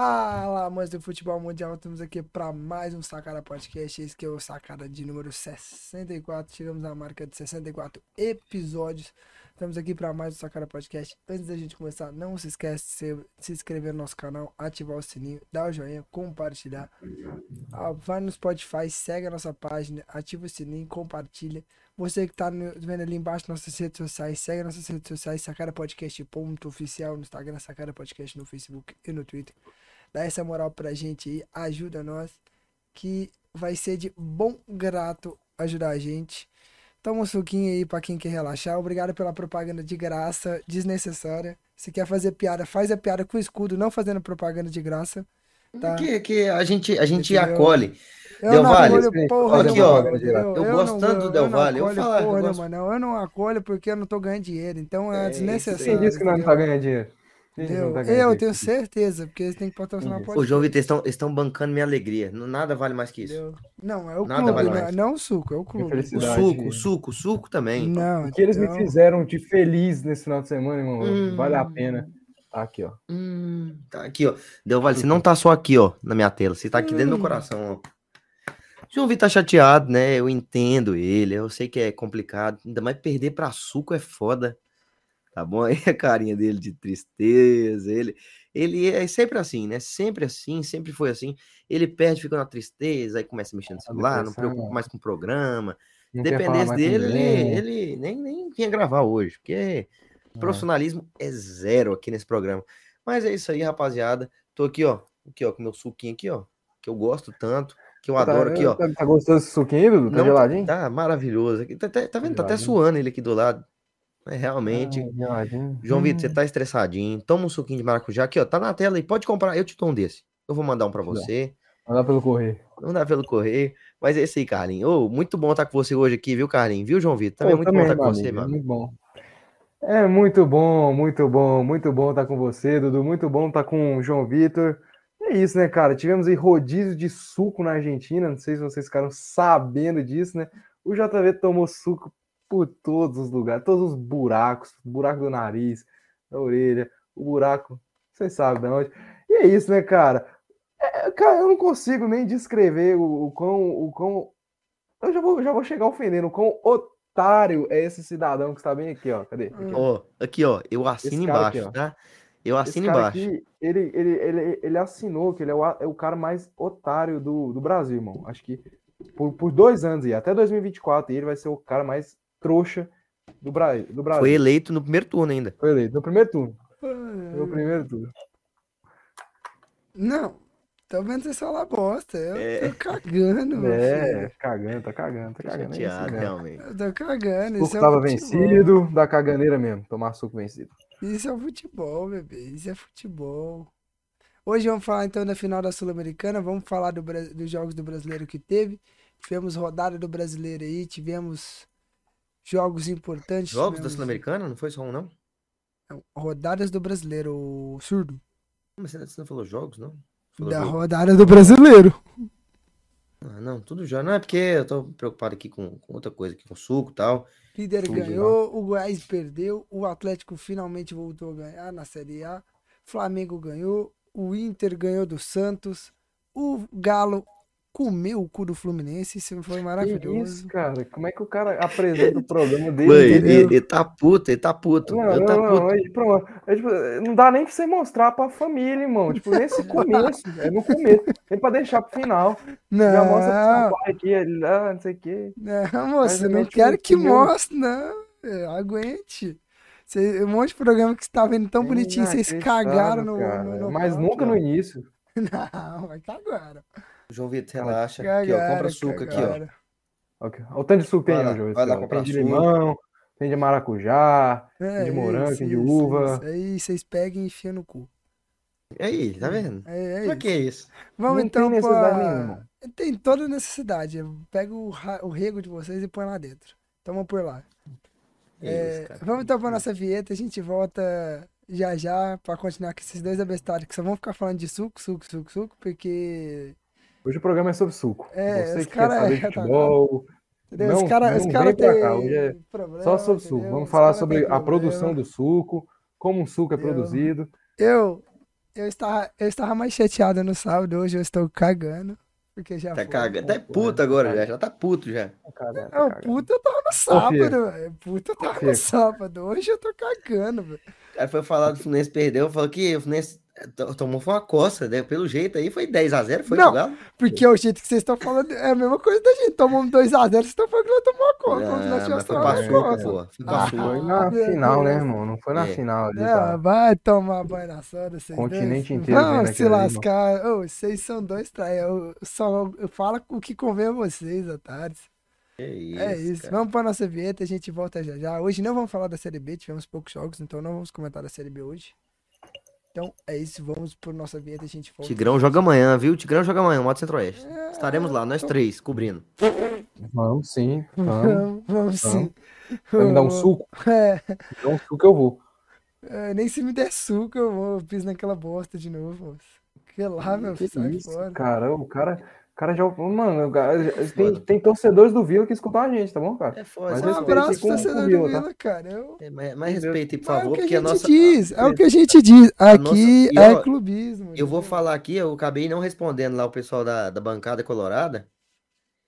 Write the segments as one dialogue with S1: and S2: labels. S1: Fala, amantes do futebol mundial, estamos aqui para mais um Sacada Podcast. Esse que é o Sacada de número 64. Chegamos na marca de 64 episódios. Estamos aqui para mais um Sacada Podcast. Antes da gente começar, não se esquece de se- se inscrever no nosso canal, ativar o sininho, dar o joinha, compartilhar. Ah, Vai no Spotify, segue a nossa página, ativa o sininho, compartilha. Você que tá no- vendo ali embaixo nossas redes sociais, segue nossas redes sociais, sacarapodcast.oficial no Instagram, Sacara Podcast no Facebook e no Twitter. Dá essa moral pra gente aí, ajuda nós, que vai ser de bom grato ajudar a gente. Toma um suquinho aí pra quem quer relaxar. Obrigado pela propaganda de graça, desnecessária. Se quer fazer piada, faz a piada com o escudo, não fazendo propaganda de graça. Tá.
S2: Que, que a gente, a gente
S1: Entendeu?
S2: acolhe.
S1: Eu
S2: Del
S1: não
S2: Valle,
S1: acolho porra
S2: aqui,
S1: nenhuma,
S2: ó,
S1: entendeu?
S2: eu gosto tanto do Del
S1: não
S2: Valle, eu
S1: acolho
S2: falar, eu
S1: porra
S2: gosto.
S1: nenhuma, não. Eu não acolho porque eu não tô ganhando dinheiro, então é,
S2: É isso aí.
S3: Quem
S1: desnecessário.
S3: disse que nós não tá
S1: entendeu?
S3: ganhando dinheiro? Quem disse que não tá
S1: Entendeu?
S3: ganhando
S1: É, Eu
S3: dinheiro?
S1: tenho certeza, porque eles têm que patrocinar o
S2: Ô,
S1: podcast.
S2: João Vitor, eles estão, eles estão bancando minha alegria. Não- Nada vale mais que isso.
S1: entendeu? Não, é o
S2: Nada
S1: clube,
S2: vale
S1: não,
S2: mais.
S1: não o suco, é o clube.
S2: O
S3: Felicidade.
S2: suco, o suco, o suco também.
S1: Não,
S3: O que eles me
S1: então,
S3: fizeram de feliz nesse final de semana, irmão?
S2: Hum.
S3: Vale a pena. Tá Aqui, ó.
S2: Hum, tá aqui, ó. Deu vale. Você não tá só aqui, ó, na minha tela. Você tá aqui dentro do meu
S1: Hum.
S2: coração, ó. João Vitor tá chateado, né? Eu entendo ele. Eu sei que é complicado. Ainda mais perder pra suco é foda. Tá bom? Aí a carinha dele de tristeza. Ele, ele é sempre assim, né? Sempre assim, sempre foi assim. Ele perde, fica na tristeza, aí começa a mexer no celular, não
S3: depressão,
S2: preocupa
S3: ó.
S2: mais com o programa.
S3: Não quer falar
S2: Dependesse
S3: mais
S2: dele,
S3: com
S2: ele,
S3: ninguém.
S2: ele nem, nem vinha gravar hoje, porque
S3: É.
S2: profissionalismo é zero aqui nesse programa. Mas é isso aí, rapaziada. Tô aqui, ó, aqui, ó, com meu suquinho aqui, ó, que eu gosto tanto, que eu
S3: Tá-
S2: adoro aqui, ó.
S3: Tá, tá gostoso esse suquinho aí, Dudu? Tá
S2: Não,
S3: geladinho?
S2: Tá maravilhoso. aqui. Tá, tá- tá vendo? Tá até
S3: Geladinho.
S2: suando ele aqui do lado. É, realmente.
S3: Ah, geladinho.
S2: João Vitor, você
S3: Hum.
S2: tá estressadinho. Toma um suquinho de maracujá aqui, ó. Tá na tela aí. Pode comprar. Eu te dou um desse. Eu vou mandar um pra
S3: Tá.
S2: você.
S3: Mandar pelo correio.
S2: Não dá pelo correio. Mas é isso aí, Carlinhos. Ô, muito bom estar com você hoje aqui, viu, Carlinhos? Viu, João Vitor? Também é
S3: Pô,
S2: muito
S3: também,
S2: bom estar
S3: meu
S2: com você,
S3: amigo,
S2: mano.
S3: é Muito bom. É muito bom, muito bom, muito bom estar com você, Dudu. Muito bom estar com o João Vitor. E É isso, né, cara? Tivemos aí rodízio de suco na Argentina. Não sei se vocês ficaram sabendo disso, né? O JV tomou suco por todos os lugares, todos os buracos, buraco do nariz, da orelha, o buraco, vocês sabem de onde. E é isso, né, cara? É, cara, eu não consigo nem descrever o, o quão, o quão. Eu já vou, já vou chegar ofendendo o quão otário é esse cidadão que está bem aqui, ó. Cadê? Aqui, ó.
S1: ah,
S2: Ó, aqui, ó, eu assino
S3: Esse cara
S2: embaixo,
S3: aqui,
S2: tá? Eu
S3: Esse
S2: assino
S3: cara
S2: embaixo.
S3: aqui, ele, ele, ele, ele assinou que ele é o, a- é o cara mais otário do, do Brasil, irmão. Acho que por, por dois anos aí, até 2024, ele vai ser o cara mais trouxa do, Bra do Brasil.
S2: Foi eleito no primeiro turno ainda.
S3: Foi eleito no primeiro turno.
S2: Hum.
S3: No primeiro turno.
S1: Não, tô vendo você falar bosta. Eu
S2: É.
S1: tô cagando, meu
S3: É,
S1: filho.
S3: cagando, tá cagando, tá cagando. É isso
S2: Chateado,
S3: mesmo.
S2: realmente.
S1: Eu tô cagando.
S3: Suco
S1: Isso é
S3: tava
S1: futebol.
S3: vencido, da caganeira mesmo. Tomar suco vencido.
S1: Isso é futebol, bebê. Isso é futebol. Hoje vamos falar então da final da Sul-Americana. Vamos falar do Bra- dos jogos do brasileiro que teve. Tivemos rodada do brasileiro aí, tivemos jogos importantes.
S2: Jogos da
S1: tivemos-
S2: Sul-Americana? Não foi só um, não?
S1: Não, Rodadas do brasileiro, o surdo.
S2: Não, Mas você não falou jogos, não? Falou
S1: Da
S2: jogo.
S1: rodada do brasileiro.
S2: Ah, não, tudo já. Não, é porque eu tô preocupado aqui com, com outra coisa, aqui com suco e tal.
S1: Líder
S2: Tudo, né?
S1: ganhou, o Goiás perdeu, o Atlético finalmente voltou a ganhar na Série A, Flamengo ganhou, o Inter ganhou do Santos, o Galo comeu o cu do Fluminense, isso foi
S3: Que isso,
S1: maravilhoso.
S3: cara? Como é que o cara apresenta o programa dele?
S2: Mano, ele,
S3: entendeu?
S2: ele tá puto, ele tá puto.
S3: Não,
S2: ele
S3: não,
S2: tá puto.
S3: não, aí, pronto. É, tipo, não dá nem pra você mostrar pra família, irmão. Tipo, nesse começo, é no começo. Nem pra deixar pro final. Já mostra pro seu
S1: Não,
S3: pai aqui, ele lá, não sei o quê.
S1: não, moço, eu não
S3: Basicamente,
S1: quero que
S3: comeu.
S1: mostre, não, é, aguente. Cê- um monte de programa que você tá vendo tão
S3: É
S1: bonitinho, vocês
S3: inacreditável,
S1: cagaram no,
S3: cara.
S1: no, no
S3: Mas
S1: nocaute,
S3: nunca no início.
S1: ó. Não, mas cagaram.
S2: João Vitor, relaxa. Aqui, ó, compra
S1: Cagaram,
S2: suco aqui, ó.
S1: cagaram.
S3: Ok. Olha O tanto de suco tem,
S2: Vai lá,
S3: ó, João.
S2: vai lá
S3: Tem
S2: comprar
S3: de
S2: suco.
S3: limão, tem de maracujá.
S1: É,
S3: de morango,
S1: isso,
S3: tem de
S1: isso,
S3: uva.
S1: isso. Aí vocês pegam e enfiam no cu.
S2: Aí, tá vendo?
S1: É, é
S2: Pra
S1: isso.
S2: que isso?
S1: Vamos
S3: Não
S1: então
S3: tem necessidade nenhuma.
S1: pra... Tem toda necessidade. Pega o, ra- o rego de vocês e põe lá dentro. Toma por lá.
S2: Que
S1: É,
S2: isso, cara? Tá
S1: Vamos então pra nossa vinheta. A gente volta já já pra continuar com esses dois abestados que só vão ficar falando de suco, suco, suco, suco, porque...
S3: Hoje o programa é sobre suco.
S1: É,
S3: Você
S1: os
S3: que
S1: cara
S3: quer saber
S1: é
S3: de futebol,
S1: Entendeu?
S3: Não-
S1: os caras
S3: não
S1: os cara
S3: vem pra
S1: têm
S3: cá, hoje é
S1: problema,
S3: só sobre suco.
S1: entendeu?
S3: Vamos
S1: Os
S3: falar
S1: cara têm
S3: sobre a
S1: problema.
S3: produção do suco, como um suco é
S1: Entendeu?
S3: produzido.
S1: Eu, Eu estava, eu estava mais chateado no sábado, hoje eu estou cagando. Porque já
S2: Tá
S1: foi.
S2: cagando. Tá puto agora, já. Já tá puto já.
S3: Cagada,
S1: Não,
S3: cagada.
S1: É um puta eu tava no
S3: Fia.
S1: sábado, velho. Puta eu tava
S3: Fia.
S1: no sábado. Hoje eu tô cagando, velho.
S2: Aí foi falar do Fluminense perdeu, falou que o Fluminense eh, to- tomou foi uma coça, né? Pelo jeito aí foi 10 a 0 foi
S1: Não,
S2: pro Galo.
S1: Porque é o jeito que vocês estão falando é a mesma coisa da gente. Tomamos 2x0, vocês estão falando que nós tomamos uma conta. como se nós
S2: Ah,
S1: tivéssemos
S2: mas foi
S1: tomado um
S2: pra
S1: assim, uma
S2: Suca,
S1: conta.
S2: pô. Foi pra
S1: Ah,
S2: Suca.
S3: Foi na
S1: meu
S3: final, né,
S1: Deus.
S3: irmão? Não foi na
S2: É.
S3: final ali, tá?
S1: Não,
S3: cara.
S1: vai tomar banho na soda, vocês
S3: Continente
S1: dois.
S3: inteiro
S1: Vão
S3: vendo
S1: se
S3: aquilo ali,
S1: lascar. Ô, vocês são dois traia. Eu, só, eu falo o que convém a vocês, otários.
S2: É isso.
S1: É isso.
S2: cara.
S1: Vamos para nossa vinheta, a gente volta já já. Hoje não vamos falar da Série B, tivemos poucos jogos, então não vamos comentar da Série B hoje. Então é isso, vamos para nossa vinheta, a gente volta.
S2: Tigrão joga amanhã, viu? Tigrão joga amanhã, Moto Centro-Oeste.
S1: É,
S2: Estaremos lá,
S1: então
S2: nós três, cobrindo.
S3: Vamos sim, vamos.
S1: Vamos, vamos sim.
S3: Vai me dar um suco?
S1: É,
S3: Me dá um suco eu vou.
S1: é, nem se me der suco, eu vou, eu piso naquela bosta de novo. moço. Que lá, Ah, meu
S3: Que
S1: filho, sai
S3: isso,
S1: fora.
S3: cara? O cara, o cara já. Mano, o cara já- tem, tem torcedores do Vila que escutam a gente, tá bom, cara?
S2: É foda.
S3: Mas
S1: Um
S3: respeito
S1: abraço,
S3: com- com o
S1: torcedor do
S3: Vila, tá?
S1: Vila, cara. Eu,
S2: É, mas, mas respeita aí, por favor,
S1: é o que a
S2: porque
S1: gente
S2: a nossa.
S1: diz, é o
S2: beleza.
S1: que a gente diz.
S2: nossa-
S1: Aqui
S2: e, ó,
S1: é clubismo.
S2: Eu vou
S1: entendeu?
S2: falar aqui, eu acabei não respondendo lá o pessoal da, da bancada colorada,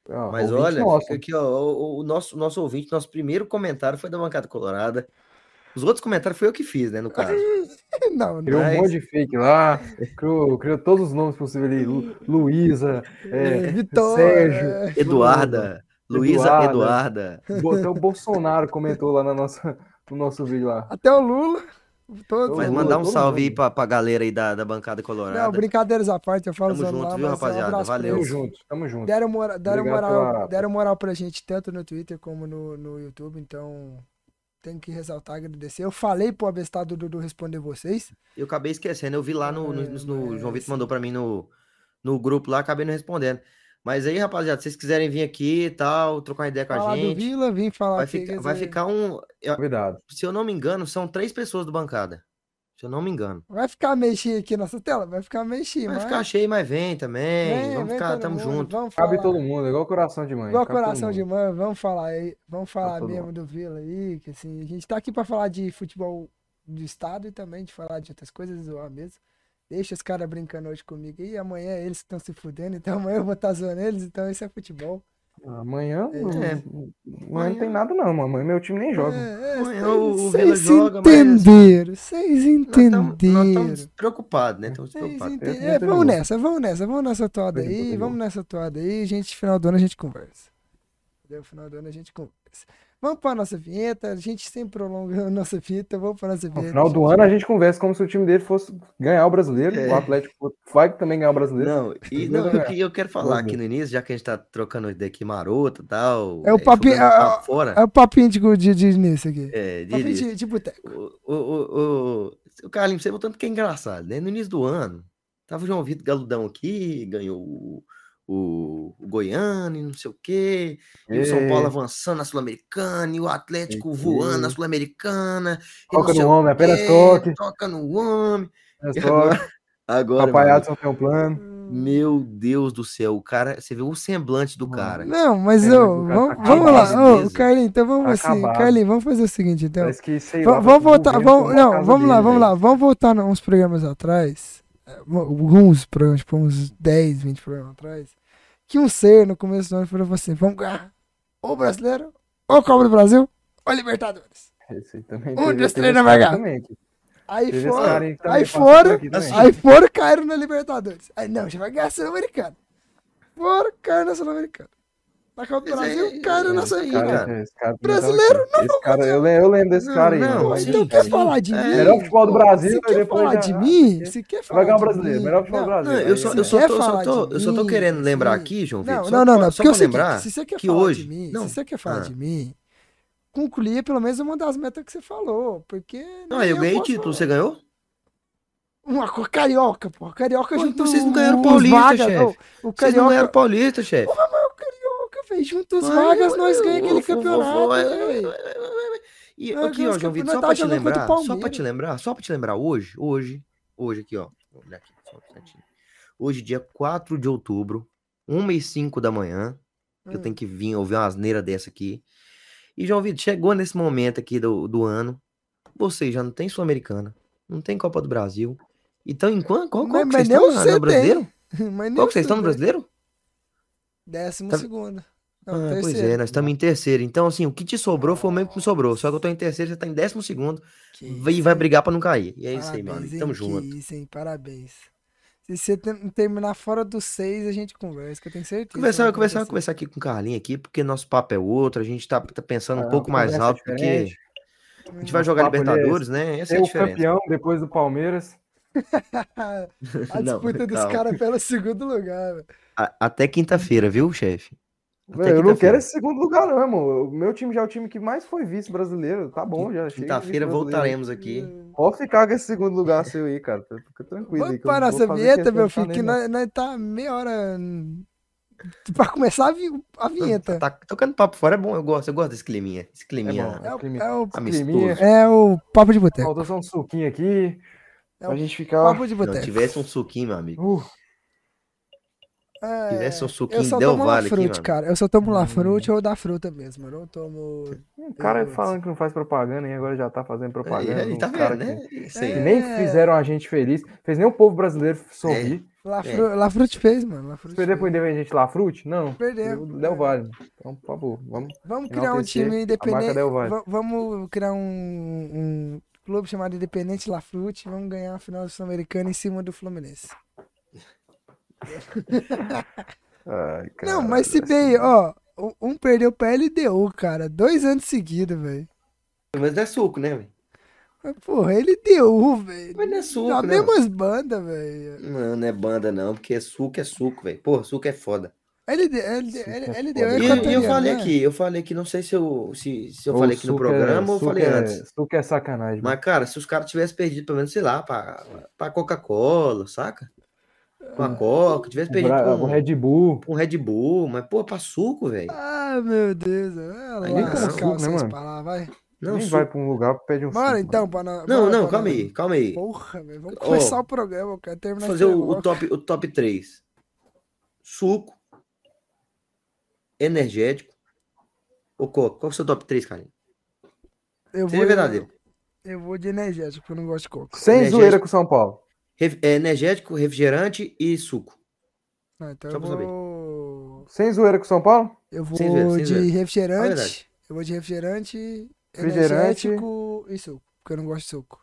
S3: É, Ó,
S2: mas
S3: ouvinte
S2: olha,
S3: nosso.
S2: fica aqui, ó, o, o nosso, nosso ouvinte, nosso primeiro comentário foi da bancada colorada. Os outros comentários foi eu que fiz, né, no caso.
S1: Não, não.
S3: Criou
S2: Mas-
S3: um monte de fake lá, criou, criou todos os nomes possíveis ali. Lu- Luísa, é,
S1: Vitória. é.
S2: Eduarda, Luísa
S3: Eduarda.
S2: Eduarda.
S3: até o Bolsonaro comentou lá na nossa, no nosso vídeo lá.
S1: Até o Lula. Todo
S2: Mas
S3: Todo
S1: mundo.
S2: mandar um
S3: mundo.
S2: salve aí pra, pra galera aí da, da bancada
S1: Não,
S2: colorada.
S1: brincadeiras à parte, eu falo
S2: Tamo
S1: zoando
S2: junto,
S1: lá,
S2: viu,
S1: mas um
S2: rapaziada?
S1: abraço pra
S2: Valeu.
S3: Tamo
S1: eles.
S3: junto, tamo junto.
S1: Deram, mora, deram,
S3: Obrigado
S1: moral,
S3: pela-
S1: deram moral pra gente, tanto no Twitter como no, no YouTube, então tenho que ressaltar, agradecer. Eu falei pro abestado Dudu responder vocês.
S2: Eu acabei esquecendo, eu vi lá no. no, no- no-
S1: É,
S2: João Vitor
S1: sim.
S2: mandou pra mim no, no grupo lá, acabei não respondendo. Mas aí, rapaziada, se vocês quiserem vir aqui e tal, trocar uma ideia com
S1: Falar
S2: a
S1: do
S2: gente.
S1: Vila, vim falar
S2: Vai
S1: aqui,
S2: ficar,
S1: quer
S2: vai
S1: dizer,
S2: ficar um. eu-
S3: Convidado.
S2: se eu não me engano, são três pessoas do bancada. Se eu não me engano.
S1: vai ficar meio cheio aqui nossa tela, vai ficar meio cheio,
S2: Vai
S1: mas-
S2: ficar cheio, mas vem também.
S1: Vem,
S2: vamos
S1: vem
S2: ficar,
S1: todo
S2: tamo
S1: mundo,
S2: junto.
S1: Vamos falar.
S3: Cabe todo mundo, é igual coração de mãe.
S1: Ah. Igual
S3: cabe todo
S1: coração de
S3: mundo.
S1: mãe, vamos falar aí, vamos falar
S2: todo
S1: mesmo do Vila aí, que assim, a gente tá aqui pra falar de futebol do estado e também de falar de outras coisas, zoar mesmo. Deixa os caras brincando hoje comigo e amanhã eles estão se fudendo, então amanhã eu vou estar zoando eles, então isso é futebol.
S3: Ah, Amanhã,
S1: É.
S3: não- amanhã não tem nada, não, mano. Amanhã meu time nem joga.
S1: É, é,
S2: Amanhã
S1: cês-
S2: o- o Vila
S1: Vocês
S2: joga, mas-
S1: entenderam, vocês
S2: Nós tamo- Nós
S1: entenderam.
S2: estamos preocupados, né? Estamos
S1: Vocês
S2: preocupados.
S1: entenderam.
S3: Eu
S1: É,
S3: tô
S1: vamos
S3: de boa.
S1: nessa, vamos nessa, vamos nessa toada
S3: Tô de boa, tô
S1: aí,
S3: de
S1: vamos nessa toada aí, gente, final do ano a gente conversa. Entendeu? Final do ano a gente conversa. Vamos pra nossa vinheta, a gente sempre prolonga a nossa vinheta, vamos pra nossa
S3: No
S1: vinheta.
S3: final do ano a gente conversa como se o time dele fosse ganhar o brasileiro.
S2: É.
S3: O Atlético vai também ganhar o brasileiro.
S2: Não, e, não, eu, que- eu quero falar aqui no início, já que a gente tá trocando ideia aqui maroto e tal.
S1: É o papi-
S2: jogando papo
S1: é-
S2: fora.
S1: É o papinho de, de, de início aqui.
S2: É,
S1: Papinho
S2: diria.
S1: de, de boteco.
S2: O, o, o, o, o Carlinhos, você botando que é engraçado, né? No início do ano, tava o João Vitor Galudão aqui, ganhou o, o, o Goiânia, não sei o quê, e o São Paulo
S3: Ei.
S2: avançando na Sul-Americana, e o Atlético
S3: Ei.
S2: voando na Sul-Americana. e não
S3: Toca
S2: sei
S3: no
S2: o
S3: homem, apenas
S2: quê,
S3: toque.
S2: Toca no homem.
S3: Apenas
S2: E
S3: toque.
S2: agora, agora
S3: Papaiado são tem um plano.
S2: mano, meu Deus do céu, o cara, você viu o semblante do cara.
S1: Não, mas
S3: É, mas
S1: ô,
S3: o cara
S1: vamos,
S3: tá
S1: vamos lá,
S2: acabado.
S1: ô, Carlinho, então vamos
S3: Tá
S1: assim,
S3: acabado.
S1: Carlinho, vamos fazer o seguinte então.
S3: Parece que, sei
S1: Va-
S3: lá,
S1: vamos voltar,
S3: envolvendo
S1: vamos,
S3: com a
S1: não,
S3: casa
S1: vamos lá,
S3: dele, né?
S1: vamos
S3: velho.
S1: lá, vamos voltar n- uns programas atrás, é, mo- alguns programas, tipo uns 10, 20 programas atrás, que um ser no começo do ano falou assim, vamos ganhar ou brasileiro, ou Copa do Brasil, ou Libertadores.
S3: Esse aí também
S1: Um,
S3: teve-
S1: dois,
S3: teve
S1: três,
S3: esse
S1: vai
S3: cara
S1: ganhar.
S3: também aqui.
S1: Aí
S3: Teve esse cara
S1: foram,
S3: aí que também
S1: aí
S3: passou por
S1: foram,
S3: aqui também.
S1: aí foram, caíram na Libertadores. Aí não, já vai ganhar a Sul-Americana. Foram, caíram na Sul-Americana. Na Copa do
S2: Mas aí-
S1: Brasil, caíram na
S2: esse aí,
S1: Sul-Americana.
S2: cara.
S3: é, esse cara
S1: Brasileiro,
S3: não esse cara, eu, lem- eu lembro desse
S2: Não,
S3: cara aí.
S2: não,
S3: mano.
S1: Pô,
S2: Mas
S1: então
S2: sim,
S1: quer
S2: sim.
S1: falar de
S2: É.
S1: mim?
S3: Melhor futebol do
S1: Pô,
S3: Brasil,
S1: Você
S3: aí
S1: quer
S3: depois
S1: falar
S3: já-
S1: de
S3: ah,
S1: mim?
S3: é.
S1: Você quer falar
S3: Vai ganhar o
S1: de
S3: brasileiro,
S1: mim?
S3: melhor futebol do
S1: Não,
S3: Brasil.
S2: Não,
S3: aí,
S2: eu só,
S3: né?
S2: eu só
S1: Quer
S2: tô, eu só
S1: falar
S2: tô-
S1: de
S2: eu só tô
S1: mim?
S2: querendo lembrar
S1: Sim.
S2: aqui, João Vitor.
S1: Não,
S2: só
S1: não, não,
S2: pra-
S1: não.
S2: só
S1: Porque
S2: pra
S1: é o seguinte,
S2: lembrar.
S1: se você quer
S2: que
S1: falar
S2: hoje-
S1: de mim,
S2: não,
S1: se você quer falar
S2: ah.
S1: de mim, concluir pelo menos uma das metas que você falou. Porque.
S2: Não,
S1: nem
S2: eu ganhei
S1: posso
S2: título,
S1: falar.
S2: você ganhou?
S1: Uma co- carioca, pô. Carioca
S2: Pô,
S1: junto
S2: então vocês não
S1: o-
S2: ganharam
S1: os
S2: Paulista,
S1: vagas,
S2: chefe.
S1: não, O
S2: Vocês não eram
S1: carioca.
S2: paulista, chefe.
S1: Porra, mas o carioca, velho. Junto os
S2: Ai,
S1: vagas, nós
S2: eu-
S1: ganhamos aquele
S2: eu- eu- eu- eu- eu-
S1: campeonato, né,
S2: eu-
S1: velho.
S2: E
S1: Nós
S2: aqui,
S1: ganhamos
S2: ó, João
S1: campeonato,
S2: Vitor, só pra
S1: tava jogando contra
S2: te
S1: o
S2: lembrar, só pra
S1: Palmeiras.
S2: te lembrar, só pra te lembrar, hoje, hoje, hoje aqui, ó. Vou olhar aqui, só um instantinho. Hoje, dia 4 de outubro, 1 e 5 da manhã, eu
S1: Hum.
S2: tenho que vir ouvir uma asneira dessa aqui. E, João Vitor, chegou nesse momento aqui do, do ano, você já não tem Sul-Americana, não tem Copa do Brasil, Então, enquanto. Qual, qual
S1: Mas- mas
S2: que vocês
S1: nem
S2: estão
S1: eu
S2: na-
S1: sei
S2: no brasileiro?
S1: Mas nem
S2: Qual que vocês
S1: eu
S2: estão
S1: sei.
S2: no brasileiro?
S1: Décimo
S2: Tá-
S1: segundo. Não,
S2: Ah,
S1: terceiro. né?
S2: pois é, nós estamos em terceiro. Então, assim, o que te sobrou foi o mesmo que me sobrou. Só que eu tô em terceiro, você tá em décimo segundo
S1: Que
S2: e
S1: isso,
S2: é. vai
S1: hein?
S2: brigar pra não cair. E é isso aí, meu
S1: Parabéns,
S2: amigo.
S1: hein?
S2: Tamo
S1: Que
S2: junto.
S1: isso, hein? Parabéns. Se você tem- terminar fora dos seis, a gente conversa, que eu tenho certeza. que
S2: Conversar,
S1: vai
S2: conversar,
S1: acontecer.
S2: conversar aqui com o Carlinho aqui, porque nosso papo é outro, a gente tá, tá pensando um
S3: Ah,
S2: pouco mais
S3: conversa
S2: alto, porque
S3: diferente.
S2: a gente vai
S3: Nosso
S2: jogar
S3: papo, ele é
S2: Libertadores, né? Essa é
S3: Tem
S2: a
S3: o
S2: diferença.
S3: campeão depois do Palmeiras.
S1: a
S2: Não,
S1: disputa dos
S2: calma.
S1: caras pelo segundo lugar, velho.
S2: A- até quinta-feira, viu, chefe? Até
S3: Velho, eu não
S2: quinta-feira.
S3: quero esse segundo lugar, não, irmão. O meu time já é o time que mais foi vice brasileiro. Tá bom, já. chega de
S2: Quinta-feira
S3: vice-brasileiro.
S2: voltaremos aqui.
S3: Pode ficar com esse segundo lugar seu aí, cara. Fica tranquilo.
S1: Vamos
S3: aí, que eu
S1: para
S3: não vou
S1: nossa
S3: fazer
S1: vinheta,
S3: questão
S1: meu
S3: de tá
S1: filho, que
S3: nem lá.
S1: nós, nós tá meia hora hum, pra começar a, vi- a vinheta.
S2: Tá tocando papo fora é bom, eu gosto, eu gosto desse climinha. Esse climinha
S1: É o,
S3: Crime.
S1: é o-
S2: amistoso.
S3: Climinha.
S1: é o papo de boteco.
S3: Faltou só um suquinho aqui.
S1: É
S3: pra
S1: o
S3: gente ficar.
S1: Papo de
S2: Se
S1: boteco.
S2: tivesse um suquinho, meu amigo.
S3: Uh,
S1: É,
S2: Se tivesse um
S1: eu
S2: suquinho,
S1: só
S2: deu
S1: tomo
S2: vale aqui,
S1: Lafrute,
S2: mano.
S1: cara. Eu só tomo Lafrute ou da fruta mesmo. Eu não tomo.
S2: É.
S3: um cara
S1: Deus.
S3: falando que não faz propaganda e agora já tá fazendo propaganda.
S2: Aí,
S3: uns
S2: tá
S3: cara
S2: vendo,
S3: que- é.
S2: né? Isso aí.
S3: Que nem
S1: É.
S3: fizeram a gente feliz. Fez nem o povo brasileiro sorrir.
S1: Lafru... Lafrute fez, mano. Lafrute
S2: É.
S3: Se perder
S1: fez.
S3: pro Independente lá, Frute? Não.
S1: Perdeu.
S3: Del Vale. Então, por favor, vamos.
S1: Vamos criar um
S3: enaltecer
S1: time
S3: a marca
S1: independente.
S3: Del Valle.
S1: va- Vamos criar um, um clube chamado Independente Lafrute. Vamos ganhar a final do Sul-Americano em cima do Fluminense.
S3: Ai,
S1: Não, mas se
S3: assim,
S1: bem, ó. um- Um perdeu pra LDU, cara. Dois anos seguidos, velho.
S2: Mas não é suco, né, velho?
S1: Mas, Porra, LDU, velho.
S2: Mas não é suco,
S1: Na
S2: né? mano?
S1: mesmas bandas, velho.
S2: Não, não é banda, não, porque suco é suco, velho. Porra, suco é foda.
S1: LD, LD,
S3: Isso que é
S1: LDU é
S3: foda.
S2: E
S3: Mas
S2: e eu
S1: equatoriano,
S2: falei
S1: né?
S2: aqui, eu falei aqui, não sei se eu, se, se eu falei aqui no programa ou falei antes.
S3: é Suco é sacanagem.
S2: Mas, cara, se os caras tivessem perdido, pelo menos, sei lá, pra, pra Coca-Cola, saca? Com a Coca, tivesse
S3: O
S2: perdido
S3: Ah, Bra-
S2: pra
S3: o
S2: um,
S3: Red Bull.
S2: pra um Red Bull, mas, pô, pra suco, velho.
S1: Ah, meu Deus. Ah,
S2: Aí nem
S1: lá,
S2: como
S1: lascar
S3: suco, né,
S1: vocês
S3: mano?
S1: pra lá, vai.
S2: Não,
S3: Nem
S2: suco.
S3: vai né? pra um lugar, pede um
S1: Bora
S3: suco,
S1: então, pra nós-
S2: não,
S1: bora,
S2: não,
S1: pra
S2: calma
S1: nós-
S2: aí, calma aí.
S1: Porra, velho. Vamos
S2: Ó.
S1: começar o programa, eu quero terminar
S2: Vou
S1: esse
S2: fazer o,
S1: negócio.
S2: o top, o top 3. Suco, energético, ou Coca. Qual que é o seu top 3, Carinho?
S1: Eu
S2: Seja verdadeiro.
S1: Eu vou de energético, porque eu não gosto de coco.
S3: Sem
S2: Energético.
S3: zoeira com o São Paulo.
S2: Ref- é, energético, refrigerante e suco.
S1: Não, então
S2: Só
S1: eu
S2: pra saber.
S1: vou.
S3: Sem zoeira com o São Paulo?
S1: Eu vou
S2: Sem zoeira, sem
S1: de
S2: zoeira. Fala a
S1: refrigerante.
S2: verdade.
S1: Eu vou de refrigerante,
S3: Refrigerante.
S1: energético e suco. Porque eu não gosto de suco.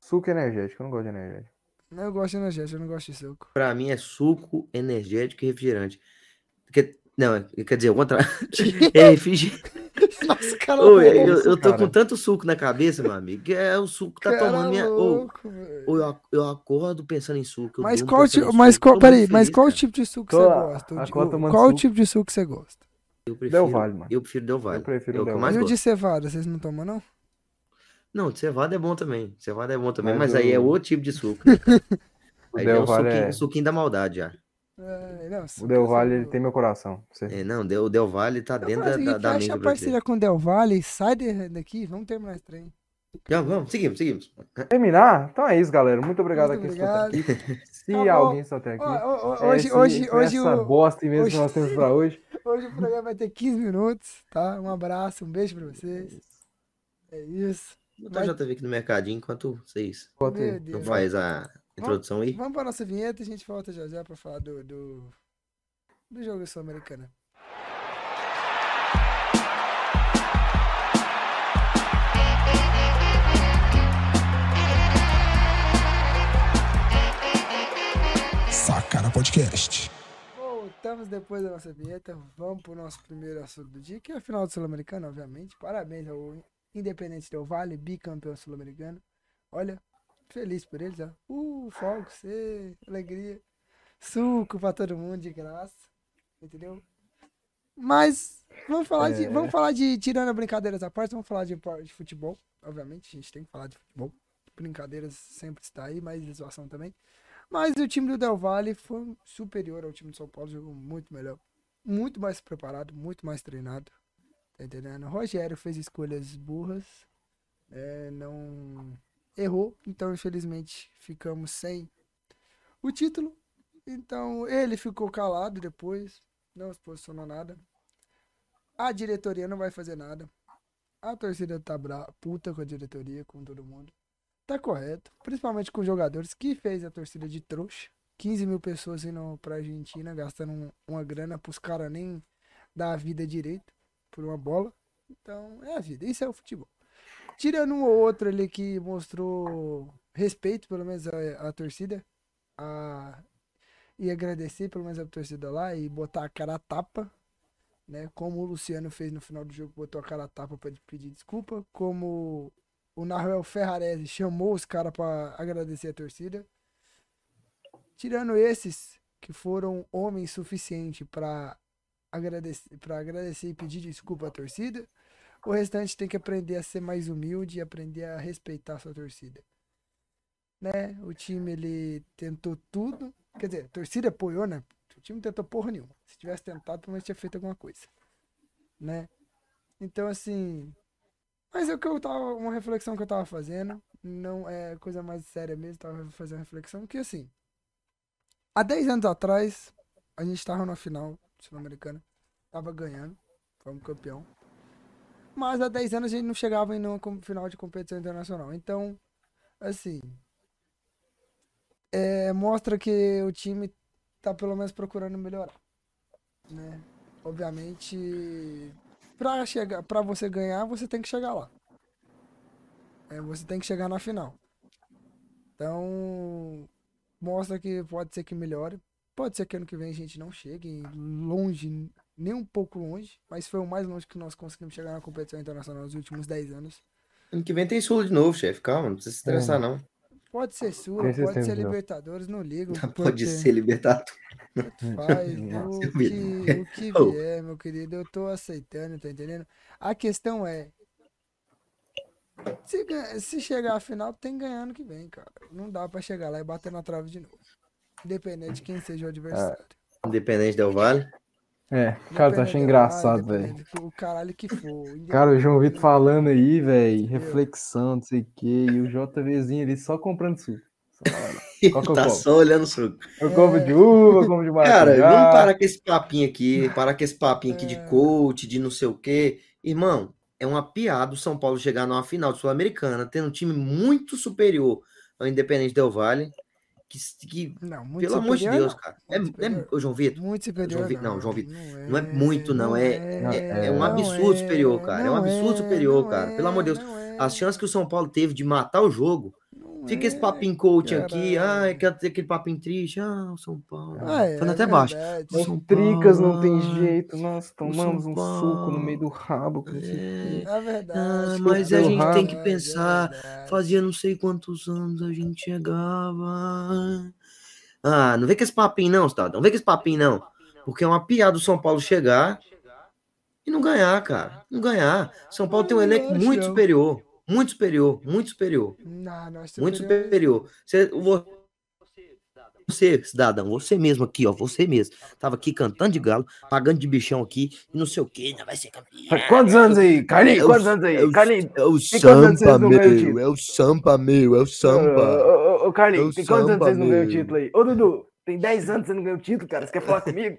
S3: Suco e energético, eu não gosto de energético.
S1: Não, eu gosto de energético, eu não gosto de suco.
S2: Pra mim é suco, energético e refrigerante. Porque- não, é- quer dizer, o contrário. É refrigerante.
S1: Nossa, cara
S2: Ô, eu,
S1: louco,
S2: eu- eu tô
S3: cara.
S2: com tanto suco na cabeça, meu amigo, que é o suco que tá
S1: cara
S2: tomando minha. Ou
S1: louco, velho.
S2: ou eu, ac- eu acordo pensando em suco. eu
S1: Mas
S2: durmo
S1: qual,
S2: pensando
S1: ti-
S2: em
S1: mas
S2: suco,
S1: qual,
S2: todo mundo
S1: peraí, mas
S2: feliz,
S1: qual
S2: cara.
S1: tipo de suco que
S3: Tô
S1: você
S3: a-
S1: gosta? O
S3: a
S1: de-
S3: cota
S1: o-
S3: tomando
S1: qual
S3: suco.
S1: tipo de suco que você gosta?
S2: Eu prefiro.
S3: Valle, mano.
S2: Eu prefiro Del Valle.
S3: prefiro
S2: é o que
S3: Del
S2: eu
S3: Mas
S2: mais
S1: e o
S2: gosto.
S1: de cevada, vocês não tomam, não?
S2: Não, de cevada é bom também. Cevada é bom também,
S3: Mas
S2: mas, aí é
S3: o-
S2: outro tipo de suco. né, cara?
S3: O
S2: aí já é
S3: Del
S2: um
S3: Valle,
S2: suquinho,
S3: é-
S2: um suquinho da maldade já.
S1: É, não, suco
S3: o
S1: eu
S3: Del
S1: sou-
S3: Valle ele tem meu coração. Você-
S2: É, não, Del- o Del Valle tá
S1: Então,
S2: dentro
S1: faz
S2: da,
S1: o
S2: da,
S1: seguinte,
S2: da
S1: fecha
S2: mente
S1: a
S2: do brasileiro.
S1: parceria com o Del Valle, sai de- daqui, vamos terminar esse trem.
S2: Já, vamos, seguimos, seguimos.
S3: Terminar? Então é isso, galera. Muito obrigado a
S1: Muito
S3: quem escuta aqui. Se
S1: Acabou.
S3: alguém está até aqui.
S1: Ó, ó, ó,
S3: É
S1: hoje,
S3: esse-
S1: hoje,
S3: foi
S1: hoje,
S3: essa
S1: o,
S3: bosta imensa
S1: hoje-
S3: que nós temos pra hoje.
S1: hoje o programa vai ter 15 minutos, tá? Um abraço, um beijo pra vocês. É isso.
S2: Vou botar
S1: Vai-
S2: o JV aqui no mercadinho enquanto vocês
S3: Bota aí.
S1: Meu
S2: não
S1: Deus.
S2: faz a introdução aí.
S1: Vamos pra nossa vinheta e a gente volta já já pra falar do, do, do jogo sul-americano.
S4: Sacana Podcast.
S1: Voltamos depois da nossa vinheta. Vamos pro nosso primeiro assunto do dia, que é a final do Sul-Americano, obviamente. Parabéns ao Independente Del Vale, bicampeão sul-americano. Olha, feliz por eles, ó. Uh, fogo, cê, alegria. Suco pra todo mundo de graça. Entendeu? Mas vamos falar de.
S3: É.
S1: Vamos falar de. Tirando a brincadeiras à parte, vamos falar de, par- de futebol. Obviamente, a gente tem que falar de futebol. Brincadeiras sempre está aí, mas zoação também. Mas o time do Del Valle foi superior ao time do São Paulo, jogou muito melhor. Muito mais preparado, muito mais treinado. Tá entendendo? O Rogério fez escolhas burras. é, não errou. Então, infelizmente, ficamos sem o título. Então, ele ficou calado depois. Não se posicionou nada. A diretoria não vai fazer nada. A torcida tá bra puta com a diretoria, com todo mundo. Tá correto. Principalmente com jogadores que fez a torcida de trouxa. 15 mil pessoas indo pra Argentina, gastando um- uma grana pros caras nem dar a vida direito por uma bola. Então, é a vida. Isso é o futebol. Tirando um ou outro ali que mostrou respeito, pelo menos, à, à torcida. A... E agradecer, pelo menos, a torcida lá e botar a cara a tapa. Né? Como o Luciano fez no final do jogo, botou a cara a tapa pra pedir desculpa. Como o Nahuel Ferrarese chamou os caras pra agradecer a torcida. Tirando esses que foram homens suficiente pra agradecer, pra agradecer e pedir desculpa à torcida, o restante tem que aprender a ser mais humilde e aprender a respeitar a sua torcida. Né? O time ele tentou tudo, quer dizer, a torcida apoiou, né? O time não tentou porra nenhuma. Se tivesse tentado, pelo menos tinha feito alguma coisa, né? Então assim, mas é o que eu tava, uma reflexão que eu tava fazendo, não é coisa mais séria mesmo, tava fazendo uma reflexão que assim, há 10 anos atrás, a gente tava na final sul-americana, tava ganhando, fomos campeão. Mas há 10 anos a gente não chegava em nenhuma com- final de competição internacional. Então, assim, é, mostra que o time tá pelo menos procurando melhorar, né? Obviamente, pra chegar, para você ganhar, você tem que chegar lá. É, você tem que chegar na final. Então, mostra que pode ser que melhore. Pode ser que ano que vem a gente não chegue longe, nem um pouco longe, mas foi o mais longe que nós conseguimos chegar na competição internacional nos últimos 10 anos.
S2: Ano que vem tem Sula de novo, chefe. Calma, não precisa se estressar, não.
S1: Pode ser Sura,
S3: Nem sei se
S1: pode ser
S3: tem, não.
S1: Libertadores, não ligo. porque
S2: Tá, Pode ser libertador.
S1: Faz
S3: Nossa,
S1: o
S2: eu
S1: que,
S2: vi.
S1: o que
S2: Oh.
S1: vier, meu querido, eu tô aceitando, tá entendendo? A questão é. Se, gan- se chegar à final, tem que ganhar ano que vem, cara. Não dá pra chegar lá e bater na trave de novo. Independente de quem seja o adversário.
S2: Independente Del Vale.
S3: É, cara,
S1: Independente
S3: tá achando
S1: do
S3: engraçado,
S1: cara,
S3: velho.
S1: independente do- O caralho que for.
S3: Cara, o João Vitor falando aí, velho,
S1: Entendeu?
S3: reflexão, não sei o quê, e o JVzinho ali só comprando suco. Só, Qual que eu
S2: tá
S3: compro?
S2: só olhando o suco.
S3: Eu compro de uva, eu compro de maracujá.
S2: Cara, vamos parar com esse papinho aqui, parar com esse papinho aqui de
S1: É.
S2: coach, de não sei o quê. Irmão, é uma piada o São Paulo chegar numa final de Sul-Americana, tendo um time muito superior ao Independente Del Valle, que, que
S1: Não, muito
S2: pelo amor de
S1: superior,
S2: Deus, cara. É,
S1: Muito
S2: é-
S1: superior.
S2: ô, João Vitor,
S1: não. Muito superior.
S2: João Vitor- não, João Vitor,
S1: Não
S2: não é muito, não,
S3: é- é um
S1: não
S2: absurdo superior, cara, é um
S1: não
S2: absurdo superior,
S1: não
S2: cara, pelo amor de Deus.
S1: não é,
S2: as chances que o São Paulo teve de matar o jogo,
S1: não
S2: fica esse
S1: é.
S2: papinho coach aqui,
S1: caralho.
S2: ah, é aquele aquele papinho triste, ah, o São Paulo.
S1: Ah, é,
S2: Falando
S1: é
S2: até baixo.
S1: verdade.
S2: São
S3: Os tricas não tem
S2: Paulo,
S3: jeito, nós tomamos um
S2: São
S3: suco no
S2: Paulo.
S3: meio do rabo. que não sei o quê.
S1: É verdade.
S2: Ah,
S3: mas a gente tem
S2: que
S1: É
S2: pensar,
S1: verdade.
S2: Fazia não sei quantos anos a gente chegava. Ah, não vem com esse papinho, não, Cidadão. Não vem com esse papinho, não. Porque é uma piada o São Paulo chegar e não ganhar, cara. Não ganhar. São Paulo tem um elenco muito superior. Muito superior, muito superior,
S1: Não, nós
S2: muito
S1: superior-
S2: superior. Você, vo- você, cidadão, você mesmo aqui, ó, você mesmo. Tava aqui cantando de galo, pagando de bichão aqui, e não sei o que, não vai ser campeão.
S3: Quantos anos aí, Carlinhos?
S2: É o-
S3: Quantos anos aí?
S2: é o-
S3: Carlinhos,
S2: É o
S3: E quantos anos vocês
S2: Sampa,
S3: não ganham
S2: meu.
S3: título?
S2: É o Sampa, meu. É o Sampa.
S3: Ô, ô, ô, Carlinhos,
S2: Eu
S3: tem quantos anos
S2: samba,
S3: vocês não ganham o
S2: meu.
S3: título aí? Ô, Dudu, tem 10 anos que você não ganhou o título, cara. Você quer falar comigo?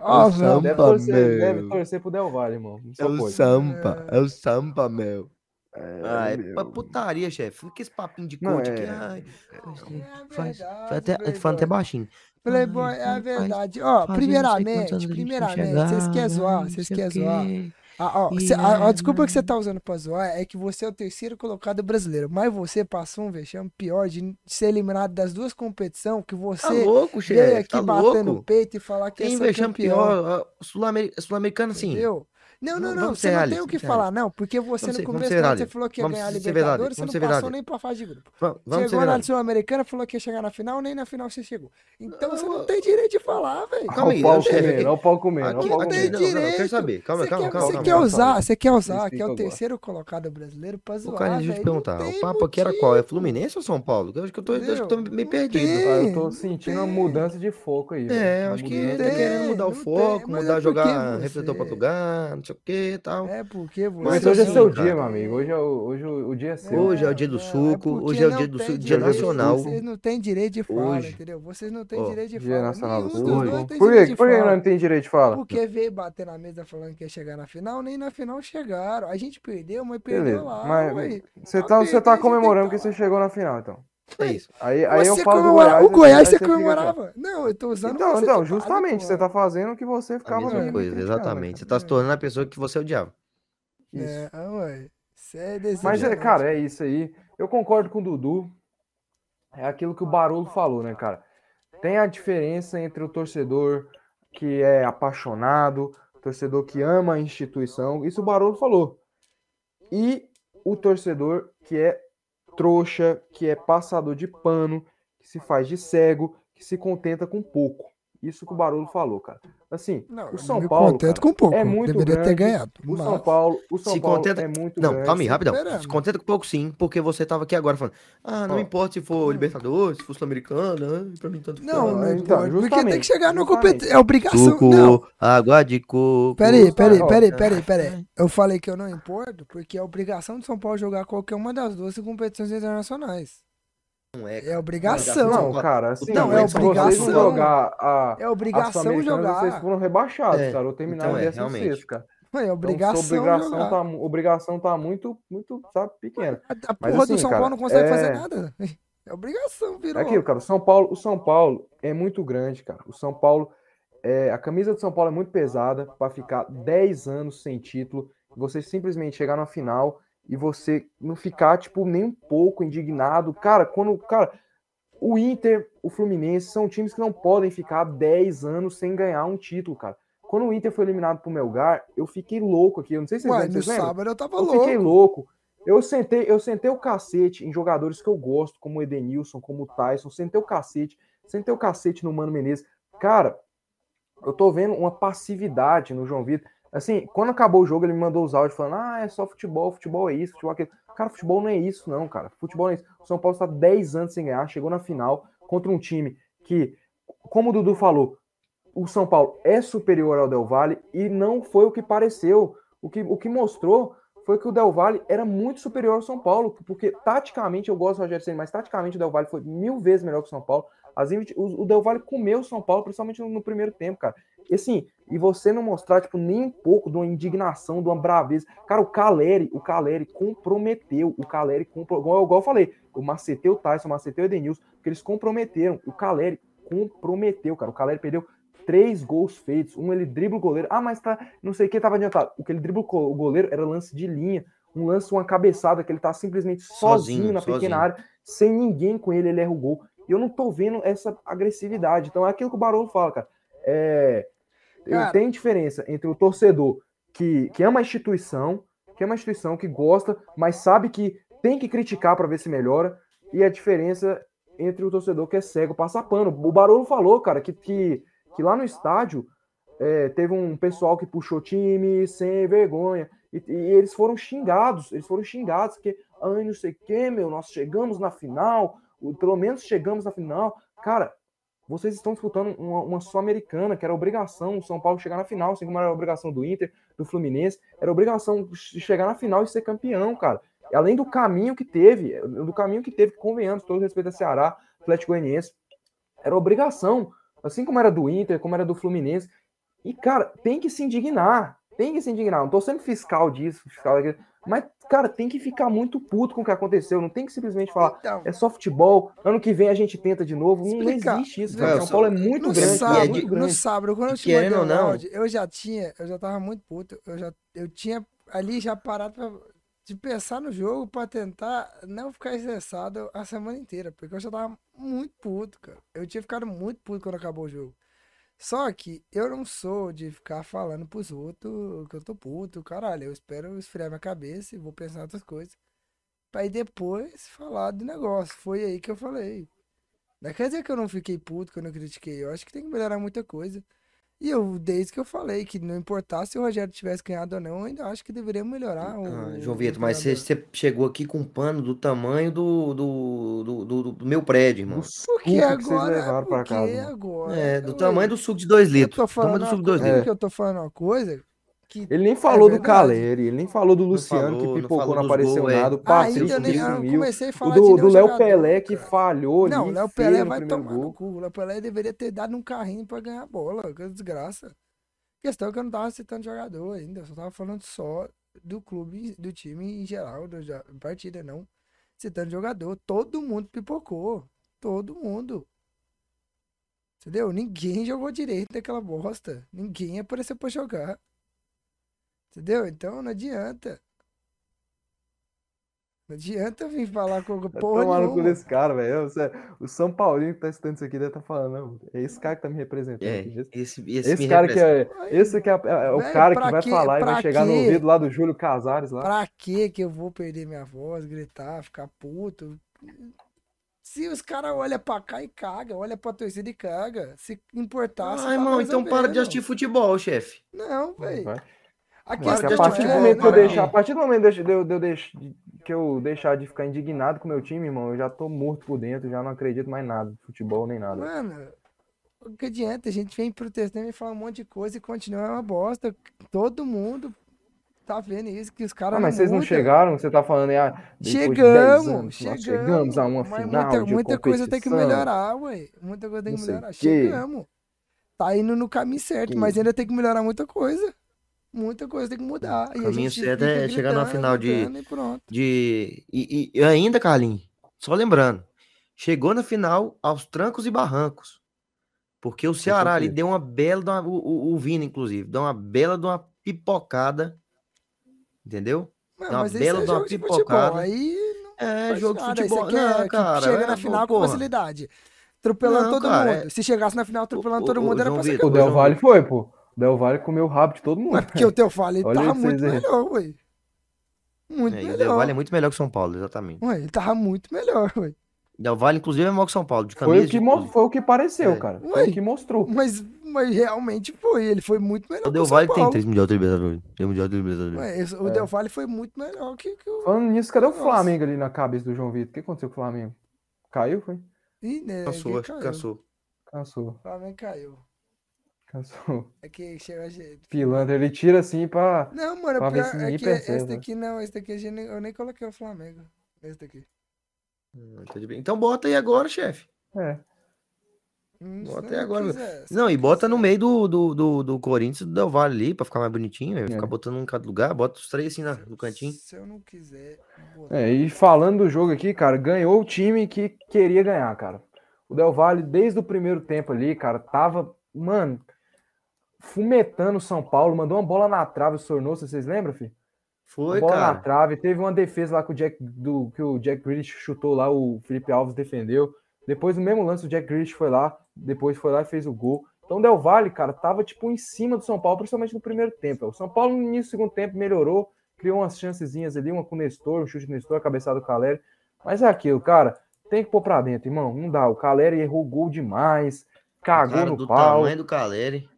S1: Ó,
S2: o
S1: velho, é
S2: samba.
S3: Deve torcer,
S2: meu.
S3: deve torcer pro Del Valle, irmão. Só
S2: É o
S3: pode.
S2: Sampa, é o Sampa, meu. Ah, é
S3: meu.
S2: pa- putaria, chefe. Fica esse papinho de
S3: Não,
S2: coach
S3: é-
S2: aqui. Ai,
S1: é
S2: faz-
S1: verdade,
S2: faz até,
S1: Playboy.
S2: falando até baixinho.
S1: Playboy,
S2: Ai,
S1: é a
S2: faz-
S1: verdade. Ó,
S2: fazia não sei quantos anos a
S1: primeiramente,
S2: gente não
S1: primeiramente,
S2: chegava,
S1: vocês querem zoar,
S2: não
S1: vocês
S2: sei o
S1: querem zoar.
S2: quê.
S1: Ah, ó,
S2: E
S1: cê- a, a
S2: é,
S1: desculpa que você tá usando pra zoar é que você é o terceiro colocado brasileiro, mas você passou um vexame pior de ser eliminado das duas competições que
S2: Tá
S1: você
S2: louco,
S1: veio
S2: chefe.
S1: aqui
S2: Tá
S1: batendo o
S2: louco.
S1: peito e falar que é
S2: Tem
S1: ser
S2: vexame
S1: campeão.
S2: pior. ó, Sul-Ameri- Sul-Americano, sim.
S1: Entendeu? Não, não,
S2: Não,
S1: não,
S2: vamos
S1: você
S2: ser
S1: não tem
S2: realistas,
S1: o que
S2: vamos ser
S1: falar, não, porque você
S2: Vamos
S1: no
S2: ser- vamos
S1: começo
S2: ser
S1: da noite, você
S2: verdade,
S1: falou que ia
S2: vamos
S1: ganhar a
S2: ser
S1: Libertadores,
S2: verdade,
S1: você não
S2: vamos
S1: passou
S2: ser verdade.
S1: nem pra fase de grupo.
S2: Va- Vamos ser
S1: chegou na
S2: verdade.
S1: Sul-Americana, falou que ia chegar na final, nem na final você chegou. Então
S2: Ah,
S1: você não
S2: eu-
S1: tem direito de falar, velho.
S3: Ó
S2: Calma
S3: Ah, o
S2: aí,
S3: pau
S2: eu chego
S3: comendo,
S2: aqui.
S3: ó o pau comendo, ó o
S2: Aqui
S3: pau
S1: não
S2: aqui-
S1: tem
S2: não,
S3: comendo.
S2: não, eu quero
S1: direito.
S2: saber. Calma,
S1: Você
S2: calma,
S1: quer,
S2: calma.
S1: você
S2: calma,
S1: quer
S2: calma.
S1: usar, você quer usar
S3: Respeito
S1: que é o
S3: agora.
S1: terceiro colocado brasileiro pra
S2: Ô,
S1: zoar,
S2: cara, deixa eu te
S1: velho.
S2: perguntar.
S1: Não
S2: O
S1: tem
S2: papo aqui era
S1: motivo.
S2: qual? É Fluminense ou São Paulo? Eu acho que eu tô, eu acho que eu tô
S1: Entendeu?
S2: meio
S1: Não
S2: perdido.
S3: Ah, eu
S1: Não
S3: tô
S1: tem.
S3: sentindo uma mudança de foco aí. velho.
S2: É, eu
S3: Uma
S2: acho que
S3: mudança
S2: ele tá
S3: de-
S1: tem,
S2: querendo mudar o
S1: não tem,
S2: foco,
S1: mas é
S2: mudar,
S1: porque
S2: jogar
S1: você-
S2: refletor para outro lugar, não sei o que e tal.
S1: É porque você.
S3: Mas
S2: Isso
S3: hoje é
S2: sim,
S3: seu
S2: cara.
S3: dia, meu amigo. Hoje é o, hoje o, o dia é seu.
S2: Hoje é o dia do suco,
S1: porque
S2: hoje é o
S1: não
S2: dia do
S1: tem
S2: suco, dia
S1: direito-
S2: nacional.
S1: Vocês não têm direito de fala,
S2: Hoje.
S1: entendeu? Vocês não têm
S2: Ó,
S1: direito de fala.
S3: Dia Nacional do
S1: Nenhum dos
S2: Suco.
S1: dois
S3: Suco.
S1: tem
S3: Por
S1: direito
S3: que,
S1: de
S3: por que
S1: fala.
S3: não tem direito de fala?
S1: Porque veio bater na mesa falando que ia chegar na final, nem na final chegaram. A gente perdeu, mas perdeu
S3: Beleza,
S1: lá.
S3: mas-
S1: ué.
S3: Você tá, você tá
S1: Tem que
S3: comemorando que
S1: falar.
S3: você chegou na final, então.
S2: É isso.
S3: Aí, aí eu
S1: Você
S3: falo do
S1: comemora-
S3: Goiás. é assim,
S1: o Goiás
S3: aí
S1: você
S3: fica
S1: comemorava. Não, eu tô
S3: assim.
S1: usando
S3: Então,
S1: você
S3: então
S1: de base,
S3: justamente, você
S1: pô.
S3: tá fazendo o que você
S2: A
S3: ficava
S2: mesma
S3: mesmo
S2: coisa,
S3: criticando, né,
S2: exatamente. Você
S3: cara?
S2: tá se tornando a pessoa que você odiava.
S3: Isso.
S1: É, ah, ué. Você é
S3: Mas, é,
S1: decepcionante.
S3: cara, é isso aí. Eu concordo com o Dudu. É aquilo que o Barolo falou, né, cara? Tem a diferença entre o torcedor que é apaixonado, torcedor que ama a instituição, isso o Barolo falou. E o torcedor que é trouxa, que é passador de pano, que se faz de cego, que se contenta com pouco. Isso que o Barolo falou, cara. Assim,
S1: Não, eu
S3: o São
S1: me
S3: Paulo
S1: contento
S3: cara,
S1: com pouco.
S3: é muito
S1: Deveria ter
S3: grande,
S1: ganhado.
S3: o São
S1: mas-
S3: Paulo, o São
S2: Se
S3: Paulo
S2: contenta-
S3: é muito
S2: Não,
S3: grande.
S2: calma aí, rapidão.
S1: esperando.
S2: Se contenta com pouco sim, porque você tava aqui agora falando. Ah, não
S3: Ó.
S2: importa se for Libertadores, se for Sul-Americana, ah, pra mim tanto
S1: Não,
S2: faz.
S1: não
S3: então,
S1: importa, porque tem
S3: justamente,
S1: que chegar no
S3: justamente.
S1: competente. É obrigação.
S2: Suco,
S1: Não,
S2: água de coco.
S1: Peraí, peraí,
S3: Ó,
S1: peraí, peraí, peraí. Eu falei que eu não importo, porque é obrigação do São Paulo jogar qualquer uma das 12 competições internacionais.
S2: Não é,
S1: É
S3: Não,
S1: obrigação.
S3: cara, assim,
S2: Não, é
S3: se vocês não
S1: obrigação.
S3: jogar a,
S1: É
S3: a
S1: obrigação
S3: Sul-Americana, vocês
S1: jogar.
S3: foram rebaixados,
S2: É,
S3: cara. Ou terminaram
S2: então é,
S3: em 16
S2: realmente.
S3: cara.
S1: É
S3: Então,
S1: obrigação
S3: sua obrigação,
S1: jogar.
S3: tá, mu- obrigação tá muito, muito, sabe, pequena.
S1: A, a
S3: Mas
S1: porra do
S3: assim,
S1: São
S3: cara,
S1: Paulo não consegue fazer
S3: é-
S1: nada. É obrigação, virou.
S3: É aquilo, cara. O São Paulo, o São Paulo é muito grande, cara. O São Paulo, é, a camisa do São Paulo é muito pesada pra ficar 10 anos sem título. Você simplesmente chegar na final e você não ficar, tipo, nem um pouco indignado. Cara, quando, cara, o Inter, o Fluminense são times que não podem ficar 10 anos sem ganhar um título, cara. Quando o Inter foi eliminado pro Melgar, eu fiquei louco aqui. Eu não sei se vocês
S1: Ué,
S3: lembram,
S1: no
S3: vocês lembram?
S1: sábado eu tava
S3: Eu
S1: louco.
S3: fiquei louco. Eu sentei, eu sentei o cacete em jogadores que eu gosto, como o Edenilson, como o Tyson, sentei o cacete, sentei o cacete no Mano Menezes. Cara, eu tô vendo uma passividade no João Vitor. Assim, quando acabou o jogo, ele me mandou os áudios falando: ah, é só futebol, futebol é isso, futebol é aquilo. Cara, futebol não é isso, não, cara. Futebol não é isso. O São Paulo está 10 anos sem ganhar, chegou na final contra um time que, como o Dudu falou, o São Paulo é superior ao Del Valle e não foi o que pareceu. O que, o que mostrou foi que o Del Valle era muito superior ao São Paulo, porque taticamente, eu gosto do Rogério Ceni, mas taticamente o Del Valle foi mil vezes melhor que o São Paulo. As invi- o, o Del Valle comeu o São Paulo, principalmente no, no primeiro tempo, cara. E assim, e você não mostrar, tipo, nem um pouco de uma indignação, de uma braveza. Cara, o Caleri, o Caleri comprometeu, o Caleri comprometeu, igual, igual eu falei, eu macetei o Tyson, eu macetei o Edenilson, porque eles comprometeram. O Caleri comprometeu, cara. O Caleri perdeu três gols feitos. Um ele dribla o goleiro. Ah, mas tá, não sei o que tava adiantado. O que ele dribla o co- o goleiro era lance de linha, um lance, uma cabeçada que ele tá simplesmente sozinho,
S2: Sozinho,
S3: na
S2: sozinho.
S3: pequena área, sem ninguém com ele, ele erra o gol. E eu não tô vendo essa agressividade. Então é aquilo que o Barolo fala, cara. É, eu-
S1: Cara.
S3: Tem diferença entre o torcedor que, que ama a instituição, que ama a instituição, que gosta, mas sabe que tem que criticar para ver se melhora, e a diferença entre o torcedor que é cego passa pano. O Barolo falou, cara, que, que, que lá no estádio é, teve um pessoal que puxou time sem vergonha. E, e eles foram xingados, eles foram xingados, que ai, não sei o que, meu, nós chegamos na final, o- pelo menos chegamos na final. Cara, vocês estão disputando uma, uma Sul-Americana, que era obrigação o São Paulo chegar na final, assim como era a obrigação do Inter, do Fluminense, era obrigação che- chegar na final e ser campeão, cara. E além do caminho que teve, eh, do caminho que teve, que convenhamos, todo respeito a Ceará, Atlético Goianiense, era obrigação, assim como era do Inter, como era do Fluminense. E, cara, tem que se indignar, tem que se indignar. Não tô sendo fiscal disso, fiscal daquilo, mas, cara, tem que ficar muito puto com o que aconteceu, não tem que simplesmente falar.
S1: Então,
S3: É só futebol. Ano que vem a gente tenta de novo. Não-
S1: Explicar.
S3: Não existe isso,
S2: Vai,
S3: velho. São
S2: Elson.
S3: Paulo é muito
S1: no,
S3: grande.
S1: sábado,
S3: é
S2: e é
S3: muito
S1: no
S3: grande.
S1: sábado, quando eu te
S2: Querendo
S1: mandei o
S2: ou não-
S1: áudio, eu já tinha, eu já tava muito puto, eu já, eu tinha ali já parado pra, de pensar no jogo pra tentar não ficar estressado a semana inteira, porque eu já tava muito puto, cara. Eu tinha ficado muito puto quando acabou o jogo. Só que eu não sou de ficar falando pros outros que eu tô puto, caralho. Eu espero esfriar minha cabeça e vou pensar em outras coisas. Pra aí depois falar do negócio. Foi aí que eu falei. Não quer dizer que eu não fiquei puto, que eu não critiquei. Eu acho que tem que melhorar muita coisa. E eu, desde que eu falei, que não importasse se o Rogério tivesse ganhado ou não, eu ainda acho que deveria melhorar o.
S2: Ah,
S1: o
S2: João Vitor, mas você,
S1: treinador.
S2: você chegou aqui com um pano do tamanho do, do, do, do- do meu prédio, irmão.
S3: Do suco
S1: Porque
S3: que vocês
S1: é agora.
S3: levaram pra
S1: porque
S3: casa. né?
S1: agora.
S2: É, do
S1: Ué,
S2: tamanho do suco de 2
S1: eu
S2: litros.
S1: tô
S2: Tamanho
S1: falando
S2: do
S1: uma
S2: suco de 2
S1: coisa,
S2: litros.
S1: que eu tô falando uma coisa que
S3: Ele nem falou do
S1: é verdade.
S3: Caleri, ele nem falou do Luciano
S2: falou,
S3: que
S2: não
S3: pipocou,
S2: falou
S3: não
S2: dos
S3: apareceu
S2: gols, é.
S3: nada, o
S1: Ah,
S3: Patrick
S1: ainda nem, ah, eu
S3: sumiu.
S1: comecei a
S3: O
S1: falar de
S3: do, do
S1: nenhum
S3: Léo
S1: jogador,
S3: Pelé que
S1: cara.
S3: falhou
S1: Não,
S3: ali,
S1: Léo
S3: feio
S1: Pelé
S3: no
S1: vai
S3: primeiro
S1: tomar no
S3: gol.
S1: cu. O Léo Pelé deveria ter dado um carrinho pra ganhar a bola. Que desgraça. Questão é que eu não tava citando jogador ainda. Eu só tava falando só do clube, do time em geral, da ja- partida, não citando jogador. Todo mundo pipocou. Todo mundo. Entendeu? Ninguém jogou direito naquela bosta. Ninguém apareceu pra jogar. Entendeu? Então não adianta. Não adianta vir falar com
S3: Vai
S1: porra
S3: tomar Tá no cu
S1: nenhuma.
S3: desse cara, velho. É, Você- O São Paulino que tá escutando isso aqui deve tá falando, não, é esse cara que tá me representando.
S2: É,
S3: aqui,
S2: esse,
S3: Esse,
S2: esse,
S3: esse
S2: me
S3: cara que
S2: representa.
S3: é, esse que é, é- é o
S1: Velho,
S3: cara
S1: pra
S3: que vai
S1: quê?
S3: falar e
S1: Pra
S3: vai chegar no
S1: quê?
S3: ouvido lá do Júlio Casares lá.
S1: Pra que que eu vou perder minha voz, gritar, ficar puto? Se os caras olham pra cá e caga, olha pra torcida e caga. Se importar, você
S2: Ah,
S1: tá
S2: irmão, então para de
S1: resolvendo.
S2: assistir futebol, chefe.
S1: Não, velho.
S3: Vai.
S1: A
S3: Mas que a
S1: questão
S3: partir do
S1: é-
S3: momento que eu
S2: mano,
S3: deixar, a
S2: que-
S3: partir do momento de eu- de eu, de eu deix- que eu deixar de ficar indignado com o meu time, irmão, eu já tô morto por dentro, já não acredito mais nada de futebol nem nada.
S1: Mano, o que adianta? A gente vem protestando e fala um monte de coisa e continua uma bosta. Todo mundo tá vendo isso, que os caras.
S3: Ah, mas vocês não
S1: mudam.
S3: chegaram? Você tá falando aí, ah, depois de 10
S1: Chegamos,
S3: anos, nós
S1: chegamos.
S3: chegamos a uma
S1: Mas
S3: final
S1: Muita,
S3: de
S1: muita coisa tem que
S3: competição.
S1: melhorar, ué. Muita coisa tem que
S3: Não sei
S1: melhorar.
S3: quê.
S1: Chegamos. Tá indo no caminho certo,
S3: Que-
S1: mas ainda tem que melhorar muita coisa. Muita coisa tem que mudar.
S2: O
S1: E a
S2: caminho
S1: gente
S2: certo
S1: fica
S2: é chegar na
S1: gritando,
S2: final de-
S1: gritando e pronto.
S2: De... E, e- e ainda, Carlinhos, só lembrando, chegou na final aos trancos e barrancos. Porque o Ceará ali
S3: certeza.
S2: deu uma bela, de uma- o, o- o Vina, inclusive, deu uma bela de uma pipocada. Entendeu?
S1: Mano,
S2: Dá uma
S1: mas isso
S2: bela
S1: é
S2: de uma
S1: jogo de futebol.
S2: pipocada.
S1: Aí
S2: É,
S1: faz
S2: jogo de
S1: nada. Aí
S2: futebol.
S1: Você quer
S2: Não,
S1: que
S2: cara.
S1: chega
S2: é,
S1: na final com
S2: porra.
S1: facilidade. Atropelando
S2: Não,
S1: todo
S2: cara, é-
S1: mundo. Se chegasse na final atropelando
S2: Ô,
S1: todo
S2: ô,
S1: mundo,
S2: ô,
S1: era
S2: João
S1: pra ser
S2: Vitor,
S3: O
S1: campeão.
S2: Deus,
S3: Del Valle foi, pô. O Del Valle comeu o rabo de todo mundo.
S1: Mas porque o teu Vale
S3: Olha
S1: tava
S3: isso,
S1: muito
S3: Zé.
S1: melhor, ué. Muito
S2: É, e o Del Valle é
S1: melhor.
S2: muito melhor que o São Paulo, exatamente.
S1: Ué, ele tava muito melhor, ué.
S2: Del Valle, inclusive, é maior que o São Paulo, de camisa.
S3: Foi o, que mo- foi o que pareceu,
S2: É.
S3: cara. Foi
S1: Ué.
S3: o que mostrou.
S1: Mas, mas realmente foi. Ele foi muito melhor
S2: O
S1: que
S2: Del
S1: o São
S2: Valle tem
S1: Paulo.
S2: 3 mundial de Libertadores. Tem mundial de Libertadores.
S1: Ué, esse- o
S3: É.
S1: Del Valle foi muito melhor que, que o.
S3: Falando nisso, cadê o
S1: Nossa.
S3: Flamengo ali na cabeça do João Vitor? O que aconteceu com o Flamengo? Caiu, foi?
S1: Ih, né,
S2: Cansou,
S1: quem
S2: acho é que
S1: caiu?
S2: cansou.
S3: Cansou,
S1: O Flamengo caiu.
S3: cansou.
S1: É que chega gente.
S3: Pilantra, ele tira assim pra.
S1: Não, mano, o
S3: Pra ver
S1: pior
S3: se
S1: é
S3: ninguém
S1: que
S3: percebe,
S1: esse
S3: né?
S1: daqui não, esse daqui a gente nem- eu nem coloquei o Flamengo. Esse daqui.
S2: Hum, tudo bem. Então bota aí agora, chefe.
S3: É.
S1: Hum,
S2: Bota
S1: se
S2: aí
S1: não
S2: agora,
S1: quiser, se
S2: Não, e bota no
S1: quiser.
S2: meio do, do, do, do Corinthians e do Del Valle ali, pra ficar mais bonitinho. Aí Ficar
S3: É.
S2: botando um em cada lugar, bota os três assim na- no cantinho.
S1: Se eu não quiser. botar-
S3: É, e falando do jogo aqui, cara, ganhou o time que queria ganhar, cara. O Del Valle, desde o primeiro tempo ali, cara, tava, mano, fumetando o São Paulo, mandou uma bola na trave, o Sornosa, vocês lembram, filho?
S2: Foi,
S3: bola na
S2: cara.
S3: trave, teve uma defesa lá com o Jack, do, que o Jack Grealish chutou lá, o Felipe Alves defendeu. Depois, no mesmo lance, o Jack Grealish foi lá, depois foi lá e fez o gol. Então, o Del Valle, cara, tava, tipo, em cima do São Paulo, principalmente no primeiro tempo. O São Paulo, no início do segundo tempo, melhorou, criou umas chancezinhas ali, uma com o Nestor, um chute do Nestor, a cabeçada do Caleri. Mas é aquilo, cara, tem que pôr pra dentro, irmão, não dá. O Caleri errou gol demais, cagou
S2: Cara
S3: no
S2: do
S3: pau.
S2: tamanho do Caleri.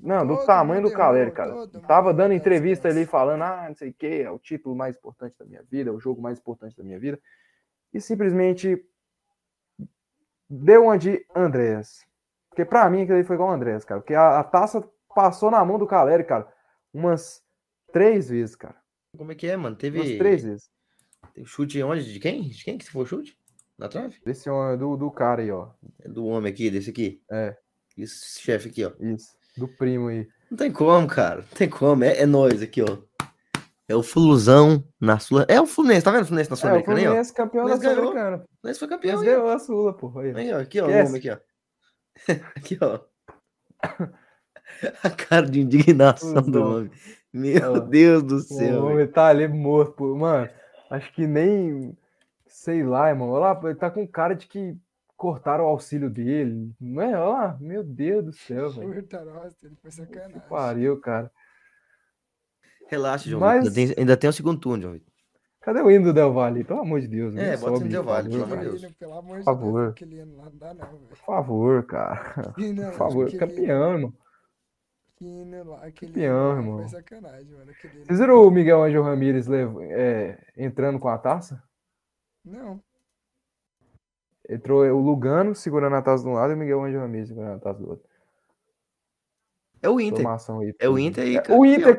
S3: Não, do
S1: Todo
S3: tamanho do
S1: mundo
S3: Caleri,
S1: errou,
S3: cara.
S1: todo
S3: Tava
S1: mundo
S3: dando
S1: errou,
S3: entrevista ali
S1: desgraça.
S3: falando, ah, não sei o que, é o título mais importante da minha vida, é o jogo mais importante da minha vida. E simplesmente deu uma de Andréas. Porque pra mim aquilo ali foi igual o Andréas, cara. Porque a, a taça passou na mão do Caleri, cara, umas três vezes, cara.
S2: Como é que é, mano?
S3: Umas
S2: Teve,
S3: três vezes.
S2: teve chute onde? De quem? De quem que foi o chute? Na trave?
S3: Desse homem, do, do cara aí, ó.
S2: É do homem aqui, desse aqui.
S3: É.
S2: Esse chefe aqui, ó.
S3: Isso. Do primo aí.
S2: Não tem como, cara. Não tem como. É, é nós aqui, ó. É o Flusão na Sul. É o Fluminense, tá vendo o Fluminense na
S3: É, o
S2: Sul-Americana aí, ó? O
S3: Fluminense campeão da
S2: Mas ganhou.
S3: Sul-Americana.
S2: Fluminense foi
S3: Mas
S2: campeão, aí, ó.
S3: ganhou a Sula, porra. aí.
S2: Aí, ó. Aqui, ó. O
S3: Esquece.
S2: homem aqui, ó. aqui, ó. A cara de indignação do
S3: Flusão.
S2: homem. Meu
S3: Ó.
S2: Deus do
S3: O
S2: céu.
S3: homem
S2: velho.
S3: tá ali morto, pô. mano. Acho que nem. Sei lá, irmão. Olha lá, pô, ele tá com cara de que cortaram o auxílio dele. Não é? Olha lá, meu Deus do céu, velho.
S1: Puta, nossa, ele foi
S3: Que
S1: sacanagem.
S3: pariu, cara.
S2: Relaxa, João.
S3: Mas-
S2: Vitor. Ainda, tem, ainda tem o segundo turno, João. Vitor.
S3: Cadê o hino do Del Valle? Pelo amor de Deus,
S2: É,
S3: me
S2: bota o hino do Del Valle,
S3: por
S2: pelo amor de
S3: favor,
S2: Deus.
S1: Aquele, pelo amor de Deus,
S3: Por favor.
S1: aquele ano lá não dá não, velho.
S3: Por favor, cara.
S1: Por
S3: Por favor, campeão, irmão.
S1: Aquele lá, aquele
S3: Campeão,
S1: lá
S3: irmão.
S1: Foi sacanagem, mano. Aquele...
S3: Vocês viram o Miguel Angel Ramírez lev- é, entrando com a taça?
S1: Não.
S3: Entrou o Lugano segurando a taça de um lado e o Miguel Angel Ramírez segurando a taça do outro.
S2: É o Inter.
S3: Formação aí.
S2: É o Inter aí.
S3: É, o Inter.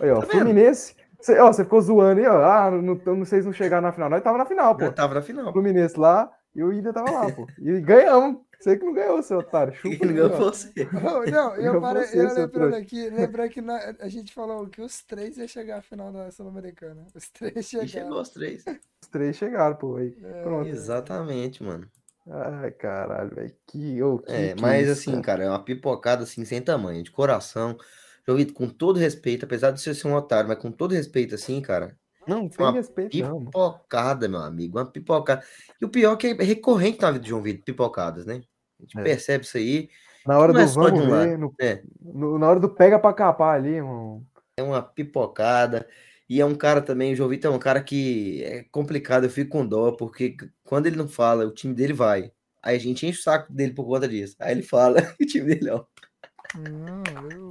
S3: Aí,
S2: Tá
S3: ó,
S2: vendo?
S3: Fluminense. Cê, ó, você ficou zoando aí, ó. Ah, não, não, vocês não chegaram na final. Nós tava na final, pô.
S2: Já tava na final.
S3: Fluminense lá e o Inter tava lá, pô. E ganhamos. Você que não ganhou, seu otário.
S2: Quem
S3: Chupa aí,
S2: ganhou
S3: ó.
S2: foi você.
S1: Não, não, eu,
S3: Eu
S1: parei,
S3: vou ser
S1: eu
S3: seu
S1: lembrando
S3: trouxa.
S1: aqui, lembrei que na- a gente falou que os três iam chegar à final da Sul-Americana. Os três
S2: E
S1: chegaram.
S2: chegou aos três.
S3: Os três chegaram, pô. Aí.
S1: É,
S3: Pronto.
S2: Exatamente, mano.
S3: Ai, caralho, velho. Que, ô, que-
S2: É,
S3: que
S2: mas
S3: isso,
S2: assim,
S3: cara.
S2: cara, é uma pipocada assim, sem tamanho, de coração. João Vitor, com todo respeito, apesar de você ser um otário, mas com todo respeito, assim, cara,
S3: Não,
S2: foi
S3: sem
S2: uma
S3: respeito, não. mano.
S2: pipocada, meu amigo, uma pipocada. E o pior é que é recorrente na vida do João Vitor, pipocadas, né? A gente
S3: É.
S2: percebe isso aí.
S3: Na hora
S2: não é
S3: do
S2: só de
S3: vamos
S2: um lado,
S3: ver, no-
S2: é.
S3: no- na hora do pega pra capar ali, irmão.
S2: é uma pipocada. E é um cara também, o João Vitor é um cara que é complicado, eu fico com dó, porque c- quando ele não fala, o time dele vai. Aí a gente enche o saco dele por conta disso. Aí ele fala, e o time dele, ó.
S1: não, eu-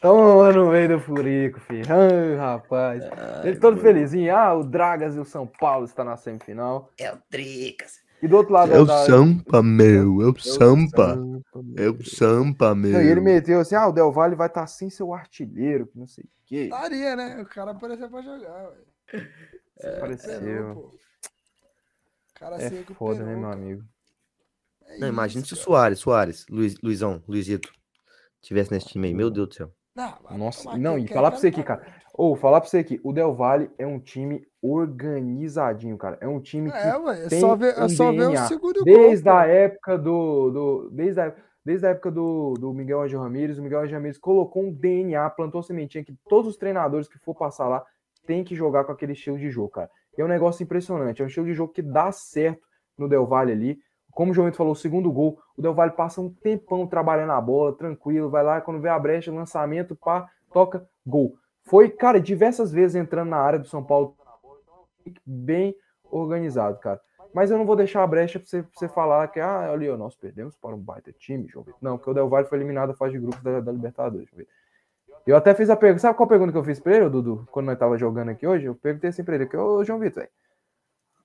S3: Toma no meio do furico, filho. Ai, rapaz. Ele todo
S2: Ai,
S3: felizinho. Ah, o Dragas e o São Paulo está na semifinal.
S2: É o Tricas.
S3: E do outro lado
S4: É o
S3: da-
S4: Sampa, meu.
S3: Ah,
S4: É o
S3: é o
S4: Sampa.
S3: Sampa, meu.
S4: É o Sampa, meu.
S3: Não, e ele meteu assim: ah, o Del Valle vai estar sem seu artilheiro, que não sei o quê.
S1: Estaria, né? O cara apareceu pra jogar, velho. Recuperou,
S2: É.
S3: Apareceu.
S1: pô. O cara se
S3: É
S1: recuperou.
S3: foda, né, meu
S1: cara.
S3: amigo?
S1: É
S2: Não, imagina
S1: isso,
S2: se o
S1: cara.
S2: Soares, Soares, Luiz, Luizão, Luizito, tivesse nesse time aí. Meu Deus do céu.
S1: Não, vai
S3: Nossa,
S1: tomar
S3: não,
S1: que
S3: e
S1: eu quero,
S3: falar pra
S1: quero
S3: você aqui,
S1: parar.
S3: Ou, falar pra você aqui: o Del Valle é um time organizadinho, cara. É um time que
S1: É, ué, é
S3: tem
S1: só ver, é
S3: um
S1: só ver o
S3: DNA.
S1: segundo
S3: Desde
S1: gol.
S3: a
S1: pô.
S3: época do. do desde a, desde a época do, do Miguel Angel Ramírez, o Miguel Angel Ramírez colocou um DNA, plantou sementinha que todos os treinadores que for passar lá tem que jogar com aquele estilo de jogo, cara. E é um negócio impressionante, é um estilo de jogo que dá certo no Del Valle ali. Como o João Vitor falou, o segundo gol, o Del Valle passa um tempão trabalhando a bola, tranquilo, vai lá, quando vê a brecha, lançamento, pá, toca, gol. Foi, cara, diversas vezes entrando na área do São Paulo, bem organizado, cara. Mas eu não vou deixar a brecha pra você, pra você falar que, ah, ali, ó, nós perdemos para um baita time, João Vitor. Não, porque o Del Valle foi eliminado da fase de grupos da, da Libertadores, João Vitor. Eu até fiz a pergunta, sabe qual pergunta que eu fiz pra ele, ô, Dudu, quando nós tava jogando aqui hoje? Eu perguntei assim pra ele, que, ô, João Vitor, velho,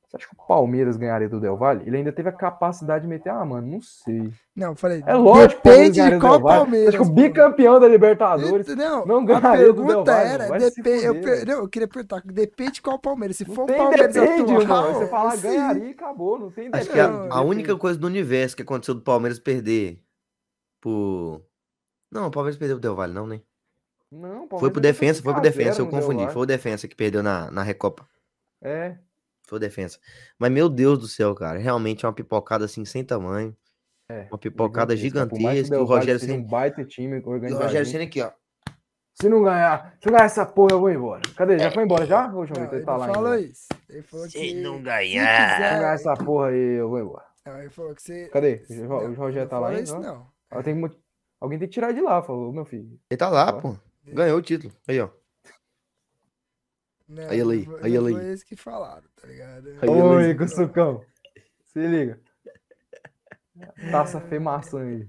S3: você acha que o Palmeiras ganharia do Del Valle? Ele ainda teve a capacidade de meter, ah, mano, não sei.
S1: Não, eu falei.
S3: É lógico, que o Palmeiras
S1: Depende de
S3: ganharia do
S1: qual
S3: Del Valle.
S1: Palmeiras,
S3: Você acha que o
S1: pô.
S3: bicampeão da Libertadores.
S1: Não,
S3: não
S1: a
S3: ganharia do Del
S1: pergunta
S3: Valle,
S1: era,
S3: vai se
S1: depe- eu,
S3: fuder,
S1: per-
S3: velho.
S1: não, eu queria perguntar, depende de qual Palmeiras. Se for
S3: Não
S1: o
S3: tem
S1: Palmeiras
S3: depende,
S1: atual,
S3: irmão. Você fala,
S1: sim.
S3: ganharia e acabou, não tem
S2: Acho que a,
S1: Não,
S2: a única coisa do universo que aconteceu do Palmeiras perder por. Não, o Palmeiras perdeu o Del Valle, não, né?
S3: Não, é
S2: Foi pro defensa, foi pro defensa,
S3: um
S2: eu confundi. Foi o defensa que perdeu na, na Recopa.
S3: É,
S2: Foi o defensa. Mas, meu Deus do céu, cara, realmente é uma pipocada assim sem tamanho.
S3: É,
S2: Uma pipocada
S3: Por mais
S2: gigantesca.
S3: que
S2: e O
S3: Del Valle
S2: Rogério
S3: seja
S2: Senna.
S3: um baita time
S2: e O
S3: organizado.
S2: Rogério Senna aqui, ó.
S3: Se não ganhar, se não ganhar essa porra, eu vou embora. Cadê? Já foi embora já? Ô, João
S1: Não,
S3: Vitor,
S1: ele
S3: ele tá lá
S1: não falou
S3: ainda.
S1: isso. Ele falou
S2: Se
S1: que.
S2: não
S1: se
S2: ganhar.
S3: Se não ganhar
S1: quiser-
S3: essa porra aí, eu vou embora.
S1: Não, ele falou que você.
S3: Cadê? O Jo-
S1: Não,
S3: O Rogério
S1: não
S3: tá
S1: falou
S3: lá ainda?
S1: isso,
S3: ó?
S1: não.
S3: Ó, tem que mo- Alguém tem que tirar de lá, falou, meu filho.
S2: Ele tá lá,
S3: Ó.
S2: pô. Ganhou o título. Aí, ó.
S1: Não, né,
S2: Aí ele
S1: não
S2: aí,
S1: foi-
S2: aí
S1: não
S2: ele
S1: Foi isso que falaram, tá ligado?
S2: Aí ele
S3: Oi,
S2: aí.
S3: Gussucão. Se liga. Taça Fê Maçã aí.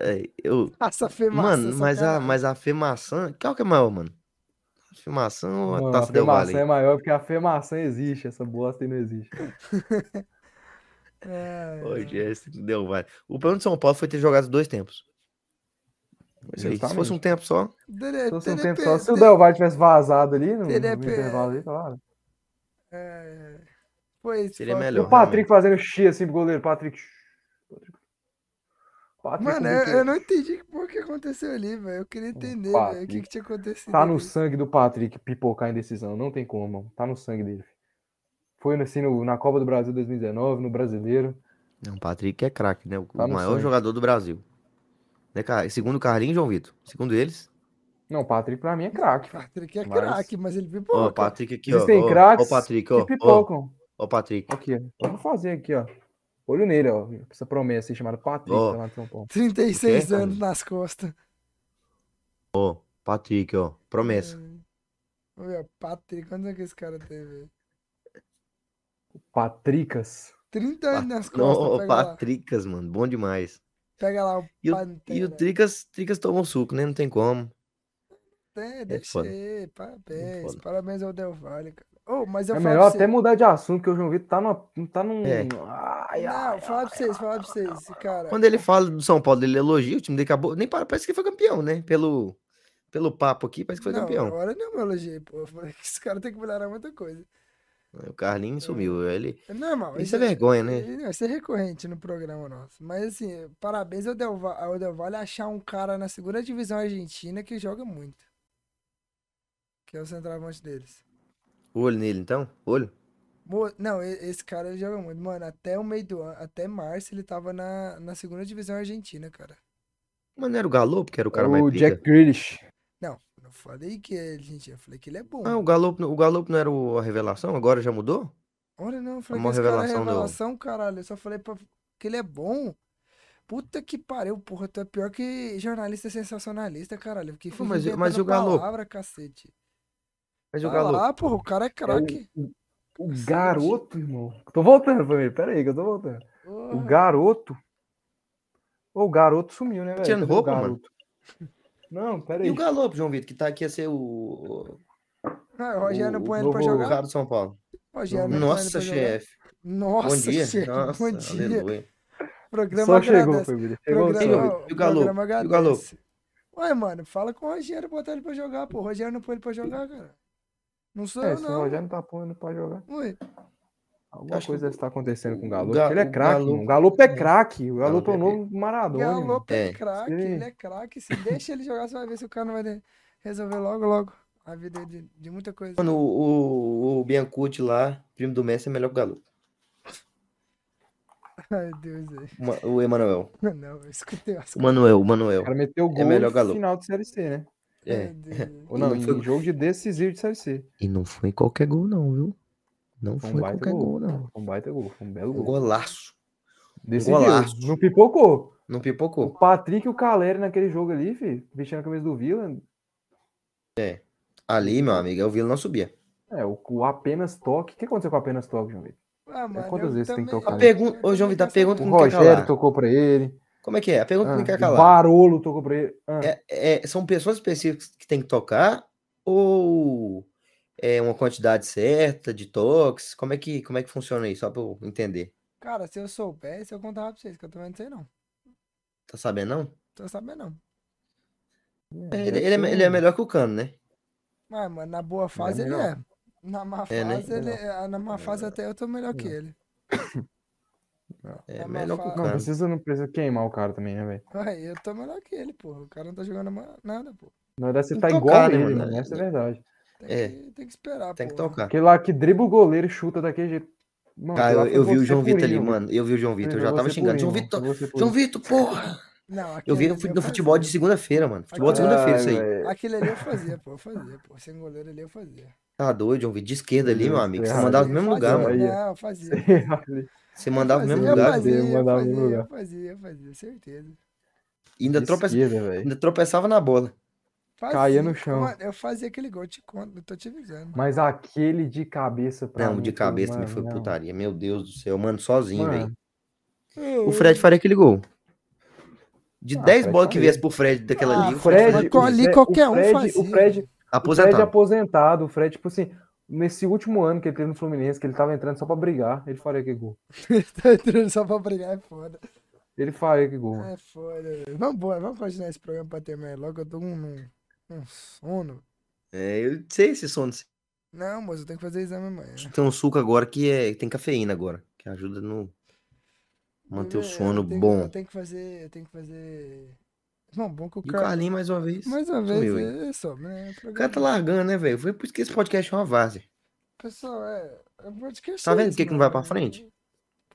S2: É, Eu,
S1: Essa foi massa,
S2: Mano, mas a,
S1: sacanagem.
S2: mas a Fê Maçã, qual que é maior, mano? A Fê Maçã ou a
S3: Mano, a
S2: Taça
S3: Fê
S2: Del Valle?
S3: Maçã é maior porque a Fê Maçã existe. Essa bosta aí não existe.
S1: É,
S2: Ô, Jesse, Del Valle. O plano de São Paulo foi ter jogado dois tempos. Isso aí. Se fosse um tempo só,
S1: dele-
S3: Se fosse um
S1: dele-
S3: tempo só, se o
S1: dele-
S3: Del Valle tivesse vazado ali no, no
S1: Ele é pe-
S3: intervalo ali, claro.
S1: é, Foi isso.
S2: Seria
S1: foi-
S2: é melhor.
S3: E o Patrick fazendo X assim pro goleiro. Patrick. Patrick
S1: Mano, é,
S3: com
S1: eu,
S3: biquíni.
S1: eu não entendi que porra que aconteceu ali, velho. Eu queria entender,
S3: Pato,
S1: velho, o que, que tinha acontecido.
S3: Um Tá no
S1: ali.
S3: sangue do Patrick pipocar em decisão. Não tem como, mano. Tá no sangue dele. Foi assim no- na Copa do Brasil 2019, no Brasileiro.
S2: Não, o Patrick é craque, né? O,
S3: Tá
S2: o
S3: no
S2: maior
S3: sangue.
S2: jogador do Brasil. Né, cara? Segundo o Carlinhos e João Vitor. Segundo eles.
S3: Não, o Patrick pra mim é craque. filho.
S1: Patrick é
S3: Mas-
S1: craque, mas ele pipoca.
S2: Ó, o Patrick aqui, ó.
S3: Existem
S2: Ó, ó,
S3: craques
S2: o Patrick,
S3: Que
S2: ó. Ó,
S3: pipocam.
S2: ó o Patrick.
S3: Aqui, ó. Vamos fazer aqui, ó. Olho nele, ó. Essa promessa aí chamada Patrick.
S2: Ó.
S3: tá lá no São Paulo.
S1: 36
S2: O quê?
S1: anos nas costas.
S2: Patrick, ó. Promessa.
S1: É. Meu, Patrick, quantos anos que esse cara teve?
S3: Patricas.
S1: 30 anos nas
S2: Não,
S1: costas.
S2: ó,
S1: pega, lá.
S2: Patricas, mano. Bom demais.
S1: pega lá o
S2: E o- E
S1: Pantera.
S2: o Tricas, Tricas tomou suco, né? Não tem como.
S1: É, deve
S2: foda. É
S1: ser. Parabéns.
S2: foda.
S1: Parabéns ao Del Valle, cara. Oh, mas eu
S3: É
S1: falo
S3: melhor
S1: pra
S3: até mudar de assunto, porque o João Vitor tá, numa, tá num.
S2: É.
S1: você...
S3: Ai,
S1: Não,
S3: ai,
S1: falar pra vocês, falar pra vocês, cara.
S2: Quando é ele fala do São Paulo, ele elogia o time dele, acabou. Nem para, parece que ele foi campeão, né? Pelo, pelo papo aqui, parece que foi
S1: não,
S2: campeão.
S1: agora não me elogiei, pô. Eu falei que Esse cara tem que melhorar muita coisa.
S2: O Carlinhos sumiu. Ele,
S1: É normal.
S2: isso é vergonha, né?
S1: Não, Isso é recorrente no programa nosso. Mas assim, parabéns ao Del, Va- ao Del Valle achar um cara na segunda divisão argentina que joga muito. Que é o centroavante deles.
S2: Olho nele, então. Olho.
S1: Mo- Não, e- esse cara ele joga muito. Mano, até o meio do ano, até março ele tava na, na segunda divisão argentina, cara.
S2: Mas não era o Galo, porque era o cara
S3: o
S2: mais pica.
S3: Jack Grealish.
S1: Não, não falei que é argentino, eu falei que ele é bom.
S2: Ah, o Galo, o Galo não era o- a revelação? Agora já mudou?
S1: Olha, não, eu falei que
S2: uma
S1: esse cara é
S2: revelação do-
S1: revelação, caralho. Eu só falei pra... que ele é bom. Puta que pariu, porra. Tu é pior que jornalista sensacionalista, caralho. Que fica
S2: mas e-
S1: inventando
S2: mas e o Galo?
S1: palavra, cacete.
S2: Mas o
S1: Vai
S2: Galo.
S1: lá, porra, o cara é craque.
S3: O garoto, irmão. Tô voltando, família. Pera aí, que eu tô voltando.
S2: Ah.
S3: O
S1: Porra.
S3: garoto. Ô, O garoto sumiu, né, velho?
S2: tirando
S3: Cadê o
S2: roupa, mano?
S3: garoto? Não, pera
S2: E
S3: aí.
S2: o Galo, João Vitor, que tá aqui a ser o,
S1: Ah, o Rogério não
S3: o
S1: põe ele pra
S3: novo-
S2: o
S1: jogar?
S2: cara do São Paulo.
S1: O Rogério não põe ele pra
S2: Nossa,
S1: jogar?
S2: chefe.
S1: Nossa,
S2: Bom dia.
S1: chefe,
S2: Nossa,
S1: bom dia.
S2: aleluia.
S1: Programa
S3: Só chegou,
S1: agradece.
S3: família. Chegou o
S1: Programa,
S3: Galo.
S2: E o Galo?
S1: programa
S2: E o Galo?
S1: agradece. Ué, mano, fala com o Rogério botar ele pra jogar, pô. O Rogério não põe ele pra jogar, cara. Não sou
S3: É,
S1: eu,
S3: se
S1: não.
S3: o Rogério não tá pondo pra jogar.
S1: Ué.
S3: Alguma
S2: Acho que
S3: coisa
S2: o-
S3: deve estar acontecendo com o
S2: o
S3: Galo.
S2: Ga-
S3: Ele é
S2: o
S3: craque,
S2: Galo-
S3: mano. O Galo é craque. O Galo é o
S2: Galo é
S3: novo Maradona. irmão.
S1: Galopo é
S2: É.
S1: craque,
S3: Sim.
S1: ele é craque. Se deixa ele jogar, você vai ver se o cara não vai de- resolver logo, logo. A vida de, de muita coisa.
S2: Mano, o, o, o Biancucci lá, primo do Messi, é melhor que o Galo.
S1: Ai, Deus. é.
S2: Ma- O Emanuel.
S1: Não, eu escutei as
S2: O Manuel, o
S3: O
S2: Manuel.
S3: cara meteu o gol
S2: É melhor
S3: no
S2: Galo.
S3: final de Série C, né?
S1: Meu
S2: É.
S1: Deus, é.
S3: Ou não,
S2: Não
S3: em
S2: foi-
S3: jogo de decisivo de Série C.
S2: E não foi qualquer gol, não, viu? Não
S3: Foi
S2: foi
S3: um baita
S2: qualquer
S3: gol.
S2: gol, não.
S3: Foi um baita gol. Foi um belo
S2: Um
S3: gol.
S2: golaço.
S3: Decidiu.
S2: golaço.
S3: Não pipocou.
S2: Não
S3: O
S2: pipocou.
S3: Patrick e o Caleri naquele jogo ali, filho, vestindo a camisa do Vila.
S2: Ali, meu amigo, eu vi ele não subia.
S3: É, o, o apenas toque. O que aconteceu com o apenas toque, João Vitor?
S1: Ah, mano,
S3: quantas
S1: eu
S3: vezes tem que
S1: também-
S3: tocar
S1: eu
S2: A pergun-
S1: também
S2: Ô, João Vitor, a
S1: faço
S2: pergunta
S3: O
S2: que não quer
S3: Rogério
S2: calar.
S3: tocou pra ele.
S2: Como é que é? A pergunta que
S3: Ah,
S2: não quer
S3: o
S2: calar.
S3: Barolo tocou pra ele. Ah,
S2: É- é- são pessoas específicas que tem que tocar ou é uma quantidade certa de toques? Como é que, como é que funciona isso? Só para eu entender.
S1: Cara, se eu soubesse, eu contava pra vocês, que eu também não sei não.
S2: Tá sabendo, não?
S1: Tô sabendo não.
S2: Ele,
S3: deve
S2: ele é,
S3: ser
S2: me- ele é
S3: um-
S2: melhor que o Cano, né?
S1: Mas, Ah, mano, na boa fase ele
S3: melhor.
S1: é. Na má
S2: É, né?
S1: fase, ele é. Na má fase até eu tô melhor que ele.
S2: É
S1: Tá
S2: melhor que o
S1: abafado.
S2: Cano.
S3: Não, precisa, não precisa queimar o cara também, né, velho?
S1: Ué, eu tô melhor que ele, porra. O cara não tá jogando ma- nada, pô.
S3: Na verdade, você
S2: Tem
S3: tá
S2: que
S3: igual
S2: tocar,
S3: a
S2: né,
S3: ele,
S2: mano?
S3: mano. Essa é a verdade.
S1: Tem,
S2: É.
S1: que, tem que esperar,
S2: Tem que
S1: porra.
S2: tocar.
S3: Aquele lá que dribla o goleiro e chuta daquele jeito. Mano,
S2: Cara,
S3: aquele lá
S2: eu,
S3: foi
S2: eu vi o
S3: você
S2: João
S3: purinho,
S2: Vitor ali,
S3: velho.
S2: mano. Eu vi o João Vitor, eu
S3: Foi
S2: já tava
S3: você
S2: xingando.
S3: purinho,
S2: João
S3: mano.
S2: Vitor,
S3: Foi você
S2: João
S3: purinho.
S2: Vitor, porra!
S1: Não,
S2: Eu vi
S1: aquele
S2: no,
S1: ali
S2: no
S1: fazia.
S2: futebol de segunda-feira, mano. Futebol de
S1: Aquele-
S2: segunda-feira, isso
S3: Ai,
S2: aí.
S3: velho.
S1: Aquele ali eu fazia, pô. Eu fazia, pô. Sem goleiro ali eu fazia.
S2: Tá doido, João Vitor. De esquerda ali, meu
S3: Isso,
S2: amigo. Você
S3: errado.
S2: mandava
S1: Eu
S2: no mesmo
S1: fazia,
S2: lugar, mano.
S3: aí.
S1: Não, eu fazia.
S3: É,
S2: Você mandava no
S1: fazia,
S2: mesmo
S1: eu
S2: lugar.
S1: Fazia,
S3: Deus,
S1: eu
S3: mandava no
S1: fazia,
S3: lugar.
S1: eu fazia, eu fazia, certeza.
S2: E ainda,
S3: De
S2: tropeça-
S3: esquerda, velho.
S2: ainda tropeçava na bola.
S1: Fazia.
S3: no chão.
S1: Mano, eu fazia aquele gol, eu te conto, eu tô te avisando.
S3: Mas aquele de cabeça pra
S2: Não,
S3: mim
S2: de
S3: foi,
S2: cabeça também
S3: mano,
S2: foi
S3: não.
S2: putaria. Meu Deus do céu, mano, sozinho,
S3: Mano,
S2: velho. O Fred faria aquele gol. De
S3: Ah,
S2: 10
S3: Fred
S2: bolas que
S3: faria.
S2: viesse pro Fred daquela
S1: Ah,
S2: ali, o Fred,
S3: Fred,
S2: faria
S1: Mas com
S3: o
S2: tudo.
S1: ali
S3: Fre-
S1: qualquer
S3: o
S1: um
S3: Fred, o
S1: fazia,
S3: Fred, o Fred
S2: aposentado.
S3: aposentado, o Fred, tipo assim, nesse último ano que ele teve no Fluminense, que ele tava entrando só pra brigar, ele faria que gol.
S1: tá entrando só pra brigar, é foda.
S3: Ele faria que gol. mano.
S1: É foda, velho. Vambora, vamos continuar esse programa pra terminar logo. Eu tô com um, um sono.
S2: É, eu sei esse sono.
S1: Não, moço, eu tenho que fazer exame amanhã.
S2: Tem um suco agora que é, tem cafeína agora, que ajuda no
S3: É,
S2: manter o
S1: É, Eu- eu
S2: sono
S1: tenho que-
S2: bom.
S1: Eu tenho que fazer. Eu tenho que fazer. Bom, bom que o
S2: E o
S1: cara.
S2: Carlinhos, mais uma vez.
S1: Mais uma vez,
S2: sumiu,
S1: é, é sobre, né?
S2: O cara tá largando, né, velho? Foi por isso que esse podcast é uma várzea.
S1: Pessoal, é. é podcast
S2: Tá
S1: é
S2: vendo
S1: isso,
S2: que que não
S1: mano,
S2: vai pra
S1: é-
S2: frente?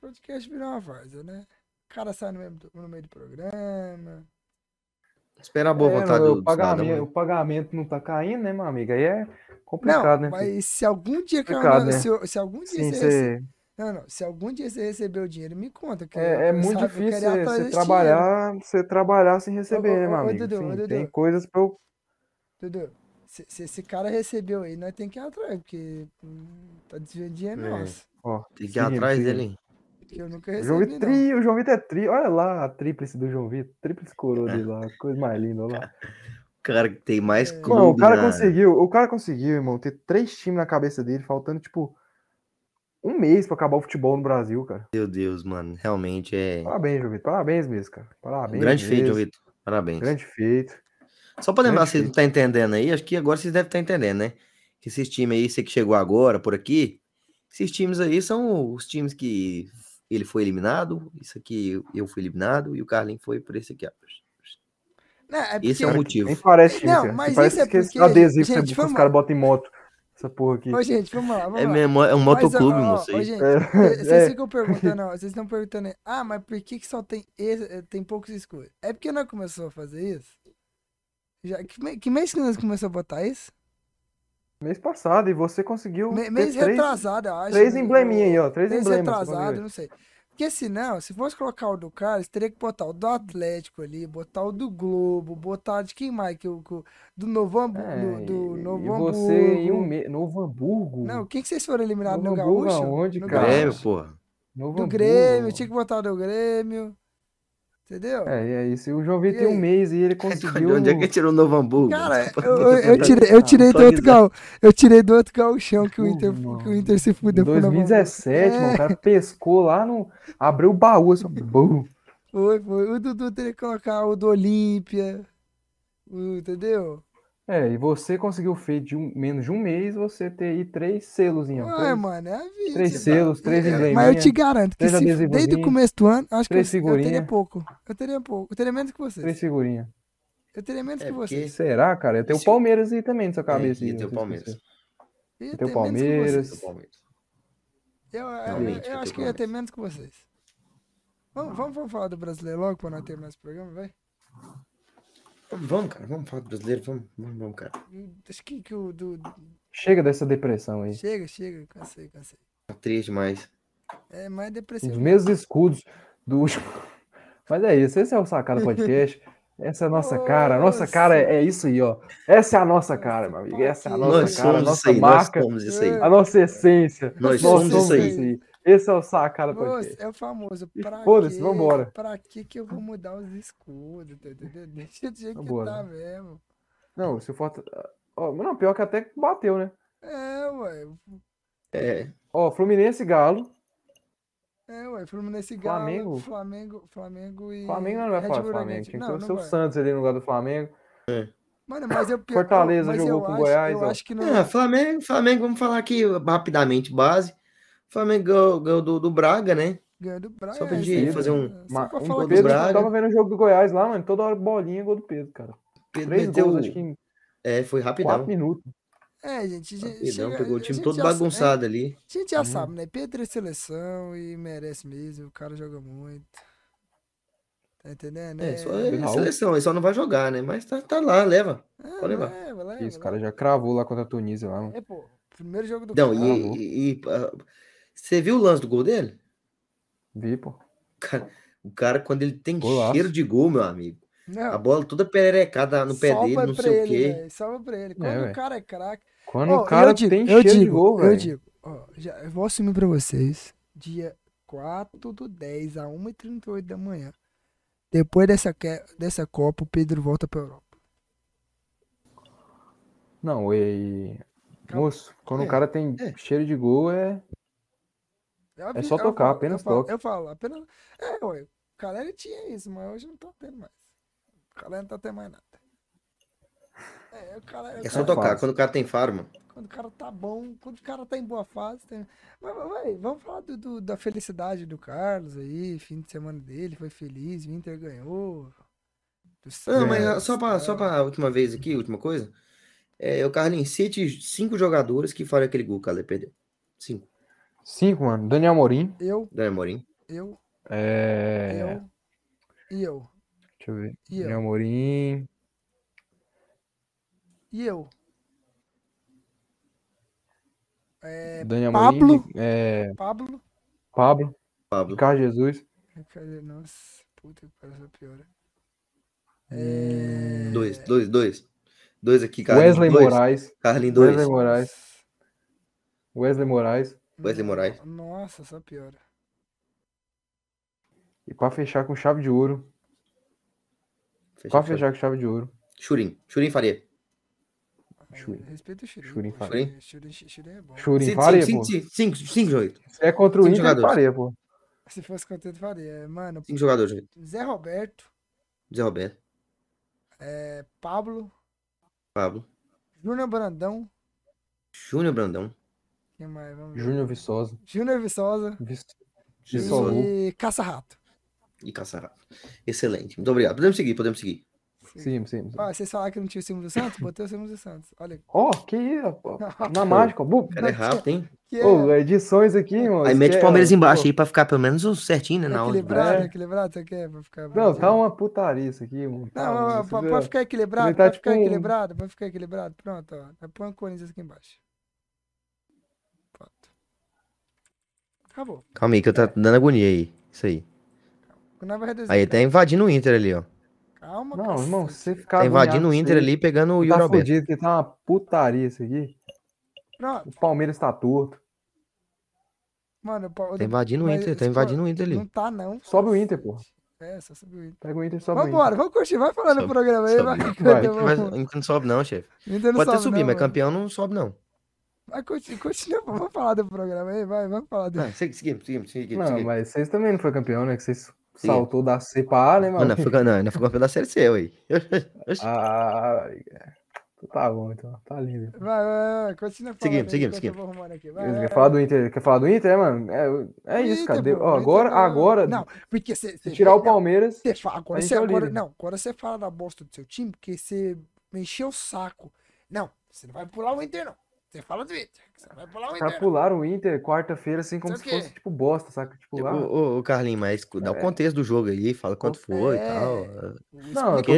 S1: Podcast virou uma várzea, né? O cara sai no meio do, no meio do programa.
S2: Esperar a boa
S3: É,
S2: vontade
S3: o
S2: do, né? do cidadão,
S3: pagamento, o pagamento não tá caindo, né, meu amigo? Aí é complicado,
S1: não,
S3: né? filho?
S1: mas se algum dia que eu
S3: Complicado,
S1: não-
S3: né?
S1: se, eu- se algum dia
S3: Sim,
S1: você rece-
S3: cê-
S1: Não, não. Se algum dia você receber o dinheiro, me conta. Que
S3: é, é
S1: eu-
S3: muito
S1: sabe, eu quero ir
S3: difícil
S1: atrás
S3: você
S1: desse
S3: trabalhar, você trabalhar sem receber,
S1: ô,
S3: né, meu
S1: ô,
S3: amigo?
S1: Dudu, ô,
S3: Assim,
S1: Dudu.
S3: tem coisas pra eu.
S1: dinheiro, Dudu, se, se esse cara recebeu aí, nós temos que ir atrás, porque hum, tá desviando dinheiro
S2: É.
S1: nosso.
S3: Ó,
S2: Tem que ir
S3: seguindo,
S2: atrás
S3: seguindo.
S2: dele, hein?
S1: Que eu nunca
S3: O João
S1: recebi,
S3: Vitor,
S1: não.
S3: tri,
S2: É.
S3: o João Vitor é tri. Olha lá a tríplice do João Vitor, tríplice coroa dele lá, coisa mais linda, olha lá.
S2: Cara que tem mais
S1: É.
S2: clube.
S3: Mano, o cara
S2: na-
S3: conseguiu, o cara conseguiu, irmão, ter três times na cabeça dele, faltando, tipo, um mês pra acabar o futebol no Brasil, cara.
S2: Meu Deus, mano. Realmente é.
S3: Parabéns, João Vitor. Parabéns mesmo, cara.
S2: Um
S3: Parabéns.
S2: grande feito,
S3: mesmo.
S2: João Vitor. Parabéns.
S3: Grande feito.
S2: Só pra lembrar,
S3: grande
S2: vocês não
S3: feito.
S2: estão entendendo aí, acho que agora vocês devem estar entendendo, né? Que esses times aí, você que chegou agora por aqui, esses times aí são os times que ele foi eliminado, isso aqui eu fui eliminado e o Carlinho foi por esse aqui. ó.
S1: Né, é
S2: Esse é o
S1: porque-
S2: motivo.
S3: Nem parece time,
S1: Não,
S3: cara. Nem
S1: mas
S3: parece
S1: isso é
S3: que esse
S1: porque,
S3: adesivo que
S1: gente,
S3: você- que os
S1: vamos-
S3: caras botam em moto. Essa porra aqui.
S1: Ô, gente, vamos lá, vamos
S2: É,
S1: lá.
S2: mesmo, é um
S1: Mas,
S2: motoclube,
S1: ó, ó,
S2: não
S1: Ô,
S2: sei.
S1: gente,
S3: É,
S1: vocês
S3: é.
S1: ficam perguntando, ó, vocês estão perguntando, aí, ah, mas por que, que só tem esse- eh, tem poucos escuros? É porque nós começamos a fazer isso? Já, que, me- que mês que nós começamos a botar isso?
S3: Mês passado, e você conseguiu.
S1: Me,
S3: ter
S1: mês
S3: três,
S1: retrasado, eu acho.
S3: Três
S1: né?
S3: embleminhas aí, ó. Três
S1: Mês
S3: emblemas. você
S1: retrasado,
S3: conseguiu.
S1: não sei. Porque senão, se fosse colocar o do Carlos, teria que botar o do Atlético ali, botar o do Globo, botar de quem mais? Que, o- que, o- do Novo Hamburgo.
S3: É,
S1: do,
S3: e-
S1: Novo
S3: e você em um
S1: Hamburgo.
S3: mês. Novo Hamburgo?
S1: Não, quem que vocês foram eliminados no
S3: Novo Hamburgo
S1: Gaúcho?
S3: aonde,
S1: no
S2: O
S3: cara?
S1: Gaúcho.
S2: Grêmio, porra.
S3: Novo
S1: do
S3: Hamburgo.
S1: Grêmio, tinha que botar do Grêmio. Entendeu?
S3: É, e é isso. E o João
S1: E
S3: Vitor tem
S1: aí?
S3: um mês e ele
S2: De
S3: conseguiu.
S2: onde é que ele tirou o Novo Hamburgo? é
S1: Cara, é
S2: Só pra-
S1: eu, eu- eu tirei, eu tirei do outro gaú, eu tirei do outro gauchão que o Inter, que o Inter se
S3: Em
S1: fudeu pro Novo Hamburgo.
S3: 2017, mano, o cara pescou lá no. Abriu o baú, assim, bum.
S1: Foi, foi. O Dudu teria que colocar o do Olímpia. o- Entendeu?
S3: É, e você conseguiu feito de um- menos de um mês, você ter aí três selos, ó,
S1: Ué,
S3: três,
S1: mano, é a vida.
S3: três selos,
S2: é,
S3: três embleminhas.
S1: Mas eu te garanto que
S3: três
S1: se- desde o
S3: adesivozinhos,
S1: começo do ano, acho que eu,
S3: três
S1: eu teria
S3: figurinha.
S1: pouco. Eu teria pouco. Eu teria menos que
S3: Três
S1: vocês.
S3: figurinhas.
S1: Eu teria menos
S2: É,
S1: que
S2: porque-
S1: vocês.
S3: Será, cara? Eu tenho o
S2: Esse-
S3: Palmeiras aí também na sua cabeça.
S2: É,
S3: aí,
S2: e tem o
S3: você
S2: Palmeiras.
S3: esqueceu.
S1: Eu ia
S3: Tem o
S1: ter menos que
S3: Palmeiras.
S1: vocês.
S2: Tem o Palmeiras.
S1: Eu, eu-
S2: Realmente,
S1: eu
S2: eu
S1: acho
S2: tô
S1: que eu ia ter
S2: realmente.
S1: menos que vocês. Vamos, vamos, vamos falar do brasileiro logo pra nós terminar esse programa, vai?
S2: Vamos, cara, vamos falar do brasileiro, vamos, vamos, vamos, cara.
S1: Hum, Acho que, que o do. do-
S3: Chega dessa depressão aí.
S1: Chega, chega, cansei, cansei.
S2: Tá triste demais.
S1: É mais
S3: Os
S1: depressivo.
S3: mesmos escudos do último. Mas é isso, esse é o Sacada Podcast. Essa é a nossa cara. A nossa cara é, é isso aí, ó. Essa é a nossa cara, meu amigo. Essa é a nossa
S2: Nós
S3: cara, a
S2: somos isso
S3: nossa
S2: aí, nós
S3: marca,
S2: somos isso aí.
S1: É.
S3: a nossa essência.
S1: Nós
S2: Nós somos isso aí.
S1: isso
S3: Esse é o Sacada
S1: Moço,
S3: Podcast.
S1: é o famoso.
S3: E
S1: Pra
S3: foda-se,
S1: quê?
S3: vambora.
S1: Pra que que eu vou mudar os escudos? Tá entendendo? Deixa do jeito que
S3: Vambora.
S1: tá mesmo.
S3: Não, se o Forte. ó, não, pior que até bateu, né?
S1: É, ué.
S2: É,
S3: Ó, Fluminense e Galo.
S1: É, ué. Fluminense e Galo,
S3: Flamengo?
S1: Flamengo, Flamengo e.
S3: Flamengo não vai
S1: Red
S3: falar
S1: Bull
S3: Flamengo.
S1: Bragantino.
S3: Tinha que
S1: Não,
S3: ser
S1: não
S3: o
S1: vai.
S3: Santos ali no lugar do Flamengo.
S1: Mano, mas eu pior-
S3: Fortaleza
S1: mas
S3: jogou
S1: eu
S3: com
S1: acho,
S3: Goiás,
S1: Eu
S3: ó.
S1: acho que não. é
S2: Ah, Flamengo, Flamengo, vamos falar aqui rapidamente, base. Flamengo ganhou- ganhou do, do Braga, né?
S1: Ganhou do Braga.
S2: Só pra
S1: é,
S2: gente
S1: isso aí,
S2: fazer um-
S1: é, Só
S3: Mas
S1: pra
S3: um
S1: falar
S2: do
S1: que
S3: Pedro,
S2: Braga.
S3: eu tava vendo o jogo do Goiás lá, mano. Toda hora bolinha, gol do Pedro, cara.
S2: Pedro
S3: Três
S2: meteu-
S3: gols, acho que em
S2: É, foi
S3: quatro
S2: rapidão.
S3: minutos.
S1: É, gente. ge-
S2: Rapidão,
S1: chega-
S2: Tá pegou o
S1: a
S2: time
S1: gente
S2: todo
S1: já sa- é,
S2: bagunçado ali.
S1: A gente já
S3: Uhum.
S1: sabe, né? Pedro é seleção e merece mesmo. O cara joga muito. Tá entendendo?
S2: É, só
S1: é,
S2: é
S3: Raul.
S2: seleção, ele só não vai jogar, né? Mas tá, tá lá, leva. pode levar.
S1: é, leva, leva,
S3: Isso,
S1: leva.
S3: o cara já cravou lá contra a Tunísia lá, mano.
S1: É, pô. Primeiro jogo do
S2: Não,
S3: Tá
S1: cara.
S2: e, e- e, ah, você viu o lance do gol dele?
S3: Vi, pô.
S2: Cara, o cara, quando ele tem
S3: Golaço.
S2: cheiro de gol, meu amigo,
S1: Não,
S2: a bola toda pererecada no pé
S1: salva
S2: dele, não
S1: pra
S2: sei o
S1: ele,
S2: quê.
S1: velho, Salva pra ele. Quando o
S3: velho.
S1: cara é craque.
S3: Quando
S1: Ó,
S3: o cara
S1: eu digo,
S3: tem
S1: eu
S3: cheiro de
S1: digo,
S3: gol,
S1: Eu
S3: velho.
S1: digo, ó, já, eu vou assumir pra vocês, dia 4 do 10 a 1h38 da manhã. Depois dessa, que- dessa Copa, o Pedro volta pra Europa.
S3: Não, e.
S1: Calma.
S3: Moço, quando
S2: É,
S3: o cara tem
S2: é.
S3: cheiro de gol, é.
S1: Eu
S3: É
S1: avi-
S3: só
S1: eu
S3: tocar,
S1: falo-
S3: apenas
S1: eu falo,
S3: toque.
S1: Eu falo, apenas. É, ué, o Calera tinha isso, mas hoje não tá tendo mais. O Calera não tá tendo mais nada. É, o Calera, o
S2: É só
S1: cara-
S2: tocar,
S3: fácil.
S2: quando o cara tem faro, mano.
S1: Quando o cara tá bom, quando o cara tá em boa fase. Tem... Mas, mas, vai, vamos falar do, do- da felicidade do Carlos aí, fim de semana dele, foi feliz, o Inter ganhou. Do
S2: Não,
S1: Santos,
S3: É.
S2: mas ah, só pra, só
S1: tal.
S2: pra última vez aqui, última coisa. É, o Carlinhos, cite cinco jogadores que fariam aquele gol que o Calé perdeu. Cinco. né,
S3: Cinco, mano. Daniel Morim.
S1: Eu,
S2: Daniel Morim.
S1: eu,
S3: É.
S1: eu, e eu,
S3: Deixa eu ver.
S1: e eu,
S3: Daniel Morim.
S1: e eu. É,
S3: Daniel
S1: Pablo?
S3: Morim. É.
S1: Pablo.
S3: Pablo.
S2: Pablo.
S3: Ricardo Jesus.
S1: Cadê? Nossa, puta que pariu, né? essa piora. É...
S2: Dois, dois, dois. Dois aqui, Carlinhos.
S3: Wesley
S2: dois.
S3: Moraes.
S2: Carlinhos, dois.
S3: Wesley Moraes. Wesley Moraes.
S2: Wesley Moraes.
S1: Hum, Nossa, só piora.
S3: E pra fechar com chave de ouro.
S2: Fecha,
S3: Pra
S2: fecha.
S3: é fechar com chave de ouro.
S2: Churin. Churin Faria.
S3: Churin.
S1: Respeita o Churin.
S3: Churin
S1: pô.
S3: Faria.
S1: Churin, Churin é bom.
S3: Churin,
S2: Cinco-
S3: Faria,
S2: cinco-
S3: pô.
S2: cinco- cinco- Cinco jogadores.
S3: Se é contra o
S2: cinco
S3: Inter, ele
S2: jogadores.
S3: Faria,
S1: Hum.
S3: pô.
S1: Se fosse contente, Faria. É, Mano,
S2: Cinco jogadores. gente.
S1: Zé Roberto,
S2: Zé Roberto.
S1: é, Pablo,
S2: Pablo.
S1: Júnior Brandão.
S2: Júnior Brandão.
S1: Quem mais? Vamos ver.
S3: Júnior Viçosa.
S1: Júnior Viçosa
S3: Viçosa.
S2: Viçosa.
S3: Viçosa.
S1: e Caça-Rato.
S2: E Caçarato. Excelente. Muito obrigado. Podemos seguir, podemos seguir.
S3: Sim, sim. sim.
S1: Ó, vocês falaram que não tinha o Silvio dos Santos? Botei o Silvio dos Santos. Olha aqui.
S3: Ó, que isso, rapaz. Na mágica, ó. Bu-
S2: O cara é rápido, hein?
S1: Que é
S3: Ô, edições aqui, mano.
S2: Aí
S3: isso
S2: mete
S3: que
S2: o
S3: é-
S2: Palmeiras embaixo
S3: pô,
S2: aí pra ficar pelo menos um certinho, né? Na hora.
S1: equilibrado,
S3: É.
S1: equilibrado, você quer? Pra ficar
S3: Não, tá uma putaria isso aqui, mano.
S1: Não, não,
S2: é
S1: não, pode, pode
S3: pode...
S1: ficar equilibrado,
S3: Ele tá
S1: pode ficar
S3: tipo um-
S1: equilibrado, pode ficar equilibrado. Pronto, ó. Põe o Corinthians aqui embaixo. Pronto. Acabou.
S2: Calma aí, que eu tô dando agonia aí. Isso aí.
S1: Nós vai reduzir.
S2: Aí tá invadindo o Inter ali, ó.
S1: assim, Calma,
S3: Não,
S1: cacete.
S3: irmão, você ficar.
S2: Tá invadindo
S3: agoniado
S2: o
S3: com
S2: Inter
S3: isso aí,
S2: ali, pegando o
S3: Tá
S2: Yuri Alberto.
S3: fudido, que tá uma putaria isso aqui.
S1: Pronto,
S3: O Palmeiras tá torto.
S1: mano, o Paulo-
S2: Tá invadindo o
S1: mas
S2: Inter, tá
S1: isso,
S2: invadindo o Inter
S1: Não
S2: ali.
S1: tá, não.
S3: Sobe o Inter, pô.
S1: É, só subiu o Inter.
S3: Pega o Inter e sobe o Inter.
S1: Vambora, vamos curtir, vai falando o
S2: Sobe,
S1: programa aí.
S2: sobe.
S1: Vai,
S3: Vai,
S1: Eu vou-
S2: Mas o Inter não sobe, não, chefe.
S1: Inter não
S2: Pode até
S1: sobe,
S2: subir,
S1: não,
S2: mas
S1: mano.
S2: campeão não sobe, não.
S1: Mas continua, continua, vamos falar do programa aí, vai, vamos falar do.
S2: Ah, segui- seguimos, seguimos, seguimos.
S3: Não,
S2: seguimos.
S3: mas vocês também não foi campeão, né? Que vocês
S2: Sim. é
S3: saltou da C pra A, né,
S2: Não,
S3: mano?
S2: não, foi, não, não foi campeão da Série C, ué.
S3: Ah, é. tá bom, então. Tá lindo.
S1: Vai, vai, vai, continua falando.
S2: Seguimos,
S1: aí,
S2: seguimos,
S1: enquanto eu
S2: seguimos.
S1: vou arrumando
S2: É.
S1: aqui, vai, vai,
S3: Quer
S1: vai.
S3: falar do Inter? Quer falar do Inter, é, mano? É, é
S1: Eita,
S3: isso, cara. Deu-
S1: pô,
S3: ó,
S1: eita,
S3: agora,
S1: pô.
S3: agora,
S1: Não, porque você.
S3: se
S2: é,
S3: tirar o Palmeiras,
S1: Você fala, agora
S3: a gente
S1: você
S3: é o
S1: agora,
S3: líder.
S1: não, agora você fala da bosta do seu time, porque você me encheu o saco. Não, você não vai pular o Inter, não. Você fala do Inter. que Você não vai pular o
S3: os
S1: Inter.
S3: caras pularam o Inter quarta-feira, assim, como
S1: Isso
S3: se
S1: aqui.
S3: fosse, tipo, bosta, saca? Tipo,
S2: Ô,
S3: lá.
S2: ô, ô, Carlinhos, mas cu- dá o contexto do jogo aí, fala quanto foi e
S1: É.
S2: tal.
S3: Não,
S2: Porque
S3: eu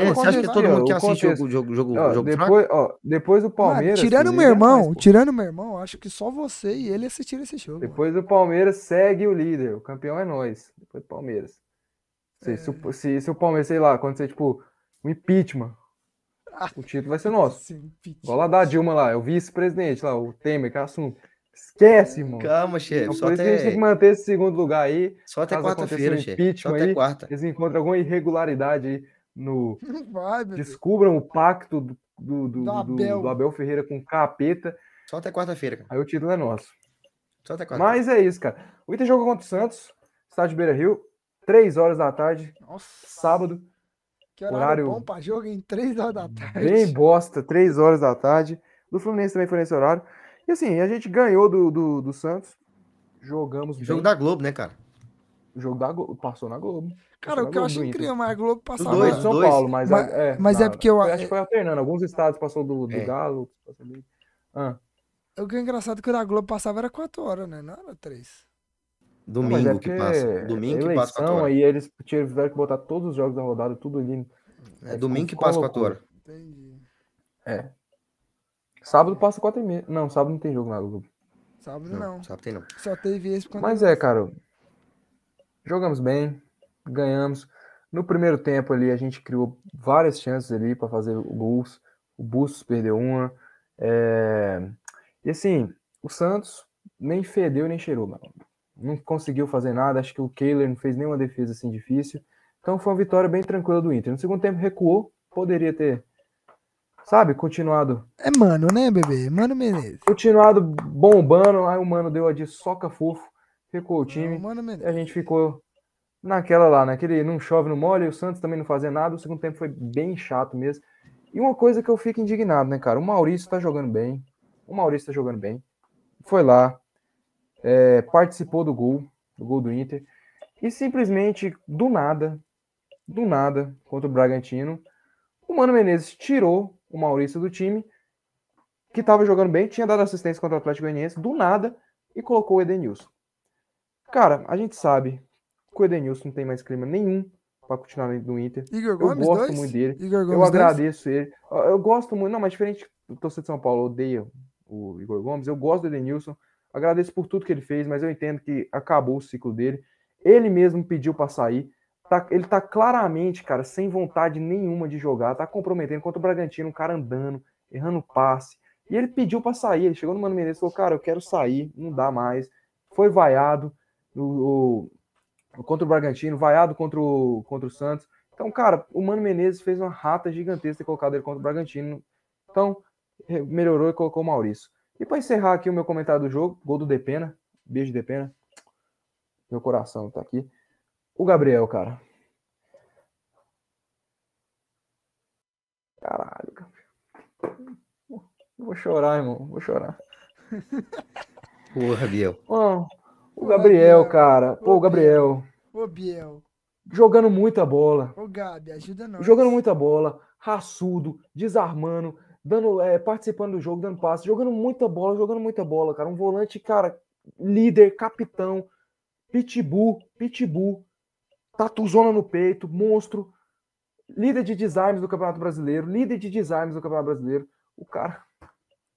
S3: tô
S2: você acha que
S3: contexto
S2: todo
S3: aí, ó,
S2: mundo que
S3: o
S2: assiste
S3: contexto.
S2: jogo, jogo, jogo,
S3: Ó,
S2: jogo fraco?
S3: depois, ó, depois do Palmeiras.
S1: Mano, tirando o
S3: ninguém
S1: meu irmão,
S3: mais, pô.
S1: tirando o meu irmão, acho que só você e ele assistiram esse jogo. mano.
S3: Depois do Palmeiras, segue o líder. O campeão é nós. Depois do Palmeiras. Se, se o- se, se o Palmeiras, sei lá, acontecer, tipo, um impeachment, o título vai ser nosso.
S1: Sim, pitch.
S3: Igual lá da Dilma lá, é o vice-presidente lá, o Temer, que é assunto. Esquece, irmão.
S2: Calma,
S3: Então,
S2: chefe, é, só
S3: por isso que a gente tem que
S2: até,
S3: manter esse segundo lugar aí.
S2: só até
S3: caso aconteça
S2: quarta-feira,
S3: um
S2: chefe. Só
S3: impeachment
S2: até
S3: aí,
S2: quarta.
S3: Eles encontram alguma irregularidade aí no.
S1: Não vai, meu Deus.
S3: Descubram o pacto do, do, do,
S1: Do
S3: do-
S1: Abel.
S3: do Abel Ferreira com o capeta,
S2: Só até quarta-feira, cara.
S3: aí o título é nosso.
S2: Só até quarta-feira.
S3: Mas é isso, cara. O Inter jogou contra o Santos, estádio Beira Rio, 3 horas da tarde,
S1: Nossa,
S3: sábado.
S1: que horário,
S3: horário-
S1: bom pra jogo em 3 horas da tarde.
S3: Bem bosta, 3 horas da tarde. Do Fluminense também foi nesse horário. E assim, a gente ganhou do, do, do Santos. Jogamos
S2: Jogo
S3: bem.
S2: da Globo, né, cara?
S3: O jogo da Globo. Passou na Globo.
S1: Cara, o que eu acho incrível, mas a Globo passava.
S2: dois,
S3: Dois, São
S2: dois.
S3: Paulo, mas.
S1: Mas-
S3: é,
S1: mas é porque eu-
S3: Acho que foi alternando. Alguns estados passou do, do
S2: É.
S3: Galo, outros passou do. Ah,
S1: O que é engraçado é que o da Globo passava era 4 horas, né? Não era 3.
S3: não, mas
S2: Domingo
S3: é
S2: que
S3: porque
S2: passa. Domingo que passa
S3: eleição,
S2: quatro horas.
S3: Aí eles tiveram que botar todos os jogos da rodada, tudo ali.
S2: É domingo que
S3: ficou uma
S2: passa quatro
S3: loucura.
S2: horas.
S1: Entendi.
S3: Sábado passa quatro e meia. Não, sábado não tem jogo na Globo.
S1: Sábado não.
S2: Não, sabe, tem não.
S1: Só teve esse por conta
S3: Mas é, cara. Jogamos bem, ganhamos. No primeiro tempo ali, a gente criou várias chances ali para fazer gols. O Bustos perdeu uma. É, E assim, o Santos nem fedeu nem cheirou, mano. Não conseguiu fazer nada. Acho que o Kehler não fez nenhuma defesa assim difícil. Então foi uma vitória bem tranquila do Inter. No segundo tempo recuou, poderia ter, sabe, continuado
S1: É mano, né, bebê? Mano Menezes.
S3: continuado bombando. Aí o mano deu a de soca fofo, ficou o
S1: Não,
S3: time.
S1: mano
S3: E a
S1: Menezes.
S3: gente ficou naquela lá, naquele não chove, não molha. e O Santos também não fazia nada. O segundo tempo foi bem chato mesmo. E uma coisa que eu fico indignado, né, cara? O Maurício tá jogando bem. O Maurício tá jogando bem. Foi lá, é, participou do gol, do gol do Inter. E simplesmente, do nada, do nada, contra o Bragantino, o Mano Menezes tirou o Maurício do time, que estava jogando bem, tinha dado assistência contra o Atlético Goianiense, do nada, e colocou o Edenilson. Cara, a gente sabe que o Edenilson não tem mais clima nenhum para continuar no Inter.
S1: Igor
S3: Eu
S1: Gomes,
S3: gosto
S1: dois?
S3: muito dele.
S1: Igor Gomes,
S3: Eu
S1: dois?
S3: agradeço ele. Ó, Eu gosto muito, não, mas diferente do torcedor de São Paulo, odeia o Igor Gomes. Eu gosto do Edenilson. Agradeço por tudo que ele fez, mas eu entendo que acabou o ciclo dele. Ele mesmo pediu para sair. Tá- ele tá claramente, cara, sem vontade nenhuma de jogar. Tá comprometendo contra o Bragantino, um cara andando, errando passe. E ele pediu para sair. Ele chegou no Mano Menezes e falou: Cara, eu quero sair, não dá mais. Foi vaiado o- o- contra o Bragantino, vaiado contra o, contra o Santos. Então, cara, o Mano Menezes fez uma rata gigantesca ter colocado ele contra o Bragantino. Então, re- melhorou e colocou o Maurício. E pra encerrar aqui o meu comentário do jogo, gol do Depena. Beijo, Depena. Meu coração tá aqui. O Gabriel, cara. Caralho, Gabriel. Eu Vou chorar, irmão. Vou chorar.
S2: Porra, Biel.
S3: Mano, o
S1: Ô,
S3: Gabriel,
S1: Gabriel.
S3: cara. Pô, o
S1: Ô,
S3: Gabriel.
S1: Ô, Biel.
S3: Jogando muita bola.
S1: Ô, Gabi, ajuda nós.
S3: Jogando muita bola, raçudo, desarmando, dando, eh, participando do jogo, dando passe, jogando muita bola, jogando muita bola, cara. Um volante, cara, líder, capitão, pitbull, pitbull, tatuzona no peito, monstro, líder de desarmes do Campeonato Brasileiro, líder de desarmes do Campeonato Brasileiro. O cara,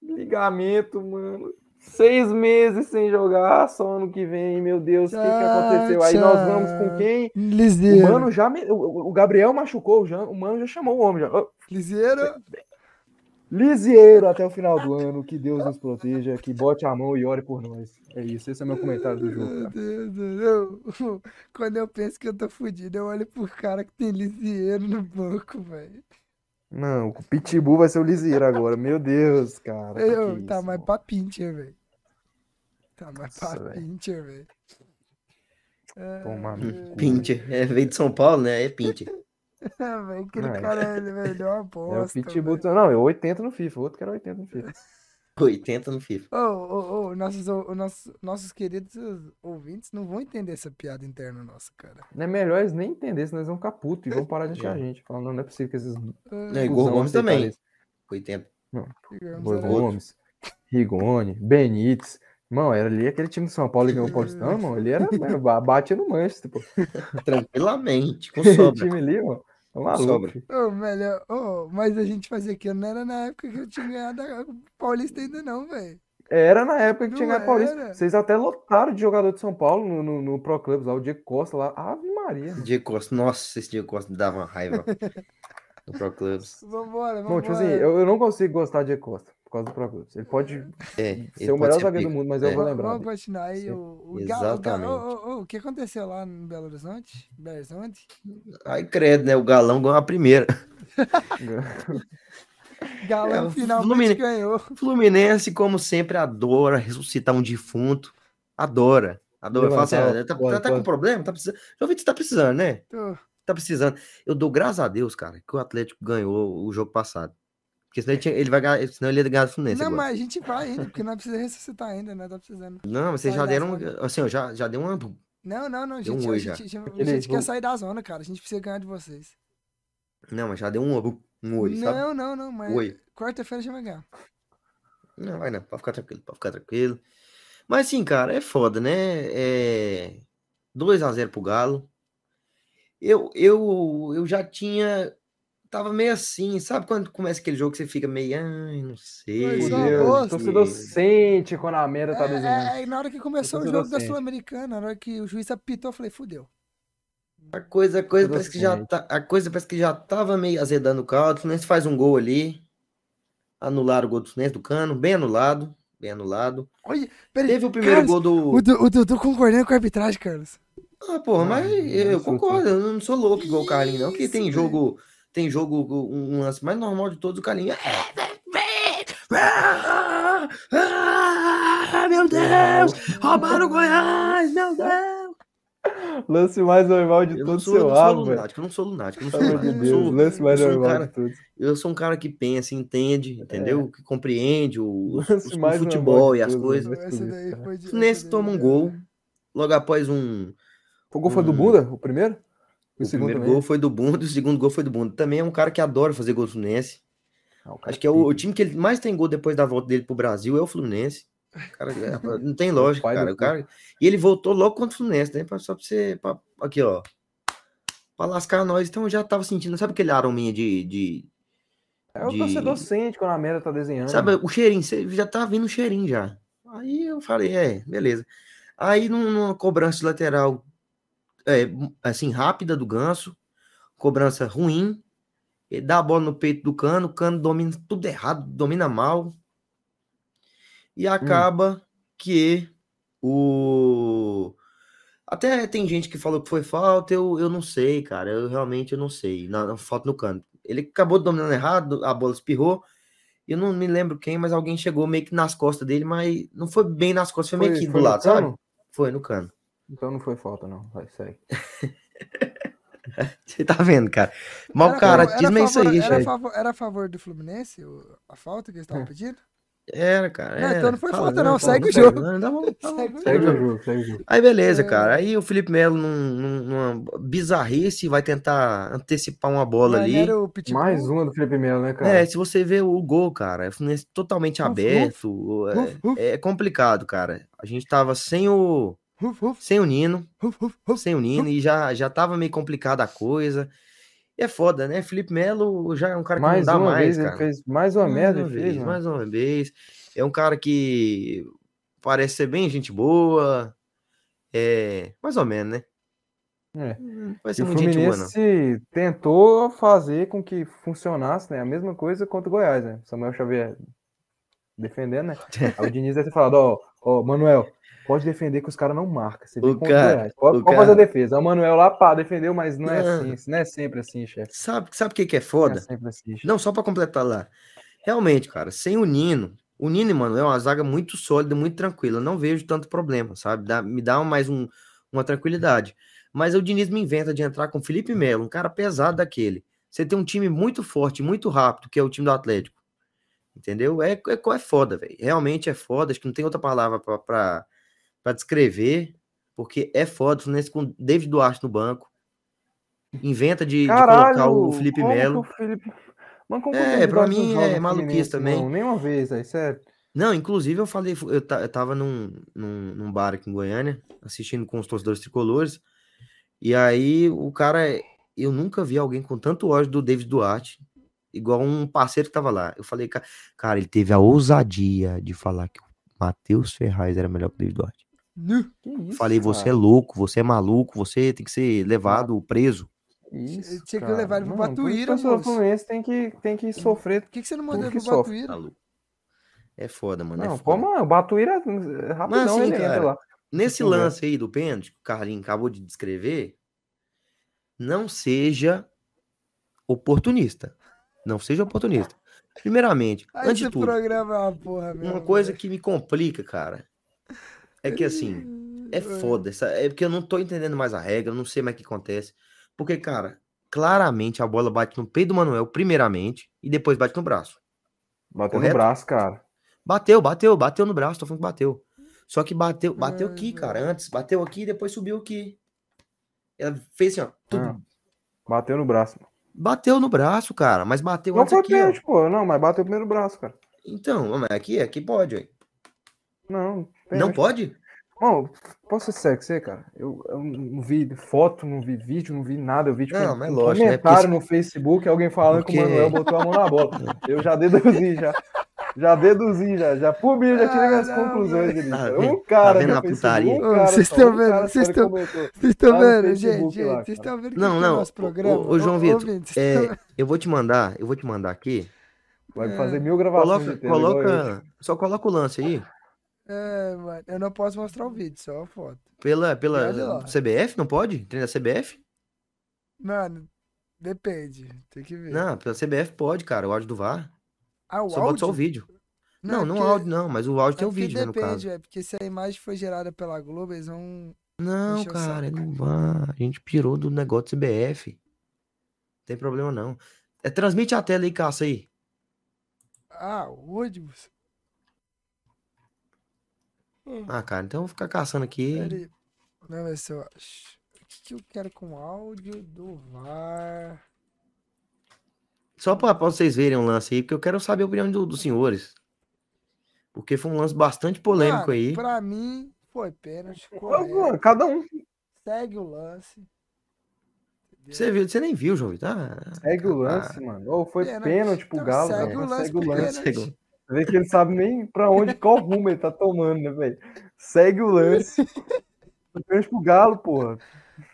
S3: ligamento, mano. Seis meses sem jogar, só ano que vem, meu Deus, o que, que
S1: Tchau,
S3: aconteceu? Aí nós
S1: tchau.
S3: vamos com quem? O
S1: Liseiro.
S3: Mano já. me- o- O o Gabriel machucou, o, Jan- o Mano já chamou o homem. Já. Ô,
S1: Liseiro.
S3: Lisieiro até o final do ano, que Deus nos proteja, que bote a mão e ore por nós. É isso, esse é meu comentário do jogo.
S1: Meu
S3: cara.
S1: Deus do céu. Quando eu penso que eu tô fudido, eu olho pro cara que tem Liseiro no banco, velho.
S3: Não, o Pitbull vai ser o Lisieiro agora. Meu Deus, cara. que
S1: Eu-
S3: que é
S1: Tá
S3: isso,
S1: mais
S3: mano?
S1: pra pincher, velho. Tá mais
S3: Nossa,
S1: pra
S3: velho.
S1: pincher, velho. É,
S3: Toma no
S1: velho.
S3: cu.
S2: Pinter. É, veio de São Paulo, né? É Pinter.
S1: É, velho, aquele
S3: É.
S1: cara, ele, velho, é uma
S3: É o
S1: bosta,
S3: Pitbull.
S1: velho.
S3: Não, é 80 no FIFA, o outro que era 80 no FIFA.
S2: 80 no FIFA.
S1: Ô, ô, ô, nossos, ô, nossos, nossos queridos ouvintes não vão entender essa piada interna nossa, cara.
S3: Não é melhor eles nem entender, senão eles vão ficar putos e vão parar de achar a gente. Falando, não, não é possível que esses.
S2: Não,
S1: Ai,
S2: Igor
S3: cuzão
S2: Gomes
S3: aceitaram
S2: também.
S3: isso.
S2: 80.
S1: digamos, assim.
S3: Igor
S1: era-
S2: Outro.
S3: Gomes, Rigoni, Benítez. Mano, era ali aquele time do São Paulo que ganhou o Paulistão, irmão. Ele era, mano, ba- batia no Manchester, pô.
S2: Tranquilamente. Com
S3: Aquele
S2: sobra.
S3: time ali, mano. É maluco.
S2: Sobra.
S3: filho.
S1: Ô, melhor, ô, mas a gente fazia aquilo, não era na época que eu tinha ganhado a Paulista ainda não, velho.
S3: Era na época que tinha
S1: Não
S3: ganhado o Paulista.
S1: era?
S3: Vocês até lotaram de jogador de São Paulo no, no, no Pro Clubs lá, o Diego Costa lá. Ave Maria. mano.
S2: Diego Costa. Nossa, esse Diego Costa me dava uma raiva. no Pro Clubs.
S1: Vambora,
S3: Não,
S1: vambora.
S3: tipo assim, eu, eu não consigo gostar de Diego Costa por causa do Pro Clubs. Ele pode
S2: É,
S3: ser o melhor zagueiro do mundo, mas eu
S2: é.
S3: vou
S1: Vamos-
S3: lembrar.
S1: Vamos
S3: dele.
S1: continuar aí.
S3: Sim,
S1: O, o, Ga- o, Ga-
S2: exatamente.
S1: ô, ô, ô, o que aconteceu lá no Belo Horizonte? Belo Horizonte?
S2: Aí credo, né? O galão ganhou a primeira. É,
S1: Galão
S2: o
S1: finalmente
S2: Fluminense-
S1: ganhou.
S2: Fluminense, como sempre, adora ressuscitar um defunto. Adora. Adora. Fala assim,
S3: Levantar
S2: ah, tá,
S3: o-
S2: tá- tá com problema? Tá precisando. João Vitor, você tá precisando, né?
S1: Tô-
S2: Tá precisando. Eu dou graças a Deus, cara, que o Atlético ganhou o jogo passado. Porque senão ele, tinha- ele vai ganhar, senão ele ia ganhar do Fluminense.
S1: É. Não,
S2: agora.
S1: mas a gente vai ainda, porque nós precisamos ressuscitar ainda, né? Tá precisando.
S2: Não, vocês
S1: Vai
S2: já
S1: dar
S2: deram. Assim, eu já, já dei uma.
S1: Não, não, não. A
S2: Deu um
S1: gente, a
S2: oi
S1: gente,
S2: já.
S1: a gente
S3: Aquele
S1: quer
S3: jogo-
S1: sair da zona, cara. A gente precisa ganhar de vocês.
S2: Não, mas já deu um, um oi, sabe? Um
S1: não, não, não, mas
S2: Oi.
S1: quarta-feira a gente vai ganhar.
S2: Não, vai não, pode ficar tranquilo, pode ficar tranquilo. Mas sim, cara, é foda, né? É 2 a 0 pro Galo. Eu, eu, eu já tinha. Tava meio assim, sabe quando começa aquele jogo que você fica meio. Ai, não sei.
S1: Pois é,
S2: não
S1: moço.
S3: Deus,
S2: sei".
S3: o torcedor sente quando a merda tá desenhando.
S1: É, é, na hora que começou o
S3: torcedor
S2: assim.
S1: jogo da
S3: sente.
S1: Sul-Americana, na hora que o juiz apitou, eu falei, fudeu.
S2: A coisa, a coisa
S3: Tudo
S2: parece que já
S3: assim.
S2: tá, a coisa parece que já tava meio azedando o caldo. O Fluminense faz um gol ali. Anularam o gol do Fluminense do Cano, bem anulado, bem anulado.
S1: Olha, peraí.
S2: Teve o primeiro
S1: Carlos,
S2: gol do
S1: O, Du- o Dudu concordando com a arbitragem, Carlos.
S2: Ah, porra,
S3: Não,
S2: mas
S3: não
S2: eu
S3: insulta.
S2: concordo, eu não sou louco igual o Carlinhos, não, que
S1: Isso,
S2: tem
S1: velho.
S3: né?
S2: jogo, tem jogo, um um lance mais normal de todos, o Carlinhos. é, Ah, meu Deus! Roubaram o Goiás, meu Deus!
S3: Lance mais normal de
S2: Eu não
S3: todo
S2: sou, eu
S3: seu
S2: não sou
S3: rabo, velho.
S2: lunático, eu não sou lunático, eu não sou
S3: Pelo amor de
S2: lunático. Eu
S3: Deus,
S2: sou,
S3: lance mais
S2: eu sou um
S3: normal
S2: cara-
S3: de tudo.
S2: eu sou um cara que pensa, entende, entendeu? Que compreende o,
S3: É. Lance
S2: os- o
S3: mais normal
S2: futebol
S3: de
S2: e as
S3: todos,
S2: coisas.
S3: né? Mas
S1: Essa
S3: tudo
S1: daí
S3: isso, cara.
S1: foi de.
S2: O Fluminense
S1: essa daí-
S2: toma um gol, logo após um,
S3: O gol foi do
S2: Hum.
S3: Buda, o primeiro?
S2: O
S3: E o segundo
S2: primeiro
S3: também?
S2: gol foi do Bundo, o segundo gol foi do Bundo. Também é um cara que adora fazer gol do Fluminense.
S3: Ah, o cara
S2: Acho que é o, o
S3: pica.
S2: time que ele mais tem gol depois da volta dele pro Brasil é o Fluminense. O cara, é, não tem lógica,
S3: pai do
S2: cara. O
S3: clube.
S2: cara. E ele voltou logo contra o Fluminense, né? Pra- Só pra você. pra- aqui, ó. Pra lascar nós. Então eu já tava sentindo. Sabe aquele arominha de. de
S3: É o
S2: de-
S3: torcedor sente quando a merda tá desenhando.
S2: Sabe, o cheirinho, você já tá vindo o cheirinho já. Aí eu falei, é, beleza. Aí num- numa cobrança de lateral, é, m- assim, rápida do ganso, cobrança ruim, ele dá a bola no peito do cano, o cano domina tudo errado, domina mal. E acaba que o. Até tem gente que falou que foi falta, eu, eu não sei, cara. Eu realmente eu não sei. Na, na falta no canto. Ele acabou dominando errado, a bola espirrou. Eu não me lembro quem, mas alguém chegou meio que nas costas dele, mas não foi bem nas costas, foi meio que do
S3: no
S2: lado, sabe?
S3: cano?
S2: Foi no cano.
S3: Então não foi falta, não. Vai, segue.
S2: Você tá vendo, cara? Mal
S1: Era-
S2: cara,
S1: era-
S2: diz
S1: era
S2: é isso aí,
S1: favor- era,
S2: Richard.
S1: favor- era a favor do Fluminense o- a falta que eles
S2: É.
S1: estavam pedindo?
S2: Era, cara.
S1: Não, então
S2: era.
S1: não foi
S2: Fala,
S1: falta, não,
S2: fala,
S1: segue o
S2: pega,
S1: jogo.
S2: não, tá bom, tá bom.
S1: Segue o
S3: Segue
S1: jogo.
S3: o jogo, segue o jogo.
S2: Aí beleza,
S1: É.
S2: cara. Aí o Felipe Melo num- num- numa bizarrice vai tentar antecipar uma bola
S1: Mas
S2: ali. um.
S1: não era o Pitbull?
S3: Mais uma do Felipe Melo, né, cara?
S2: Tipo, É, se você vê o gol, cara, é Fluminense totalmente
S1: Uf,
S2: aberto. é-
S1: Uf, uf,
S2: É, complicado, cara. A gente tava sem o
S1: uf, uf,
S2: sem o Nino,
S1: uf, uf, uf.
S2: sem o Nino e já já tava meio complicada a coisa. E é foda, né? Felipe Melo já é um cara que
S3: mais
S2: não dá
S3: uma
S2: mais,
S3: vez
S2: cara.
S3: ele fez mais uma merda.
S2: uma
S3: ele
S2: vez,
S3: fez, né? mano.
S2: mais uma vez. É um cara que parece ser bem gente boa. É, mais ou menos, né?
S3: É.
S2: Não Parece
S3: E
S2: ser
S3: o
S2: muito Assim, um gente boa, não.
S3: Fluminense tentou fazer com que funcionasse, né? A mesma coisa contra o Goiás, né? Samuel Xavier defendendo, né? Aí o Diniz deve ter falado, ó, ó, Manuel, pode defender que os caras não marcam. Você vê
S2: O
S3: contra o
S2: cara-
S3: Goiás. Pode,
S2: o
S3: pode fazer
S2: cara-
S3: a defesa. Aí O Manuel lá, pá, defendeu, mas não é
S2: Não.
S3: assim, não é sempre assim, chefe.
S2: Sabe, sabe o que, que é
S3: Não é
S2: foda?
S3: sempre assim, chefe.
S2: Não, só pra completar lá. Realmente, cara, sem o Nino, o Nino, mano, é uma zaga muito sólida, muito tranquila. Eu não vejo tanto problema, sabe? Dá- me dá mais um- uma tranquilidade. Mas o Diniz me inventa de entrar com o Felipe Melo, um cara pesado daquele. Você tem um time muito forte, muito rápido, que é o time do Atlético. Entendeu? É, é, é foda, velho. Realmente é foda. Acho que não tem outra palavra pra- pra pra descrever, porque é foda. O Fluminense com o David Duarte no banco. Inventa de, de colocar o Felipe
S3: como que
S2: Melo.
S3: o Felipe- Mas como
S2: É,
S3: que o
S2: pra
S3: Duarte não
S2: mim
S3: joga
S2: é
S3: no
S2: maluquice
S3: Fluminense,
S2: também.
S3: Não, nenhuma vez, é, aí, sério.
S2: Não, inclusive eu falei, eu, ta- eu tava num, num, num bar aqui em Goiânia, assistindo com os torcedores tricolores, e aí o cara, eu nunca vi alguém com tanto ódio do David Duarte, igual um parceiro que tava lá. Eu falei, "Ca- cara, ele teve a ousadia de falar que o Matheus Ferraz era melhor que o David Duarte.
S1: Nu.
S3: Que isso,
S2: falei, você é
S3: cara?
S2: louco, você é maluco, você tem que ser levado, preso.
S3: Isso,
S1: Tinha que
S3: cara.
S1: levar ele pro
S3: Não, por isso
S1: Batuíra,
S3: que eu sou
S1: moço. Hum.
S3: Fluminense tem que, tem que sofrer.
S1: Por que, que você não mandou
S3: Por
S1: ele
S3: que
S1: pro
S3: sofre?
S2: Tá
S1: Batuíra?
S2: louco. É foda, mano. é
S3: Não,
S2: foda.
S3: como é? o Batuíra é rapidão
S2: assim,
S3: ele
S2: cara,
S3: entra lá.
S2: Nesse
S3: Entendeu?
S2: lance aí do pênalti, que o Carlinho acabou de descrever, não seja oportunista. Não seja oportunista. Primeiramente,
S1: Ah,
S2: antes de
S1: esse
S2: tudo,
S1: programa é uma porra mesmo.
S2: uma coisa que me complica, cara, é que assim, é foda. Essa, é porque eu não tô entendendo mais a regra, eu não sei mais o que acontece. Porque, cara, claramente a bola bate no peito do Manuel, primeiramente, e depois bate no braço.
S3: Bateu no
S2: Correto?
S3: braço, cara.
S2: Bateu, bateu, bateu no braço, tô falando que bateu. Só que bateu, bateu
S1: Ah,
S2: aqui, cara, antes. Bateu aqui e depois subiu aqui. Ela fez assim, ó. tum,
S3: Ah, Bateu no braço.
S2: Bateu no braço, cara, mas bateu
S3: Não
S2: antes
S3: foi
S2: aqui, ó.
S3: pênalti, pô. Não, mas bateu primeiro braço, cara.
S2: Então, mas aqui, aqui pode, ué.
S3: Não,
S2: Não
S3: pênalti.
S2: pode?
S3: Bom, posso ser sério com você, cara? Eu, eu não vi foto, não vi vídeo, não vi nada. Eu vi tipo,
S2: Não,
S3: um,
S2: mas
S3: um
S2: lógico, né? Porque
S3: comentário
S2: se-
S3: no Facebook, alguém falando que
S2: Porque-
S3: o Manuel botou a mão na bola. Eu já deduzi, já. Já deduzi, já. Já por mim, eu já tirei
S1: Ah,
S3: minhas
S1: não,
S3: conclusões. ali,
S2: Tá
S3: cara.
S2: vendo-
S3: Um cara
S2: tá vendo
S3: no
S2: a
S3: Facebook,
S2: putaria?
S3: um
S1: Ô,
S3: cara
S1: vocês
S3: só,
S1: tão
S3: um
S1: vendo,
S3: cara só,
S1: vocês
S3: ele
S1: tão-
S3: comentou.
S1: Vocês estão
S3: Lá no
S1: vendo, gente,
S3: Facebook
S1: gente, vocês
S3: lá, cara.
S1: estão vendo que
S2: Não,
S1: aqui é
S2: não,
S1: o nosso
S2: ô,
S1: programa.
S2: ô, ô, João
S1: Ô,
S2: Vitor,
S1: ouvintes, vocês tão-
S2: É, eu vou te mandar, eu vou te mandar aqui.
S3: Vai
S1: É.
S3: fazer mil gravações
S2: Coloca,
S3: de tela igual eu.
S2: coloca, só coloca o lance aí
S1: É, mano, eu não posso mostrar o vídeo, só a foto.
S2: pela
S1: Olha
S2: pela
S1: lá.
S2: CBF, não pode? Treino da CBF?
S1: Mano, depende, tem que ver.
S2: Não, pela CBF pode, cara, o áudio do VAR.
S1: Ah, o
S2: Só bota só o
S1: áudio?
S2: vídeo. Não,
S1: é
S2: não
S1: porque-
S2: áudio não, mas o áudio
S1: é
S2: tem o
S1: porque
S2: vídeo, né, no caso.
S1: Depende, é porque se a imagem foi gerada pela Globo, eles vão...
S2: Não,
S1: Encheu o né?
S2: cara, não vá. A gente pirou do negócio do CBF. Não tem problema, não. É, transmite a tela aí, Caça aí.
S1: Ah, o ônibus.
S2: Ah, cara, então eu vou ficar caçando aqui.
S1: Pera aí. Não, mas se eu acho... O que, que eu quero com áudio do VAR?
S2: Só pra, pra vocês verem o lance aí, porque eu quero saber a opinião do- dos senhores. Porque foi um lance bastante polêmico
S1: Mano,
S2: aí.
S1: Pra mim, foi pênalti,
S3: Mas,
S1: correto.
S3: mano, Cada um
S1: Segue o lance. entendeu?
S2: Você, viu, você nem viu, João Vitor. Ah,
S3: segue
S2: cara,
S3: o lance, mano. Ou foi
S1: Pênalti.
S3: pênalti pro
S1: Então,
S3: Galo,
S1: segue
S3: velho,
S1: o
S3: mas
S1: lance
S3: segue o
S1: pro
S2: ah,
S1: pênalti.
S3: lance.
S2: segue.
S3: Você vê que ele sabe nem pra onde, qual rumo ele tá tomando, né, velho? Segue o lance. Foi Pênalti pro Galo, porra.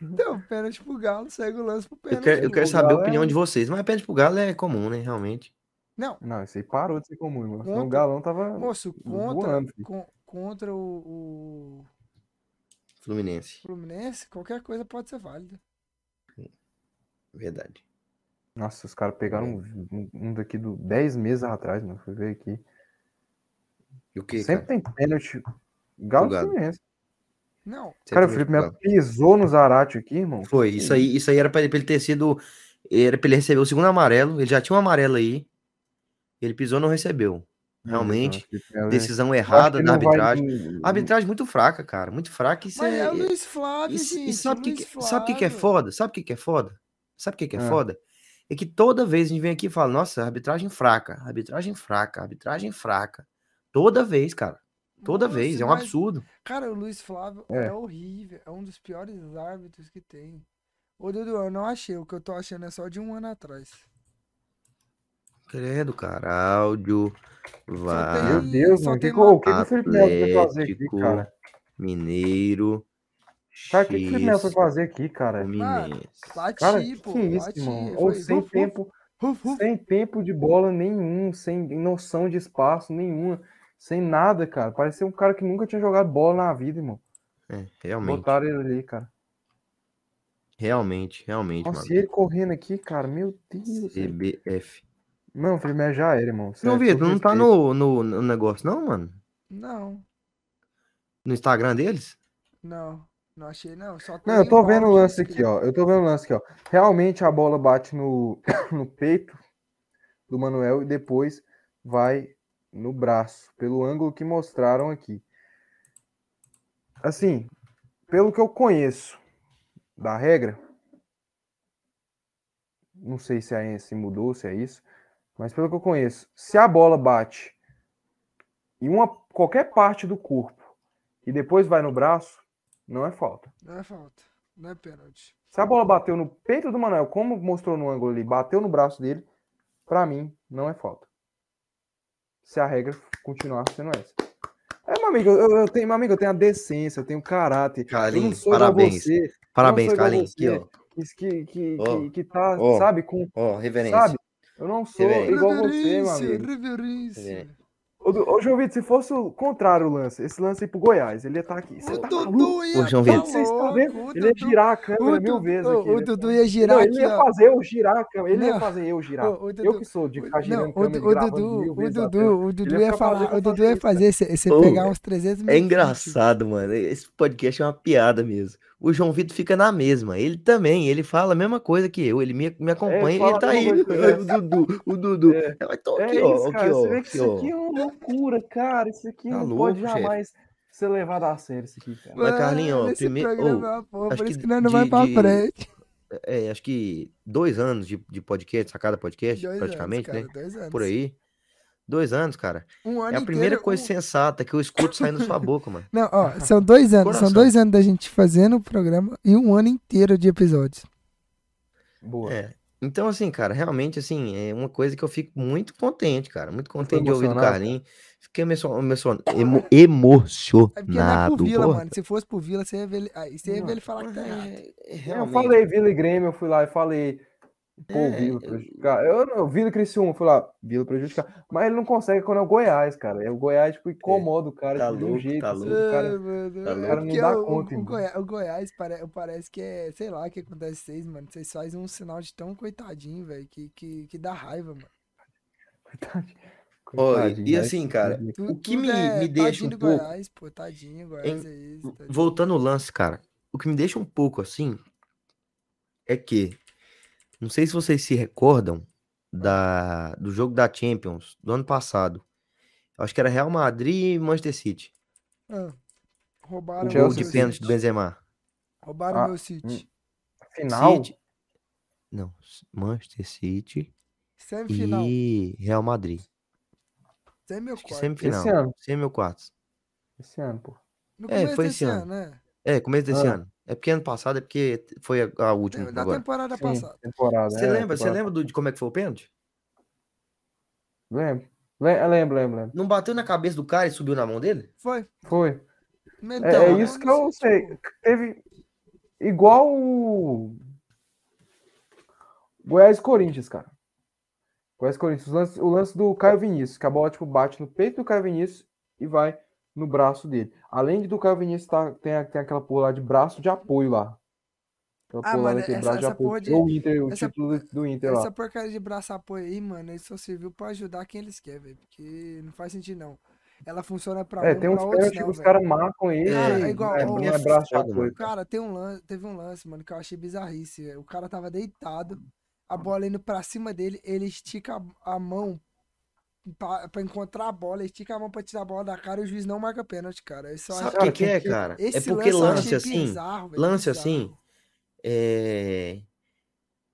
S1: Então, pênalti pro Galo, segue o lance pro
S2: Eu
S1: pênalti.
S2: quero, eu
S3: o
S2: quero saber a
S3: Galo é
S2: opinião
S3: um-
S2: de vocês. Mas pênalti pro Galo é comum, né? Realmente.
S1: Não,
S3: Não, isso aí parou de ser comum, mano. Senão
S1: Contra-
S3: o Galão tava.
S2: um
S1: moço, contra,
S3: voando, filho.
S1: con- contra o, o
S2: Fluminense.
S1: Fluminense, qualquer coisa pode ser válida.
S2: Verdade.
S3: Nossa, os caras pegaram um, um- um daqui do 10 meses atrás, mano. Fui ver aqui.
S2: E o que,
S3: Sempre
S2: cara?
S3: tem pênalti. Galo
S2: Do Galo.
S3: Fluminense.
S1: Não,
S3: Cara, o
S2: Sempre
S3: Felipe
S2: no
S3: Melo pisou no Zarate aqui, irmão.
S2: Foi, isso aí, isso aí era pra ele, pra ele ter sido. Era pra ele receber o segundo amarelo. Ele já tinha um amarelo aí. Ele pisou não recebeu. Realmente,
S1: tá
S3: é
S2: decisão errada da arbitragem. Arbitragem muito fraca, cara. Muito fraca. Isso
S1: mas é,
S2: é,
S1: o Luiz Flávio,
S2: Isso-
S1: gente.
S2: e sabe o que,
S1: Luiz
S2: que- sabe o que, que é
S1: Flávio.
S2: foda? Sabe o que, que é foda? Sabe o que, que é
S3: Ah.
S2: foda? É que toda vez a gente vem aqui e fala, nossa, arbitragem fraca, arbitragem fraca, arbitragem fraca. Toda vez, cara. Toda
S1: Nossa,
S2: vez. É um
S1: mas-
S2: absurdo.
S1: Cara, o Luiz Flávio é.
S3: É.
S1: horrível. É um dos piores árbitros que tem. Ô, Dudu, eu não achei. O que eu tô achando é só de um ano atrás.
S2: Credo, cara. Áudio,
S3: Meu
S2: VAR,
S1: tem-
S3: Deus,
S1: só
S3: mano. O que,
S1: tem
S3: que, o- o que que o Felipe Melo foi fazer aqui,
S2: Atlético,
S3: cara?
S2: Mineiro,
S3: Cara, Tá, o que, que o Felipe Melo foi
S2: X,
S3: fazer aqui, cara?
S2: Fluminense.
S1: Bati,
S3: Cara, que
S1: pô.
S3: que é isso,
S1: bati.
S3: irmão? Ou
S1: Foi
S3: sem
S1: ruf, ruf,
S3: tempo,
S1: ruf, ruf.
S3: sem tempo de bola nenhum, sem noção de espaço nenhuma, sem nada, cara. Parecia um cara que nunca tinha jogado bola na vida, irmão.
S2: É, realmente,
S3: Botaram ele ali, cara.
S2: realmente, realmente,
S3: Nossa, e
S2: mano.
S3: ele correndo aqui, cara, meu Deus. velho.
S2: CBF.
S3: Não, o Felipe Melo já era, irmão.
S2: Não,
S3: Sério,
S2: Vitor,
S3: todo
S2: não tá
S3: respeito.
S2: no, no, no negócio, não, mano?
S1: Não,
S2: No Instagram deles?
S1: não. Não achei, não. Só
S3: Não, eu
S1: tem
S3: tô
S1: um
S3: vendo o
S1: áudio
S3: lance aqui, ó. Eu tô vendo o lance aqui, ó. Realmente a bola bate no, no peito do Manuel e depois vai no braço, pelo ângulo que mostraram aqui. Assim, pelo que eu conheço da regra, não sei se é se mudou, se é isso, mas pelo que eu conheço, se a bola bate em uma qualquer parte do corpo e depois vai no braço, não é falta.
S1: Não é falta. Não é pênalti.
S3: Se a bola bateu no peito do Manuel, como mostrou no ângulo ali, bateu no braço dele, pra mim não é falta. Se a regra continuar sendo essa. É, meu amigo, eu, eu tenho, meu amigo, eu tenho a decência, eu tenho caráter. eu não
S2: Carlinhos,
S3: sou igual
S2: parabéns.
S3: você,
S2: Parabéns,
S3: sou igual
S2: Carlinhos. Aqui,
S3: você.
S2: ó.
S3: que, que, que,
S2: Ó,
S3: que- que tá,
S2: ó,
S3: sabe, com.
S2: Ó, reverência.
S3: Sabe? Eu não sou
S2: Reverência.
S3: igual você, meu
S1: Reverência,
S3: amigo.
S2: É,
S1: reverência.
S3: Ô, Du- ô, João Vitor, se fosse o contrário o lance, esse lance aí pro Goiás, ele ia estar aqui. Você
S1: O
S3: tá maluco?
S1: Dudu ia
S2: Ô, João
S1: tá
S2: Vitor.
S3: Você está
S1: louco,
S3: vendo?
S1: o
S3: Ele ia
S1: Dudu-
S3: girar a câmera
S1: o
S3: mil
S1: Dudu-
S3: vezes
S1: o-
S3: aqui.
S1: O
S3: ele ia-
S1: Dudu ia girar
S3: Não, ele
S1: aqui,
S3: ia
S1: ó.
S3: fazer eu girar a câmera. Ele
S1: Não.
S3: ia fazer eu girar.
S1: O- o
S3: Eu
S1: Dudu-
S3: que sou de
S1: O-
S3: ficar girando
S1: não, o,
S3: câmera
S1: Du-
S3: e
S1: o
S3: gravando
S1: Dudu,
S3: mil
S1: o
S3: vezes a tela.
S1: Dudu, o Dudu
S3: ia
S1: ia
S3: ficar
S1: falar,
S3: fazendo
S1: o Dudu ia
S3: isso. né?
S1: fazer, você você
S2: Ô,
S1: pegar uns 300 mil.
S2: É
S1: vídeos.
S2: engraçado, mano. Esse podcast é uma piada mesmo. O João Vitor fica na mesma. Ele também, ele fala a mesma coisa que eu. Ele me, me acompanha e
S3: É, fala
S2: ele tá
S3: a
S2: aí.
S3: mesma coisa,
S2: O Dudu, o Dudu.
S3: É.
S2: Eu tô
S3: É
S2: aqui,
S3: isso,
S2: ó.
S3: cara.
S2: Aqui, ó.
S3: você vê que
S2: aqui,
S3: isso
S2: ó.
S3: aqui é uma loucura, cara. Isso aqui
S2: Tá
S3: não
S2: louco,
S3: pode
S2: chefe.
S3: jamais ser levado a sério, isso aqui, cara.
S2: Mas, Carlinhos, ó,
S1: tipo, "Ah, esse
S2: primeiro-
S1: programa é uma porra,
S2: acho
S1: por
S2: que
S1: isso que nós não
S2: de-
S1: vai pra
S2: de-
S1: frente.
S2: É, acho que dois anos de, de podcast, sacada podcast,
S1: Dois
S2: praticamente,
S1: anos,
S2: né?
S1: cara, dois anos.
S2: Por aí. Dois anos, cara.
S1: Um ano
S2: é a primeira
S1: inteiro,
S2: coisa
S1: um-
S2: sensata que eu escuto saindo da sua boca, mano.
S1: Não, ó, são dois anos, são
S2: Coração.
S1: dois anos da gente fazendo o programa e um ano inteiro de episódios.
S3: Boa.
S2: É. Então, assim, cara, realmente, assim, é uma coisa que eu fico muito contente, cara. Muito
S3: Ficou
S2: contente de ouvir do
S3: emocionado,
S2: Carlinhos. Fiquei emocio- emocio- emo- emocionado.
S1: É porque não é por Vila,
S2: porra.
S1: mano. Se fosse por Vila, você ia ver ele, aí você ia ver ele falar que tá errado.
S2: É, é,
S3: Eu
S2: realmente.
S3: falei Vila e Grêmio, eu fui lá e falei. Pô,
S2: É,
S3: Vila prejudicar. Eu não, Vila e Criciúma, eu fui lá, Vila prejudicar. Mas ele não consegue quando é o Goiás, cara. É o Goiás, tipo, incomoda o cara
S2: tá
S3: de um
S2: louco,
S3: jeito.
S2: tá
S3: assim,
S2: louco.
S3: o cara-
S1: Ai, mano,
S2: tá
S1: é
S2: louco. O cara
S3: não
S1: porque
S3: dá
S1: o,
S3: conta,
S1: o,
S3: irmão.
S1: Goiás, o Goiás pare- parece que é, sei lá o que acontece com vocês, mano. Vocês fazem um sinal de tão coitadinho, velho, que, que, que dá raiva, mano.
S3: Coitadinho.
S2: Ó, e-
S3: Coitadinho,
S2: e
S3: né?
S2: assim, cara,
S3: Coitadinho.
S1: Tu-
S2: O que
S1: tudo
S2: me-
S1: é
S2: me deixa
S1: tadinho
S2: um
S1: do
S2: pouco-
S1: Goiás, pô, tadinho, Goiás é isso. tadinho.
S2: Voltando ao lance, cara, o que me deixa um pouco assim é que não sei se vocês se recordam da do jogo da Champions do ano passado. Eu acho que era Real Madrid e Manchester City.
S1: Ah, roubaram
S3: O
S2: Gol de
S3: Chelsea.
S1: meu
S2: pênalti
S1: City.
S2: do Benzema. hum.
S1: Roubaram
S3: Ah,
S1: meu City.
S3: Final.
S2: City- Não, Manchester City
S1: Semifinal.
S2: e Real Madrid.
S1: Semi ou
S2: Acho que
S1: quarto?
S2: semifinal.
S3: Esse ano.
S2: Semi ou quartos.
S3: Esse ano, pô.
S1: No
S2: É,
S1: começo
S2: foi
S1: desse
S2: esse ano.
S1: né?
S2: É, começo desse
S3: Ah.
S2: ano. É porque ano passado é porque foi a- a, última
S1: Da
S2: agora.
S1: temporada
S3: Sim,
S1: passada.
S3: temporada.
S2: Você
S3: é,
S2: lembra, você
S3: temporada.
S2: lembra do- de como é que foi o pênalti?
S3: Lembro. Le- Lembro, lembro, lembro.
S2: Não bateu na cabeça do cara e subiu na mão dele?
S1: Foi.
S3: Foi. É,
S1: Então,
S3: é
S1: né,
S3: isso que
S1: no
S3: eu
S1: City,
S3: sei.
S1: pô.
S3: Teve igual o Goiás e Corinthians, cara. Goiás e Corinthians. O lance, o lance do Caio Vinícius, que a bola tipo, bate no peito do Caio Vinícius e vai no braço dele. Além de do Caio Vinícius, tá, tem, a- tem aquela porra lá de braço de apoio lá. Aquela
S1: Ah,
S3: porra lá
S1: mano,
S3: daquele
S1: essa-
S3: braço de
S1: essa porra
S3: apoio.
S1: de-
S3: que é o Inter, o
S1: essa-
S3: título do, do Inter
S1: Essa
S3: lá.
S1: porcaria de braço apoio aí, mano, ele só serviu pra ajudar quem eles querem, velho. Porque não faz sentido, não. Ela funciona pra
S3: É,
S1: um,
S3: tem
S1: pra
S3: uns
S1: outros,
S3: pênaltis que
S1: não,
S3: os
S1: velho.
S3: caras marcam ele.
S2: Cara,
S3: né,
S1: é igual,
S3: não
S1: ó,
S3: é
S2: é
S3: braço de
S2: foda,
S3: apoio.
S1: Cara, tem um lance, teve um lance, mano, que eu achei bizarrice. velho. O cara tava deitado, a bola indo pra cima dele, ele estica a, a mão pra, pra encontrar a bola, ele estica a mão pra tirar a bola da cara e o juiz não marca pênalti, cara. Isso eu acho-
S2: Sabe o que,
S3: Cara,
S2: que
S3: tem
S2: é,
S3: que-
S2: cara?
S1: Esse
S2: é porque lance,
S1: eu achei
S2: assim,
S1: bizarro, velho,
S2: lance
S1: bizarro.
S2: assim, é,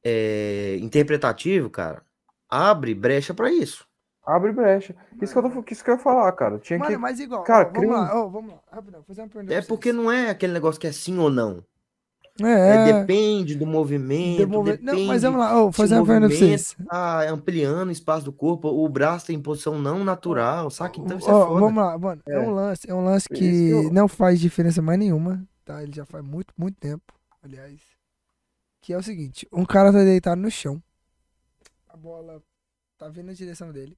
S2: é interpretativo, cara, abre brecha pra isso.
S3: Abre brecha. Isso que, eu tô, isso que eu ia falar, cara. Tinha
S1: Mano,
S3: que.
S1: mas igual,
S3: Cara,
S1: ó, vamos
S3: cria um-
S1: lá, ó, vamos lá, rapidão, fazer uma pergunta
S2: É
S1: pra vocês.
S2: porque não é aquele negócio que é sim ou não. É,
S1: É,
S2: depende do movimento,
S1: devolver-
S2: depende
S1: Não, mas vamos lá, ó, vou fazer uma pergunta pra
S2: movimento,
S1: vocês.
S2: tá ampliando o espaço do corpo, o braço tem posição não natural, saca? Então isso
S1: Ó,
S2: é foda.
S1: vamos lá, mano. É. um lance, é um lance
S3: Por
S1: que
S3: isso eu-
S1: não faz diferença mais nenhuma, tá? Ele já faz muito, muito tempo, aliás. Que é o seguinte, um cara tá deitado no chão. A bola tá vindo na direção dele.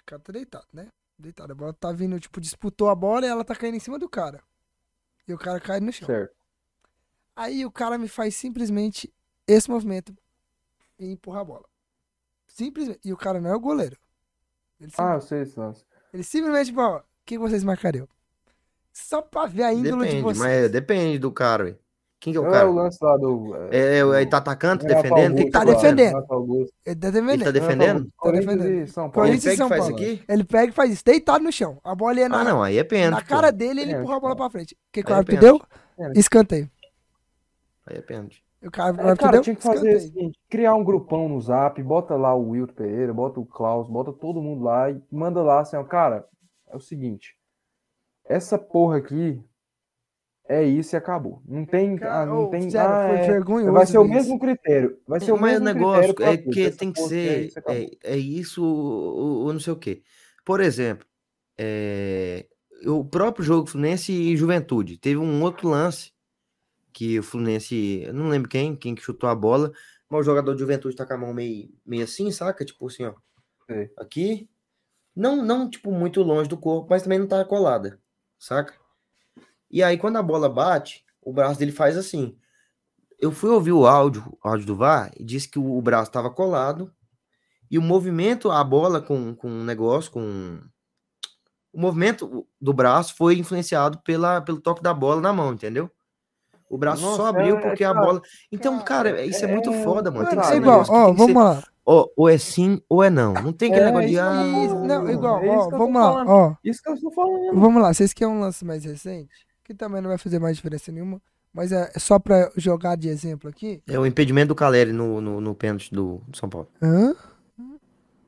S1: O cara tá deitado, né? Deitado. A bola tá vindo, tipo, disputou a bola e ela tá caindo em cima do cara. E o cara cai no chão.
S3: Certo.
S1: Aí o cara me faz simplesmente esse movimento e empurra a bola. Simplesmente. E o cara não é o goleiro. Ele, sim-
S3: Ah, eu sei esse lance.
S1: ele simplesmente empurra a bola. O que vocês marcariam? Só pra ver a índole de
S2: Depende,
S1: vocês.
S2: mas é, depende do cara, ué. Quem que é o
S3: Não
S2: cara?
S3: é o lance lá do.
S2: É,
S3: do-
S2: é, ele tá atacando, tá
S3: Renato
S2: defendendo? O que que tá
S3: Augusto lá, né?
S2: acontecendo?
S1: defendendo.
S3: Renato Augusto.
S1: Ele tá
S2: Ele tá
S1: defendendo.
S2: defendendo?
S3: Renato
S1: Tá
S3: Augusto, Corinthians
S1: defendendo.
S3: e São Paulo.
S2: Ele
S1: Corinthians e
S2: pega e
S1: São
S2: faz
S1: Paulo.
S2: aqui?
S1: Ele pega e faz isso, deitado no chão. A bola ia
S2: Ah,
S1: na,
S2: não, aí é pênalti.
S1: na
S2: pô.
S1: cara dele, ele
S3: Pênalti,
S1: empurra a bola pra frente. O que, que o
S2: Aí é
S1: árbitro deu?
S2: pênalti.
S3: Pênalti.
S1: Escanteio.
S2: Aí é pênalti.
S1: O cara, o
S3: É,
S1: árbitro
S3: cara,
S1: deu?
S3: tinha que fazer o
S1: Escanteio.
S3: seguinte, criar um grupão no Zap, bota lá o Wilton Pereira, bota o Klaus, bota todo mundo lá e manda lá assim, ó, cara, é o seguinte, essa porra aqui é isso e acabou. Não tem, ah,
S1: Cara,
S3: não
S1: ô,
S3: tem,
S1: sério,
S3: ah,
S1: foi
S3: é,
S1: vergonhoso.
S3: vai ser o
S1: isso.
S3: mesmo critério, vai ser o
S2: É, Mas o
S3: mesmo critério
S2: negócio
S3: pra
S2: é
S3: tudo,
S2: que
S3: essa
S2: tem que
S3: porra aqui é
S2: ser.
S3: isso e acabou.
S2: É, é isso ou, ou não sei o quê. Por exemplo, é, o próprio jogo Fluminense e Juventude. Teve um outro lance que o Fluminense. Eu não lembro quem, quem que chutou a bola. Mas o jogador de Juventude tá com a mão meio, meio assim, saca? Tipo assim, ó.
S3: Sei.
S2: Aqui. Não, não, tipo, muito longe do corpo, mas também não tá colada, saca? E aí, quando a bola bate, o braço dele faz assim. Eu fui ouvir o áudio, o áudio do VAR, e disse que o, o braço estava colado, e o movimento, a bola com, com o negócio, com. O movimento do braço foi influenciado pela, pelo toque da bola na mão, entendeu? O braço só
S3: Nossa,
S2: abriu
S3: é-
S2: porque a
S3: cara,
S2: bola. Então,
S1: cara,
S2: cara, isso é,
S3: é-
S2: muito foda, mano. Tem que
S1: É
S3: Caralho,
S2: ser um
S1: igual,
S2: negócio que
S1: ó,
S2: tem que
S1: vamos
S2: ser-
S1: lá.
S2: Ou, ou é sim ou é não. Não tem aquele
S3: É,
S2: negócio de.
S3: isso
S2: Ah,
S3: mesmo.
S1: Isso, não, igual,
S3: É isso
S1: ó,
S3: que eu tô
S1: vamos lá,
S3: falando.
S1: ó.
S3: Isso que eu estou falando.
S2: É,
S1: Vamos lá, vocês querem um lance mais recente? Que também não vai fazer mais diferença nenhuma. Mas é é só pra jogar de exemplo aqui.
S2: é o impedimento do Caleri no, no, no pênalti do, do São Paulo.
S1: Hã?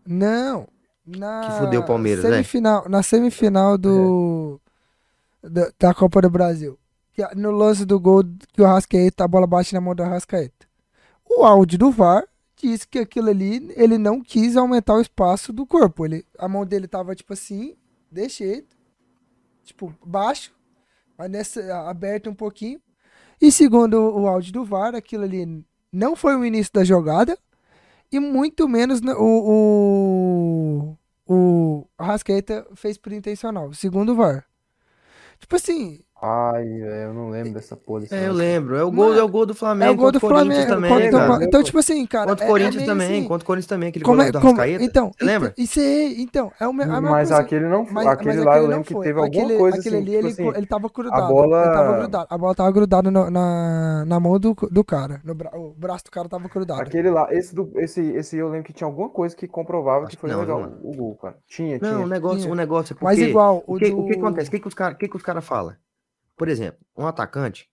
S1: Não. Na
S2: Que fudeu o Palmeiras, né?
S1: semifinal, Na semifinal do, da, da Copa do Brasil. Que a- No lance do gol que o Rascaeta, a bola bate na mão do Rascaeta. O áudio do VAR disse que aquilo ali, ele não quis aumentar o espaço do corpo. Ele, a mão dele tava tipo assim, desse jeito, tipo, baixo, mas nessa, aberta um pouquinho. E segundo o áudio do VAR, aquilo ali não foi o início da jogada e muito menos na- o, o, o Arrascaeta fez por intencional, segundo o VAR. Tipo assim,
S3: Ai, velho, eu não lembro dessa porra. desse
S2: É, eu
S3: lance.
S2: lembro. É o gol,
S1: Mano,
S2: é o gol do Flamengo.
S1: é o gol do
S2: contra o Corinthians
S1: Flamengo.
S2: também,
S1: contra o-
S2: cara.
S3: Flamengo,
S1: então, tipo assim, cara.
S2: Contra
S1: é-
S2: o
S1: é
S2: Corinthians
S1: meio
S2: também,
S1: assim,
S2: contra o Corinthians também, aquele
S1: como
S2: gol
S1: é,
S2: do
S1: como,
S2: Arrascaeta.
S1: então,
S2: Você lembra?
S1: então, Isso aí, então, é o me- a mesma
S3: Mas
S1: coisa.
S3: aquele não,
S1: Mas-
S3: aquele
S1: mas
S3: lá eu
S1: não
S3: lembro que
S1: foi.
S3: teve alguma
S1: Aquele-
S3: coisa
S1: aquele
S3: assim,
S1: ali,
S3: tipo
S1: ele,
S3: assim,
S1: ele tava grudado.
S3: bola-
S1: Ele tava grudado. A bola tava grudada no- na, na mão do, do cara. No bra- o braço do cara tava grudado.
S3: Aquele lá, esse, do, esse, esse eu lembro que tinha alguma coisa que comprovava
S2: Acho
S3: que
S2: que
S3: foi
S2: não,
S3: legal
S2: viu, mano?
S3: o gol, cara. Tinha,
S2: Não, o
S3: tinha.
S2: negócio,
S1: então, tinha.
S2: o negócio é porque...
S1: Mas igual, o
S2: o, que,
S1: do...
S2: o que acontece? O que, que os caras que que os cara falam? Por exemplo, um atacante,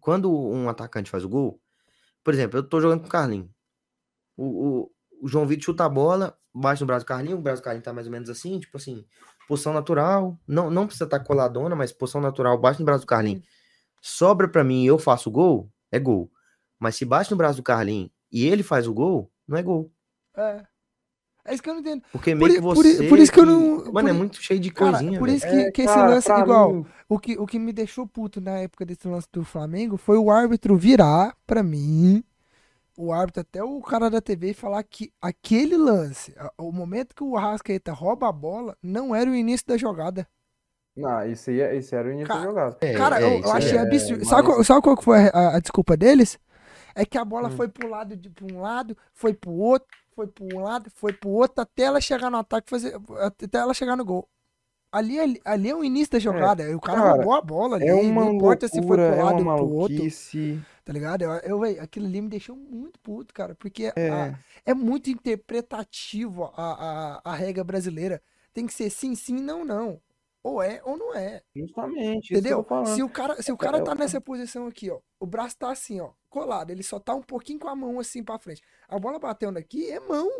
S2: quando um atacante faz o gol, por exemplo, eu tô jogando com o Carlinho. O, o- o João Vitor chuta a bola, bate no braço do Carlinho, o braço do Carlinho tá mais ou menos assim, tipo assim, posição natural, não, não precisa estar coladona, mas posição natural, bate no braço do Carlinho. Sobra pra mim e eu faço o gol, é gol. Mas se bate no braço do Carlinho e ele faz o gol, não é gol.
S1: É. É isso que eu não entendo.
S2: Porque
S1: Por
S2: meio que
S1: i- por i-
S2: você.
S1: por isso que eu não- por
S2: Mano, é
S1: i-
S2: muito cheio de
S1: Cara,
S2: coisinha.
S1: por
S2: velho.
S1: isso que,
S3: É,
S1: que esse
S3: cara,
S1: lance,
S3: pra
S1: igual,
S3: mim-
S1: o que, o que me deixou puto na época desse lance do Flamengo foi o árbitro virar pra mim, o árbitro até o cara da TV falar que aquele lance, a- o momento que o Arrascaeta rouba a bola, não era o início da jogada.
S3: Não, isso aí, é- isso era o início
S1: Cara,
S3: da jogada.
S2: É,
S1: Cara,
S2: é,
S1: eu- eu,
S2: isso
S1: achei
S2: é-
S1: absurdo.
S3: mas-
S1: Sabe, qual, sabe qual que foi a, a- a desculpa deles? É que a bola
S3: Hum.
S1: foi pro lado de pra um lado, foi pro outro, foi pro um lado, foi pro outro, até ela chegar no ataque, fazer, até ela chegar no gol. Ali, ali, ali é o início da jogada. o cara,
S3: cara,
S1: roubou a bola ali.
S3: É uma
S1: não importa
S3: loucura,
S1: se foi pro
S3: é
S1: lado
S3: uma
S1: ou pro outro.
S3: maluquice.
S1: Tá ligado? Eu, eu, véi, aquilo ali me deixou muito puto, cara. Porque
S3: É,
S1: a- é muito interpretativo a, a, a regra brasileira. Tem que ser sim, sim, não, não. Ou é ou não é.
S3: justamente, isso que eu
S1: Entendeu?
S3: tô falando.
S1: Se o cara, se o
S3: É,
S1: cara
S3: eu-
S1: tá nessa posição aqui, ó, o braço tá assim, ó, colado, ele só tá um pouquinho com a mão assim pra frente. A bola batendo aqui é mão.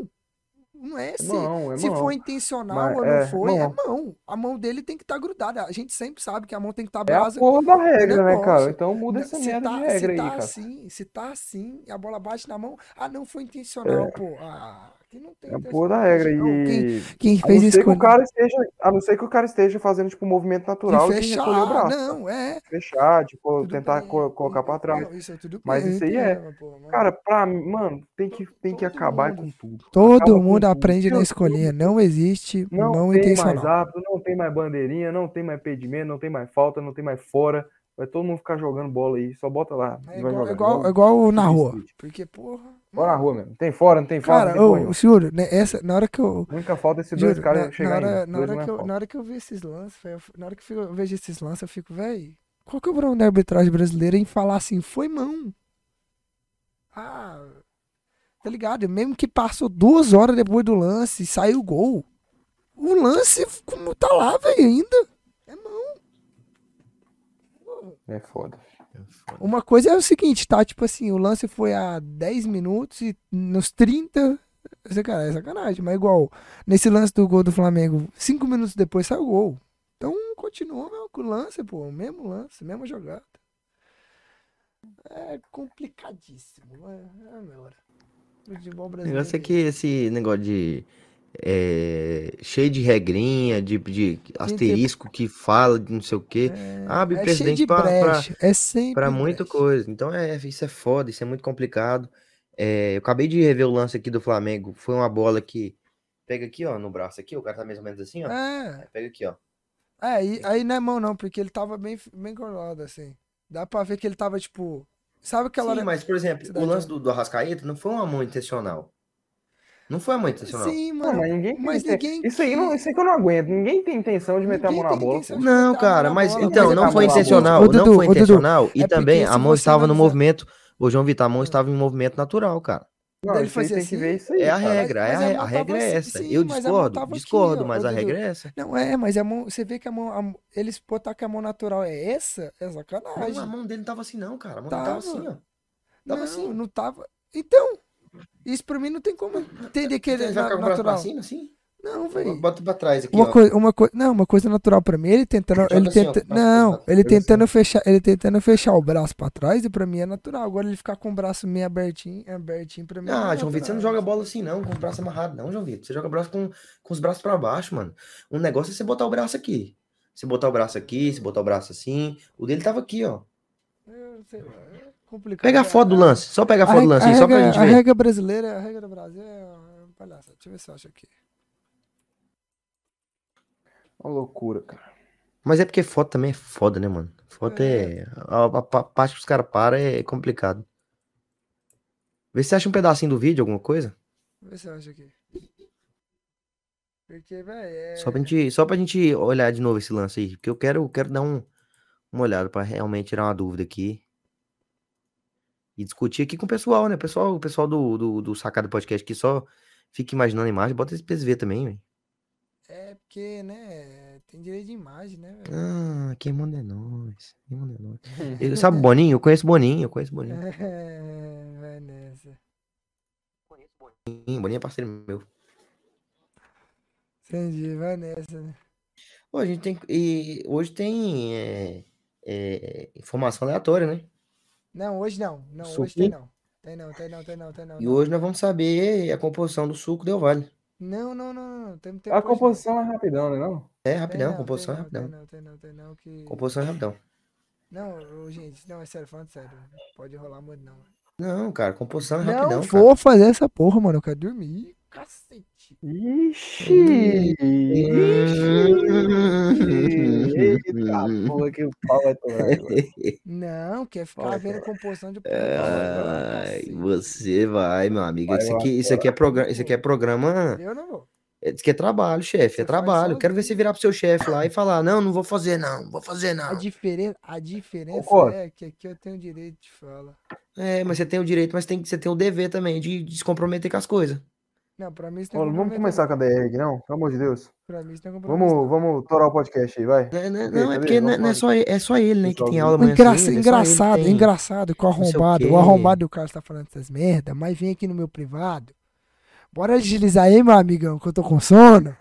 S1: Não é assim.
S3: Não, é
S1: se
S3: mão.
S1: for intencional
S3: Mas
S1: ou não
S3: é
S1: foi, é
S3: mão.
S1: mão. A mão dele tem que estar grudada. A gente sempre sabe que a mão tem que estar
S3: É a
S1: brasa.
S3: porra da regra, né, cara?
S1: negócio.
S3: Então muda essa
S1: Se
S3: merda
S1: tá,
S3: de
S1: se
S3: regra aí,
S1: tá
S3: cara.
S1: assim, se tá assim, e a bola bate na mão, ah, não foi intencional, pô. Ah, que não tem
S3: É a
S1: intenção-
S3: porra da regra
S1: Não, Quem,
S3: e...
S1: quem
S3: A não,
S1: fez
S3: ser
S1: isso
S3: que
S1: com
S3: o cara esteja, a não ser que o cara esteja fazendo, tipo, um movimento natural
S1: de
S3: de recolher o
S1: fechar,
S3: braço.
S1: não, é.
S3: Fechar, tipo,
S1: tudo
S3: tentar
S1: bem,
S3: co- colocar pra
S1: não,
S3: trás.
S1: isso é tudo
S3: Mas
S1: bem,
S3: isso aí
S1: tem
S3: é.
S1: problema, pô, mas-
S3: Cara, pra mim, mano, tem que, tem que
S1: Todo
S3: acabar
S1: mundo.
S3: com tudo. Acaba
S1: Todo
S3: com né?
S1: mundo
S3: tudo.
S1: aprende na
S3: Meu
S1: escolinha. Não existe
S3: Não
S1: mão
S3: tem mais
S1: intencional.
S3: árbitro, não tem mais bandeirinha, não tem mais impedimento, não tem mais falta, não tem mais fora. Vai todo mundo ficar jogando bola aí, só bota lá.
S1: É
S3: e Ah, vai
S1: igual,
S3: jogar.
S1: é igual, é igual na rua.
S3: Difícil.
S1: Porque, porra.
S3: Bora na rua mesmo. Tem fora, não tem falta,
S1: Cara,
S3: não tem porra
S1: eu,
S3: nenhuma.
S1: juro, né, essa, na hora que eu.
S3: A única falta é esses
S1: Juro,
S3: dois
S1: na,
S3: caras
S1: na
S3: chegarem.
S1: hora,
S3: juntos,
S1: na,
S3: dois
S1: hora
S3: não é
S1: que eu,
S3: falta.
S1: na hora que eu vi esses lances, velho, eu- na hora que eu fico- eu vejo esses lances, eu fico, velho. Qual que é o problema da arbitragem brasileira em falar assim, foi mão? Ah. Tá ligado? Mesmo que passou duas horas depois do lance e saiu o gol. O lance, como tá lá, velho, ainda. É mão.
S3: É foda.
S1: Uma coisa é o seguinte, tá? Tipo assim, o lance foi a 10 minutos e nos 30. Você, cara, é sacanagem, mas igual. Nesse lance do gol do Flamengo, 5 minutos depois saiu o gol. Então continua mesmo com o lance, pô. o Mesmo lance, mesma jogada. É complicadíssimo. É, é melhor. Futebol
S2: O
S1: brasileiro.
S2: negócio é que esse negócio de. é, cheio de regrinha, de, de asterisco que fala de não sei o quê. Abre
S1: é cheio
S2: precedente
S1: de
S2: pra- pra-
S1: brecha. é sempre.
S2: Pra muita
S1: brecha.
S2: coisa. Então é, isso é foda, isso é muito complicado. É, eu acabei de rever o lance aqui do Flamengo. Foi uma bola que pega aqui, ó, no braço aqui, o cara tá mais ou menos assim, ó.
S1: É.
S2: Aí Pega aqui, ó.
S1: É, aí, aí não é mão não, porque ele tava bem, bem colado, assim. Dá pra ver que ele tava, tipo... Sabe aquela...
S2: Sim, mas por exemplo, o
S1: Cidade, né?
S2: lance
S1: ó.
S2: do, do Arrascaeta não foi uma mão intencional. Não foi uma mão intencional.
S1: Sim,
S3: Não,
S1: mano.
S3: mas ninguém
S1: mas
S3: tem inten-
S1: ninguém
S3: Isso aí não,
S1: quis.
S3: isso aí que eu não aguento. Ninguém tem intenção de meter a
S1: Ninguém
S3: mão na
S1: tem
S3: bola.
S1: intenção
S3: pô.
S1: de
S2: Não,
S1: meter a mão
S2: cara,
S1: na
S2: mas
S1: bola,
S2: então,
S1: mas
S2: não
S1: a
S2: foi
S1: bola-
S2: intencional.
S1: Ô, Dudu,
S2: não foi
S1: ô, Dudu,
S2: intencional. E
S1: é porque
S2: também
S1: se
S2: a mão
S1: você
S2: estava no
S1: analisar-
S2: movimento. Ô, João Vitor, a mão
S1: Hum.
S2: estava em movimento natural, cara.
S3: Não,
S1: Dele
S3: isso aí
S1: fazer
S3: tem que
S1: assim,
S3: ver isso aí,
S2: É a
S3: cara.
S2: regra,
S1: mas
S2: é
S1: a
S2: a, re-
S1: mão
S2: a
S1: tava
S2: regra
S1: assim-
S2: é essa.
S1: sim,
S2: Eu
S1: mas a mão
S2: discordo,
S1: tava aqui,
S2: discordo,
S1: ó, ô,
S2: mas a
S1: Dudu.
S2: regra é essa.
S1: Não é, mas a mão... Você vê que a mão... a- eles botar que a mão natural é essa, é
S2: Não,
S1: sacanagem.
S2: a mão dele não tava assim, não, cara. A mão dele tava
S1: Tava.
S2: assim, ó. Tava
S1: não,
S2: assim.
S1: não tava... Então... Isso pra mim não tem como entender que ele é na-
S2: Então, ele vai ficar com o braço pra
S1: natural.
S2: cima, assim?
S1: Não, velho.
S2: Bota pra trás aqui,
S1: Uma
S2: ó.
S1: coisa, uma coisa, não, uma coisa natural pra mim, ele tentando,
S2: Joga
S1: ele
S2: assim, ó,
S1: tenta,
S2: com as
S1: não,
S2: costas,
S1: ele
S3: joga assim,
S1: tentando fechar, ele tentando fechar o braço pra trás e pra mim é natural. Agora ele ficar com o braço meio abertinho, abertinho pra mim. não
S2: Ah,
S1: é
S2: João Vitor, você não
S1: natural.
S2: joga bola assim, não, com o braço amarrado, não, João Vitor. Você joga braço com, com os braços pra baixo, mano. Um negócio é você botar o braço aqui. Você botar o braço aqui, você botar o braço assim. O dele tava aqui, ó.
S1: Eu sei lá, é complicado.
S2: assim. Pega a foto do lance. Só pega a foto do
S1: reg-
S2: lance aí, só pra
S1: regra-
S2: gente
S1: A
S2: ver.
S1: regra brasileira, a regra do Brasil é uma palhaça. Deixa eu ver se eu acho aqui.
S3: Uma loucura, cara.
S2: Mas é porque foto também é foda, né, mano? Foto é. A, a pa- parte que os caras param é complicado. Vê se você acha um pedacinho do vídeo, alguma coisa.
S1: Vê se eu acho aqui. Porque, velho, é...
S2: Só pra, gente, só pra gente olhar de novo esse lance aí, porque eu quero, eu quero dar um, uma olhada pra realmente tirar uma dúvida aqui. E discutir aqui com o pessoal, né? O pessoal, o pessoal do, do, do Sacada Podcast que só fica imaginando a imagem, bota esse PSV também, velho.
S1: é porque, né, tem direito de imagem, né, velho?
S2: Ah, quem manda é nós. Quem manda é nós. Eu- sabe o Boninho? Eu conheço o Boninho, eu conheço o Boninho.
S1: É, vai nessa.
S2: Boninho, Boninho é parceiro meu.
S1: Entendi, vai nessa, né?
S2: Pô, a gente tem, e hoje tem é, é, informação aleatória, né?
S1: Não, hoje não. Não, hoje
S3: Suco?
S1: tem não. Tem não, tem não, tem não, tem não.
S2: E
S1: não.
S2: hoje nós vamos saber a composição do suco Del Vale.
S1: Não, não, não, não, não. Tem, tem
S3: A
S1: hoje não.
S3: composição é rapidão, né? Não?
S1: Tem
S2: É Ah, rapidão,
S1: não, tem
S2: composição é
S1: não,
S2: rapidão.
S1: Tem não, tem não, tem não que...
S2: Composição é rapidão.
S1: Não, ô, gente, não, é sério, falando sério. não Pode rolar muito não.
S2: Não, cara, composição é
S1: não
S2: rapidão.
S1: vou fazer essa porra, mano. Eu quero dormir. Cacete.
S3: Ixi!
S2: Cara.
S3: Ixi! Eita, porra, que o pau vai tomar. agora.
S1: Não, quer ficar
S3: Fala,
S1: vendo
S3: fala.
S1: composição de
S2: É, Ai,
S1: Cacete.
S2: você vai, meu amigo.
S3: Vai,
S2: Isso
S3: eu
S2: aqui,
S3: acho
S2: isso aqui é programa, isso aqui é programa.
S1: Eu não vou.
S2: Isso aqui é trabalho, chefe.
S1: Você faz
S2: É trabalho. Quero ver
S1: sozinho.
S2: você virar pro seu chefe lá e falar: não, não vou fazer, não, não vou fazer,
S1: A
S2: não.
S1: diferença, a diferença
S3: Concordo.
S1: é que aqui eu tenho direito de fala.
S2: É, mas você tem o direito, mas tem, você tem o dever também de descomprometer com as coisas.
S1: Não, pra mim isso não é
S3: Mano, vamos
S1: comprometimento,
S3: começar com a DR aqui, não? Pelo amor de Deus.
S1: não. Pra mim isso não é comprometimento.
S3: Vamos, vamos torar o podcast aí, vai.
S2: Né, né,
S3: Ok,
S2: Não, é
S3: tá
S2: porque
S3: bem,
S2: né,
S3: vamos
S2: não é só, ele- é só ele, né, que tem
S3: Pessoalzinho.
S2: aula amanhã.
S1: Engra-
S2: cedo, é só ele
S1: engraçado,
S2: tem.
S1: engraçado que o
S2: sei o
S1: arrombado, o,
S2: quê.
S1: arrombado do Carlos tá falando essas merda, mas vem aqui no meu privado. Bora agilizar aí, meu amigão, que eu tô com sono.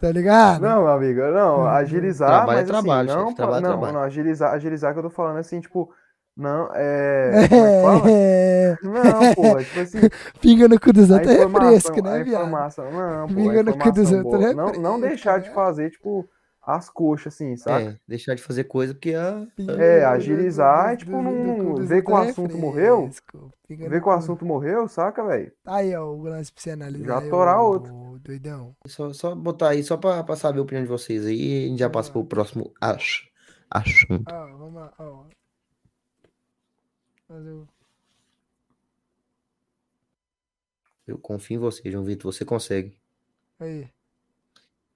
S1: Tá ligado?
S3: Não, meu amigo, não,
S1: Hum,
S3: agilizar,
S2: trabalho é
S3: mas assim,
S2: trabalho,
S3: não,
S2: chefe, trabalho é
S3: não,
S2: trabalho.
S3: não, agilizar, agilizar que eu tô falando assim, tipo, não, é, como é que fala?
S1: É,
S3: Não, pô, é tipo assim,
S1: pinga no cu dos
S3: a
S1: outros é fresco,
S3: informação, a
S1: né, viado?
S3: informação, não, pô, a
S1: Vinga no cu dos
S3: informação
S1: outros
S3: boa.
S1: é
S3: não, não
S1: fresco,
S3: deixar de
S1: né?
S3: fazer, tipo, as coxas, assim, saca?
S2: É, deixar de fazer coisa porque ah,
S1: Pinga
S3: É,
S1: no cu
S3: agilizar
S1: dos-
S3: e, tipo,
S1: dos- do
S3: não-
S1: cu dos
S3: ver que o
S1: outros é
S3: assunto morreu,
S1: fresco, pinga
S3: Ver
S1: no
S3: que o
S1: cu. Tá
S3: assunto morreu, saca, velho?
S1: Aí, ó, o lance pra você analisar.
S3: Já
S1: aí,
S3: torar
S1: ô,
S3: outro.
S1: Doidão.
S2: é só, só botar aí, só pra, pra saber a opinião de vocês aí, a gente já
S1: Vamos
S2: passa
S1: lá.
S2: pro próximo acho, assunto.
S1: Ó, vamos lá, ó. Fazer o-
S2: Eu confio em você, João Vitor, você consegue.
S1: Aí.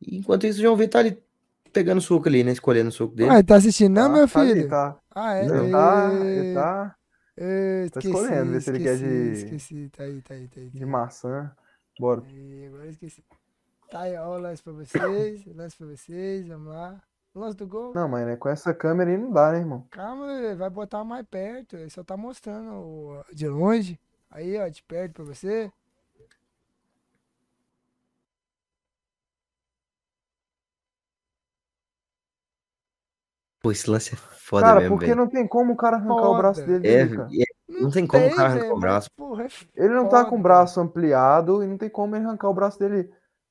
S2: E enquanto isso, o João Vitor tá ali pegando suco ali, né, escolhendo o suco dele.
S1: Ah, ele tá assistindo, não,
S3: Tá,
S1: meu
S3: tá ali,
S1: filho?
S3: tá,
S1: Ah, é?
S2: Não.
S1: Ê,
S3: tá, ele tá
S1: ê,
S3: tá
S1: esqueci,
S3: escolhendo, ver se ele quer
S1: esqueci,
S3: de-
S1: Esqueci, tá aí, tá aí, tá aí.
S3: de maçã, bora.
S1: Aí, agora eu esqueci. Tá aí, ó, o lance pra vocês, lance pra vocês, vamos lá. Lance do gol?
S3: Não, mas né, com essa câmera aí não dá, né, irmão?
S1: Calma, ele vai botar mais perto, ele só tá mostrando o- de longe. Aí, ó, de perto pra você.
S2: Pô, esse lance é foda
S3: Cara,
S2: mesmo,
S3: porque
S2: velho.
S3: não tem como o cara arrancar o
S1: Foda.
S3: braço dele,
S2: É,
S3: né, cara?
S2: é, Não tem como o cara arrancar
S1: velho,
S2: o
S1: mas,
S2: braço.
S1: Porra, é
S3: Ele não tá com
S1: foda.
S3: o braço ampliado e não tem como ele arrancar o braço dele,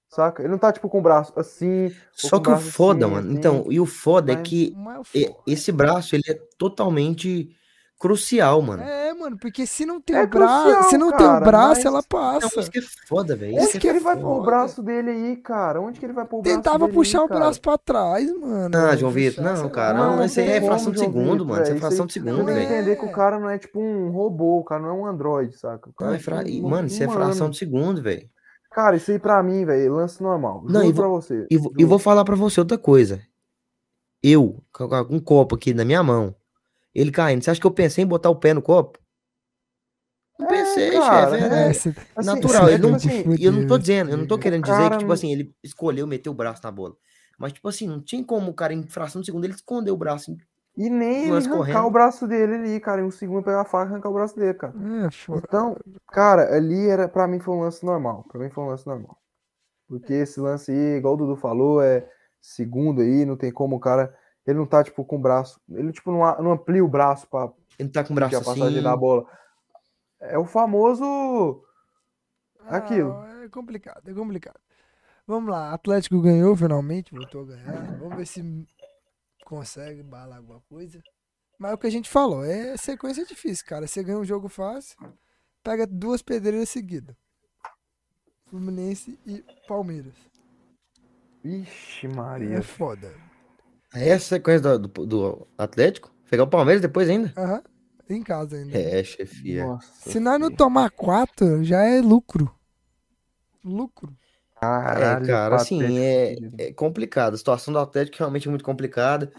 S3: saca? Ele não tá, tipo, com o braço assim.
S2: Só
S3: com
S2: que o
S3: braço
S2: foda,
S3: assim,
S2: mano.
S3: assim,
S2: Então, e o foda é
S3: mas-
S2: que
S1: Mas,
S2: e-
S1: porra.
S2: esse braço, ele é totalmente crucial, mano.
S1: É, mano, porque se não tem
S3: É
S1: o braço,
S3: crucial,
S1: se não tem o
S3: cara,
S1: braço,
S3: mas-
S1: ela
S2: Não,
S1: passa.
S2: isso que é foda, velho.
S3: Onde
S2: Isso
S3: que,
S2: é
S3: ele vai
S2: foda.
S3: pôr o braço dele aí, cara? Onde que ele vai pôr o braço
S1: Tentava
S3: dele
S1: puxar
S3: aí,
S1: o
S3: cara?
S1: braço pra trás, mano.
S2: Não,
S1: Puxar,
S2: João Vitor, não,
S1: sei
S2: cara.
S1: lá.
S2: Não,
S3: Não,
S2: isso aí
S3: tem
S2: é
S3: como,
S2: fração de
S3: João
S2: segundo,
S3: Vitor,
S2: mano. Isso
S3: é,
S2: é
S3: isso
S2: fração
S3: aí-
S2: de
S3: Você
S2: segundo,
S3: tem que
S1: Não é.
S2: velho.
S3: entender que o cara não é, tipo, um robô, o cara não é um android, saca? O cara
S2: Não, é
S3: é,
S2: fra...
S3: tipo,
S2: e,
S3: um
S2: Mano, isso é
S3: humano.
S2: fração de segundo, velho.
S3: Cara, isso aí pra mim, velho, é lance normal.
S2: Não,
S3: Não,
S2: e
S3: Juro
S2: vo-
S3: pra você.
S2: E, vo- e
S3: juro.
S2: vou falar pra você outra coisa. Eu, com com um copo aqui na minha mão, ele caindo. Você acha que eu pensei em botar o pé no copo? Não
S3: É,
S2: pensei,
S3: cara,
S2: chefe. é-
S1: É,
S3: é.
S1: cê-
S3: Assim,
S2: natural,
S3: é
S2: ele não-
S3: tipo assim,
S2: E eu não tô dizendo, eu não tô
S1: Entendi.
S2: querendo dizer
S3: Cara,
S2: que, tipo
S3: não-
S2: assim, ele escolheu meter o braço na bola. Mas, tipo assim, não tinha como o cara, em fração de segundo, ele escondeu o braço.
S3: E nem ele
S2: Lance
S3: arrancar
S2: correndo.
S3: o braço dele ali, cara. Em um segundo pegar a faca e arrancar o braço dele, cara.
S1: é, foda.
S3: Então, cara, ali era pra mim foi um lance normal. Pra mim foi um lance normal. Porque esse lance aí, igual o Dudu falou, é segundo aí, não tem como o cara. Ele não tá, tipo, com o braço. Ele, tipo, não, a- não amplia o braço pra
S2: Ele não tá com o
S3: pedir
S2: braço
S3: a passagem
S2: assim.
S3: da bola. É o famoso. Aquilo.
S1: Ah, é complicado, é complicado. Vamos lá, Atlético ganhou finalmente, voltou a ganhar. Vamos ver se consegue balar alguma coisa. Mas é o que a gente falou, é sequência difícil, cara. Você ganha um jogo fácil, pega duas pedreiras seguidas. Fluminense e Palmeiras.
S3: Ixi,
S1: É
S3: Maria.
S1: foda.
S2: Essa sequência do, do, do Atlético? Pegar o Palmeiras depois ainda?
S1: Aham. Em casa ainda.
S2: É, chefia.
S3: Nossa.
S1: Se nós não
S3: filho.
S1: tomar quatro, já é lucro. Lucro.
S3: Caralho,
S2: é, cara,
S3: o
S2: assim,
S3: Atlético
S2: é,
S3: fudido.
S2: é complicado. A situação do Atlético realmente é muito complicada.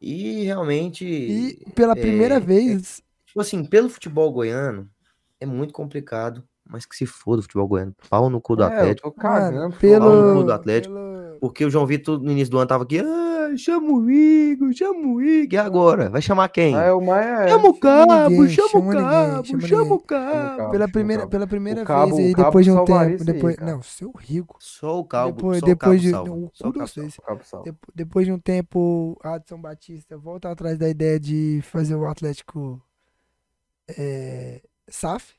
S2: E realmente.
S1: E pela
S2: é,
S1: primeira vez,
S2: Tipo assim, pelo futebol goiano, é muito complicado. Mas que se foda o futebol goiano. Pau no cu do
S3: É, eu
S2: Atlético.
S3: tô
S1: mano,
S3: cagando.
S1: pelo,
S2: do Atlético.
S1: pelo-
S2: Porque o João Vitor, no início do ano, tava aqui. Ah, chama o Igor, chama o Igor. E agora? Vai chamar quem?
S3: É, o Maia.
S2: Chama o Cabo,
S1: ninguém,
S2: chama,
S1: chama
S2: o
S1: ninguém,
S2: Cabo,
S1: chama
S2: chama
S1: ninguém.
S2: o Cabo.
S3: Cabo,
S1: pela
S3: chama o
S1: primeira,
S3: Cabo.
S1: pela primeira
S3: O cabo-
S1: vez aí,
S3: o cabo
S1: depois de um
S3: salvaria
S1: tempo,
S3: isso aí,
S1: depois,
S3: cara.
S1: não, seu rico.
S2: Só o Cabo,
S1: depois,
S2: só
S1: depois de, um,
S2: o Cabo salva.
S1: não, o
S2: Só
S1: cu
S2: o Cabo
S1: dos
S2: salva.
S1: seis.
S3: Cabo salva.
S1: Depo- Depois de um tempo, Adson Batista volta atrás da ideia de fazer o Atlético é, SAF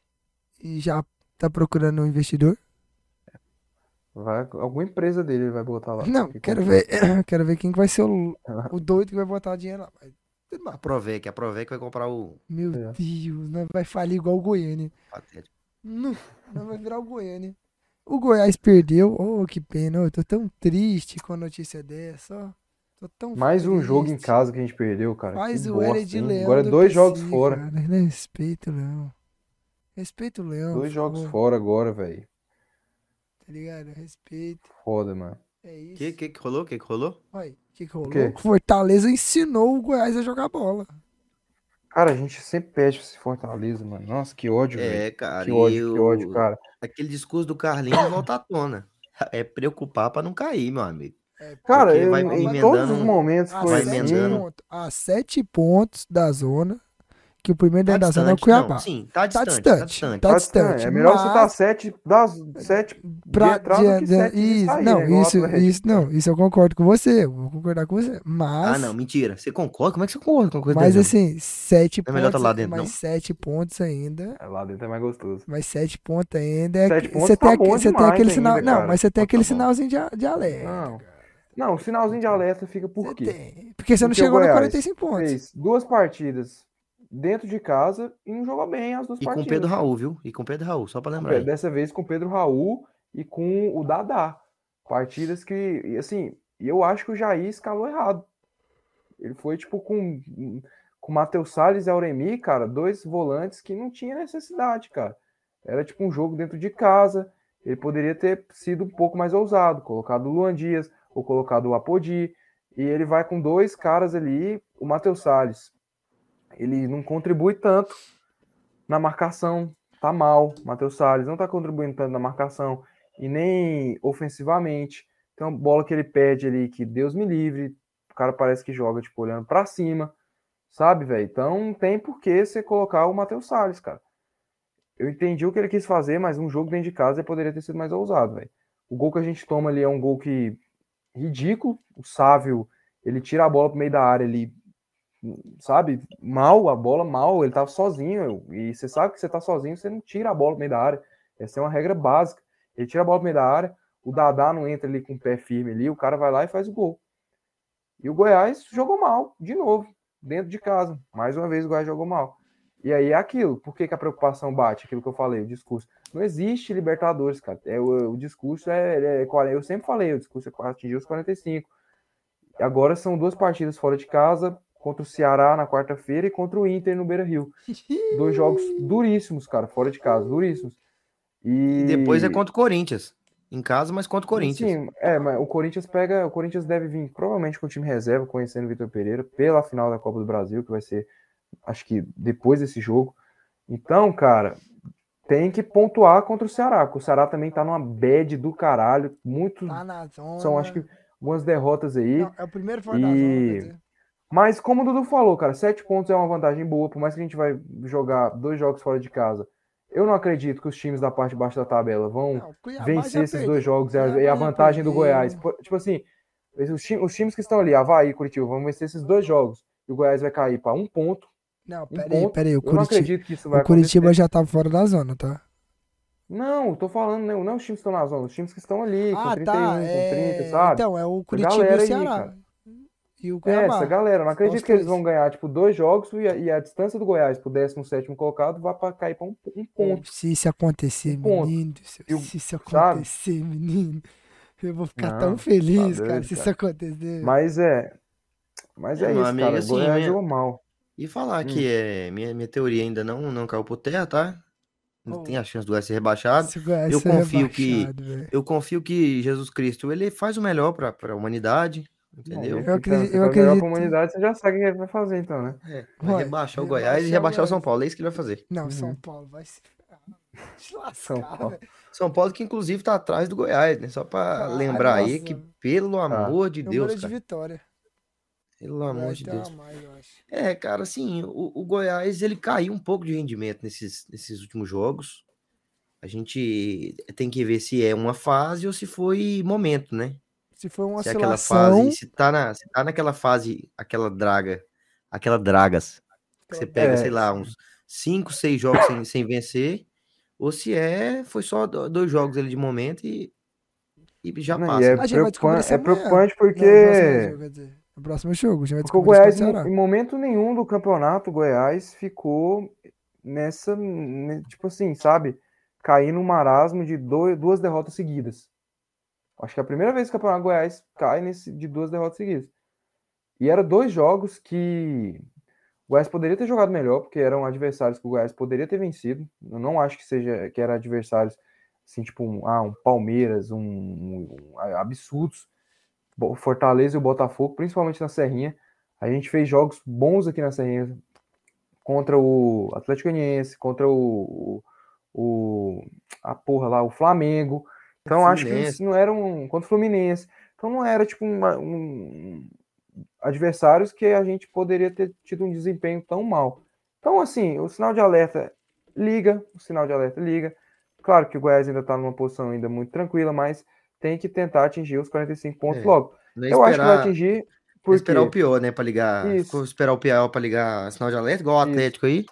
S1: e já tá procurando um investidor.
S3: Vai, alguma empresa dele vai botar lá.
S1: Não,
S3: Porque
S1: quero
S3: como-
S1: ver, quero ver quem que vai ser o, o doido que vai botar dinheiro lá. Mas, tudo bem.
S2: A Provec, a Provec vai comprar o
S1: Meu
S3: É.
S1: Deus, nós vai falir igual o Goiânia.
S2: Atlético.
S1: Não, nós vai virar o Goiânia. O Goiás perdeu. Oh, que pena. Eu tô tão triste com a notícia dessa. ó. Tô tão
S3: Mais um jogo em
S1: triste.
S3: casa que a gente perdeu, cara.
S1: Faz
S3: que
S1: o
S3: bosta,
S1: L de
S3: hein?
S1: Leão.
S3: Agora
S1: do
S3: dois jogos
S1: PC,
S3: fora.
S1: Cara. Respeita o Leão. Respeita o Leão.
S3: Dois
S1: por
S3: jogos
S1: favor,
S3: fora agora, velho.
S1: Tá ligado? Respeita.
S3: Foda, mano.
S1: É
S2: O
S1: isso.
S2: que, que que rolou? O que, que rolou?
S1: Olha, o que, que rolou?
S3: quê?
S1: Fortaleza ensinou o Goiás a jogar bola.
S3: Cara, a gente sempre pede pra se Fortaleza, mano. Nossa, que ódio, velho.
S2: É, cara.
S3: Que
S2: e
S3: ódio, que
S2: o-
S3: ódio, cara.
S2: Aquele discurso do Carlinhos volta à tona. É preocupar pra não cair, meu amigo. Tá
S1: É,
S3: Cara,
S2: Porque
S3: eu,
S2: vai
S3: em
S2: emendando- né?
S3: todos os momentos
S1: a,
S3: foi
S2: Vai
S3: assim.
S1: sete
S2: emendando.
S1: pontos, a sete pontos da zona. Que o primeiro
S2: Tá
S1: dentro da zona é o
S2: distante,
S1: Cuiabá.
S2: não. Sim,
S1: Tá
S2: tá distante.
S1: distante, tá
S3: Tá
S1: distante,
S3: distante. É melhor você estar
S1: mas- É.
S3: sete das sete
S1: pra
S3: de entrada do que
S1: diante-
S3: sete de
S1: isso,
S3: saída,
S1: não,
S3: igual
S1: isso,
S3: o Atlético.
S1: isso, não, isso eu concordo com você, eu vou concordar com você, mas,
S2: Ah, não, mentira. Você concorda? Como é que você concorda com uma coisa
S1: mas
S2: dessa?
S1: assim, sete
S2: É
S1: pontos,
S2: melhor tá lá dentro,
S1: mais
S2: não?
S1: sete pontos ainda,
S3: É, Lá dentro é mais gostoso.
S1: mais sete pontos ainda, é
S3: Sete
S1: que-
S3: pontos
S1: você
S3: tá
S1: tem,
S3: bom
S1: aque- você tem
S3: demais
S1: aquele
S3: ainda,
S1: sinal, não,
S3: cara. Ah,
S1: mas você tem
S2: Tá
S1: aquele
S2: bom.
S1: sinalzinho de, a- de alerta,
S3: Não.
S1: cara.
S3: Não, o sinalzinho
S2: Então,
S3: de alerta fica por
S1: Você
S3: quê?
S1: tem, porque você não
S3: Porque o
S1: chegou no
S3: Goiás
S1: 45 pontos,
S3: Fez duas partidas dentro de casa e não jogou bem as duas
S2: E com
S3: partidas.
S2: o Pedro Raul, viu? E com o Pedro Raul, só pra lembrar.
S3: Pe-
S2: aí.
S3: Dessa vez com o Pedro Raul e com o Dadá. Partidas que, e assim, e eu acho que o Jair escalou errado. Ele foi, tipo, com com o Matheus Salles e Auremi, cara, dois volantes que não tinha necessidade, cara. Era, tipo, um jogo dentro de casa. Ele poderia ter sido um pouco mais ousado, colocado o Luan Dias ou colocado o Apodi. E ele vai com dois caras ali, o Matheus Salles. Ele não contribui tanto na marcação, tá mal. Matheus Salles não tá contribuindo tanto na marcação e nem ofensivamente. Tem uma bola que ele perde ali que Deus me livre. O cara parece que joga tipo olhando pra cima, sabe, velho? Então não tem por que você colocar o Matheus Salles, cara. Eu entendi o que ele quis fazer, mas um jogo dentro de casa ele poderia ter sido mais ousado, velho. O gol que a gente toma ali é um gol que ridículo. O Sávio, ele tira a bola pro meio da área ali sabe, mal a bola, mal, ele tava sozinho, e você sabe que você tá sozinho, você não tira a bola no meio da área. Essa é uma regra básica. Ele tira a bola no meio da área, o Dadá não entra ali com o pé firme ali, o cara vai lá e faz o gol. E o Goiás jogou mal, de novo, dentro de casa. Mais uma vez o Goiás jogou mal. E aí é aquilo. Por que, que a preocupação bate? Aquilo que eu falei, o discurso. Não existe Libertadores, cara. É, o, o discurso é, ele é 40 Eu sempre falei, o discurso é atingir os 45. E Agora são duas partidas fora de casa, contra o Ceará na quarta-feira e contra o Inter no Beira Rio. Dois jogos duríssimos, cara, fora de casa, duríssimos. E,
S2: E depois é contra o Corinthians. Em casa, mas contra o Corinthians.
S3: Sim, é, mas o Corinthians pega. O Corinthians deve vir provavelmente com o time reserva, conhecendo o Vitor Pereira, pela final da Copa do Brasil, que vai ser, acho que depois desse jogo. Então, cara, tem que pontuar contra o Ceará, porque o Ceará também tá numa bad do caralho. Muito.
S1: tá na zona,
S3: são, acho que, algumas derrotas aí.
S1: não, é o primeiro fora da zona,
S3: e-
S1: quer dizer.
S3: Mas como o Dudu falou, cara, sete pontos é uma vantagem boa, por mais que a gente vai jogar dois jogos fora de casa. Eu não acredito que os times da parte de baixo da tabela vão
S1: Não, o Cuiabá já
S3: vencer esses
S1: perdeu.
S3: dois jogos e a,
S1: Cuiabá
S3: e
S1: já
S3: a vantagem do
S1: perdeu.
S3: Goiás. Pô, Tipo assim, os, ti- os times que estão ali, Havaí e Curitiba, vão vencer esses dois jogos. E o Goiás vai cair para um ponto.
S1: Não,
S3: Um
S1: peraí,
S3: ponto.
S1: peraí, o
S3: Eu não
S1: Curitiba,
S3: acredito que isso vai
S1: o
S3: acontecer.
S1: Curitiba já tava fora da zona, tá?
S3: Não, eu tô falando, não, não os times que estão na zona, os times que estão ali, com
S1: Ah,
S3: 31,
S1: tá.
S3: com 30,
S1: é,
S3: sabe?
S1: Então, é o Curitiba e
S3: galera
S1: o
S3: aí,
S1: Ceará.
S3: cara.
S1: e o
S3: É,
S1: Cuiabá.
S3: essa galera, eu não
S1: São os
S3: acredito que eles
S1: três.
S3: vão ganhar, tipo, dois jogos e a, e a distância do Goiás pro 17 colocado vai pra cair pra um, um ponto.
S1: É, Se isso acontecer,
S3: Um ponto.
S1: menino, do céu,
S3: Eu-
S1: se isso
S3: sabe?
S1: acontecer, menino, eu vou ficar
S3: Não,
S1: tão feliz,
S3: tá
S1: cara,
S3: doido,
S1: se isso
S3: cara.
S1: acontecer.
S3: Mas é. Mas
S2: É,
S3: é,
S2: meu
S3: isso,
S2: amigo,
S3: cara.
S2: assim,
S3: o Goiás
S2: minha-
S3: jogou mal.
S2: E falar que é, minha, minha teoria ainda não, não caiu por terra, tá? Ainda
S1: Oh.
S2: tem a chance do Goiás ser rebaixado.
S1: Se o Goiás
S2: eu
S1: ser
S2: confio que-
S1: rebaixado, velho.
S2: Eu confio que Jesus Cristo, ele faz o melhor pra, pra humanidade, entendeu?
S1: Eu acrediti-
S3: Então,
S1: eu
S3: você tá melhor
S1: acredito-
S3: comunidade, você já sabe o que ele vai fazer, então, né?
S2: É,
S1: Vai,
S2: vai rebaixar o Goiás e
S1: rebaixar o
S2: rebaixar o São
S1: Goiás.
S2: Paulo. É isso que ele vai fazer.
S1: Não,
S3: Uhum.
S1: São Paulo vai se ferrar. Se
S3: São
S1: lascar,
S3: Paulo.
S1: velho.
S2: São Paulo que inclusive tá atrás do Goiás, né? Só pra
S1: Caralho,
S2: lembrar aí
S1: nossa.
S2: que pelo amor de
S1: Número de É,
S2: Deus,
S1: então.
S2: cara.
S1: vitória.
S2: Pelo
S1: O
S2: amor
S1: Goiás
S2: de
S1: tem uma
S2: Deus.
S1: a mais, eu acho.
S2: É, cara, assim, o, o Goiás ele caiu um pouco de rendimento nesses, nesses últimos jogos. A gente tem que ver se é uma fase ou se foi momento, né?
S1: Se foi uma
S2: se é aquela
S1: oscilação...
S2: fase, se tá, na, se tá naquela fase, aquela draga, aquela dragas, que você
S1: aquela-
S2: pega,
S3: É.
S2: sei lá, uns 5, 6 jogos sem, sem vencer, ou se é, foi só do- dois jogos ali de momento e, e já
S3: Não, e
S2: passa.
S3: é,
S1: A gente vai descobrir
S3: preocupan-
S1: isso
S3: é
S1: amanhã.
S3: preocupante
S1: Não, no próximo
S3: porque.
S1: jogo, quer dizer. No próximo jogo, a gente vai
S3: Porque o
S1: descobrir isso
S3: Goiás,
S1: contra o Ceará.
S3: em momento nenhum do campeonato, o Goiás ficou nessa. né, Tipo assim, sabe? cair num marasmo de dois, duas derrotas seguidas. Acho que é a primeira vez que o Campeonato Goiás cai nesse, de duas derrotas seguidas. E eram dois jogos que o Goiás poderia ter jogado melhor, porque eram adversários que o Goiás poderia ter vencido. Eu não acho que seja que eram adversários assim, tipo um, ah, um Palmeiras, um, um- um- absurdos. Bo- Fortaleza e o Botafogo, principalmente na Serrinha. A gente fez jogos bons aqui na Serrinha contra o Atlético Goianiense, contra o, o, o- a porra lá, o Flamengo. Então acho que
S2: Fluminense.
S3: isso não era um contra o Fluminense. Então não era tipo uma- um adversários que a gente poderia ter tido um desempenho tão mal. Então assim, o sinal de alerta liga, o sinal de alerta liga. Claro que o Goiás ainda está numa posição ainda muito tranquila, mas tem que tentar atingir os 45 pontos
S2: É.
S3: logo.
S2: Não é
S3: Eu acho que vai
S2: esperar-
S3: atingir
S2: não é
S3: porque
S2: esperar o pior, né? Pra ligar.
S3: Isso.
S2: Ficou Esperar o pior pra ligar sinal de alerta, igual o
S3: Isso.
S2: Atlético aí.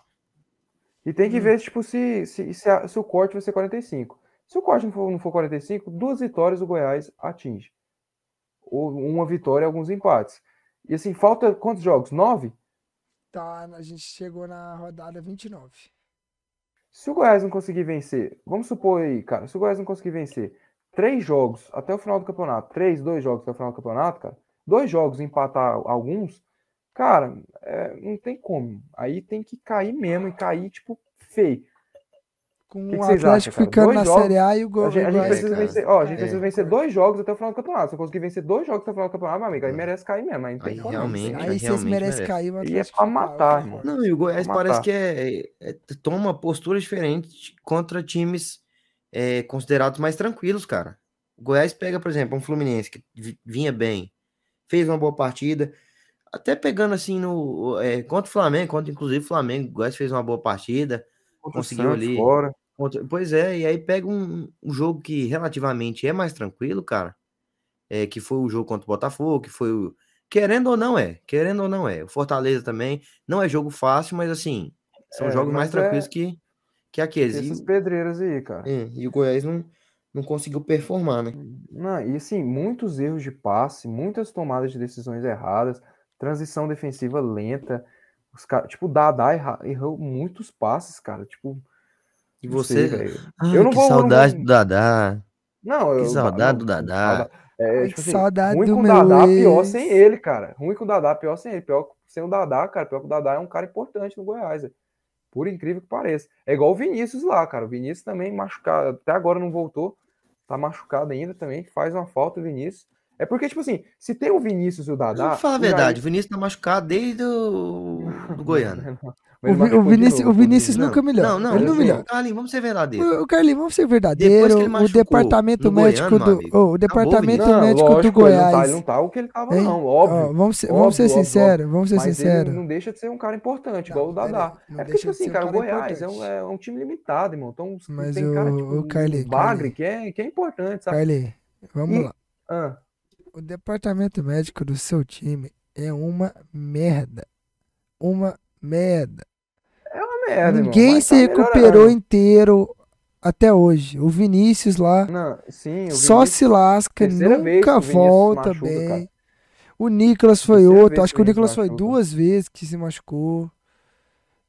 S3: e tem que
S2: Hum.
S3: ver tipo se se, se, a- se o corte vai ser 45. Se o corte não for, não for 45, duas vitórias o Goiás atinge. Ou uma vitória e alguns empates. E assim, falta quantos jogos? Nove?
S1: Tá, a gente chegou na rodada 29.
S3: Se o Goiás não conseguir vencer, vamos supor aí, cara, se o Goiás não conseguir vencer três jogos até o final do campeonato, três, dois jogos até o final do campeonato, cara, dois jogos e empatar alguns, cara, é, não tem como. Aí tem que cair mesmo e cair, tipo, feio.
S1: Com
S3: Que que
S1: o
S3: vocês
S1: Atlético
S3: acham, cara?
S1: ficando
S3: Dois
S1: na
S3: jogos,
S1: Série A e o Gol.
S3: A gente, a gente
S2: É,
S3: precisa
S2: cara.
S3: vencer, ó, a gente
S1: É.
S3: precisa vencer dois jogos até o final do campeonato. Se eu conseguir vencer dois jogos até o final do campeonato, meu amigo, aí merece cair mesmo. Aí não tem
S2: Aí
S3: como. não.
S2: realmente,
S1: Aí vocês
S2: realmente
S1: merecem
S2: merece.
S1: cair o
S3: é
S1: Atlético.
S3: pra
S1: Fica,
S3: matar,
S1: ó.
S3: irmão.
S2: Não, e o Goiás
S3: Matar.
S2: parece que é, é- toma postura diferente contra times é, considerados mais tranquilos, cara. O Goiás pega, por exemplo, um Fluminense que vi- vinha bem, fez uma boa partida, até pegando assim no é, contra o Flamengo, contra inclusive o Flamengo, o Goiás fez uma boa partida.
S3: Contra o
S2: conseguiu
S3: Santos
S2: ali.
S3: fora.
S2: Contra- Pois é, e aí pega um, um jogo que relativamente é mais tranquilo, cara. É, que foi o jogo contra o Botafogo, que foi o. Querendo ou não é, querendo ou não é. O Fortaleza também. Não é jogo fácil, mas assim, são
S3: É,
S2: jogos mais
S3: mas é-
S2: tranquilos que, que aqueles.
S3: Essas
S2: E,
S3: pedreiras aí, cara.
S2: é, e o Goiás não, não conseguiu performar, né?
S3: Não, e assim, muitos erros de passe, muitas tomadas de decisões erradas, transição defensiva lenta. Os cara, tipo, o Dadá erra- errou muitos passes, cara. Tipo,
S2: E
S3: não sei,
S2: você.
S3: velho.
S2: Ah,
S3: Eu não
S2: que
S3: vou- eu não
S2: saudade
S3: vou-
S2: do Dadá.
S3: Não, eu,
S2: Que saudade do
S3: não,
S2: Dadá.
S3: saudade- É,
S1: Ai,
S3: tipo
S1: que
S3: assim,
S1: saudade
S3: ruim
S1: do
S3: com o
S1: meu
S3: Dadá, pior sem
S1: ex.
S3: ele, cara. Ruim com o Dadá, pior sem ele. Pior sem o Dadá, cara. Pior que o Dadá é um cara importante no Goiás. é. Por incrível que pareça. É igual o Vinícius lá, cara. O Vinícius também machucado. Até agora não voltou. Tá machucado ainda também. Faz uma falta o Vinícius. É porque, tipo assim, se tem o Vinícius e o Dadá.
S2: Não fala a
S3: o Jair-
S2: verdade, o Vinícius tá machucado desde o do Goiânia.
S3: Mas
S1: O Vi-
S3: ele
S1: o
S3: machucou de
S1: Vinícius-
S3: novo,
S1: o Vinícius
S3: inclusive.
S1: nunca melhora.
S2: Não, não,
S1: Ele é não
S2: ô,
S1: melhora.
S2: Carlinhos, vamos ser verdadeiros.
S1: O Carlinho, vamos ser
S2: Depois
S1: verdadeiro.
S2: que ele
S1: O
S2: machucou
S1: departamento
S2: no
S1: médico
S2: Goiano, meu
S1: do.
S2: amigo,
S1: ô, o
S2: Vinícius.
S1: departamento
S3: Não,
S1: médico do
S3: lógico, ele não tá-
S1: Goiás.
S3: Ele não tá o que ele tava,
S1: Hein? Ó,
S3: não, óbvio.
S1: vamos ser,
S3: óbvio,
S1: vamos ser
S3: óbvio, óbvio.
S1: sinceros, vamos ser
S3: Mas ele
S1: sinceros.
S3: não deixa de ser um cara importante,
S1: Não,
S3: igual o Dadá.
S1: pera aí, não
S3: é porque,
S1: deixa
S3: tipo
S1: de ser
S3: assim,
S1: um
S3: cara, o
S1: cara
S3: Goiás é um,
S1: importante.
S3: é um time limitado, irmão. Então os-
S1: Mas
S3: tem cara,
S1: o-
S3: tipo,
S1: o Carlinhos,
S3: Bagre,
S1: Carlinhos.
S3: que é, que é importante, sabe?
S1: Carlinho, vamos
S3: E-
S1: lá.
S3: Ah,
S1: O departamento médico do seu time é uma merda. Uma merda.
S3: é uma merda, irmão,
S1: Ninguém
S3: mas
S1: se
S3: tá
S1: recuperou
S3: melhorando.
S1: inteiro até hoje. O Vinícius lá
S3: Não, sim, o
S1: só
S3: Vinícius-
S1: se lasca,
S3: terceira vez que
S1: nunca
S3: o Vinícius
S1: volta
S3: machuca,
S1: bem.
S3: cara.
S1: O Nicolas foi
S3: Terceira
S1: outro,
S3: vez
S1: acho
S3: que
S1: que o
S3: o Nicolas
S1: Nicolas foi
S3: machuca. Tá
S1: duas vezes que se machucou.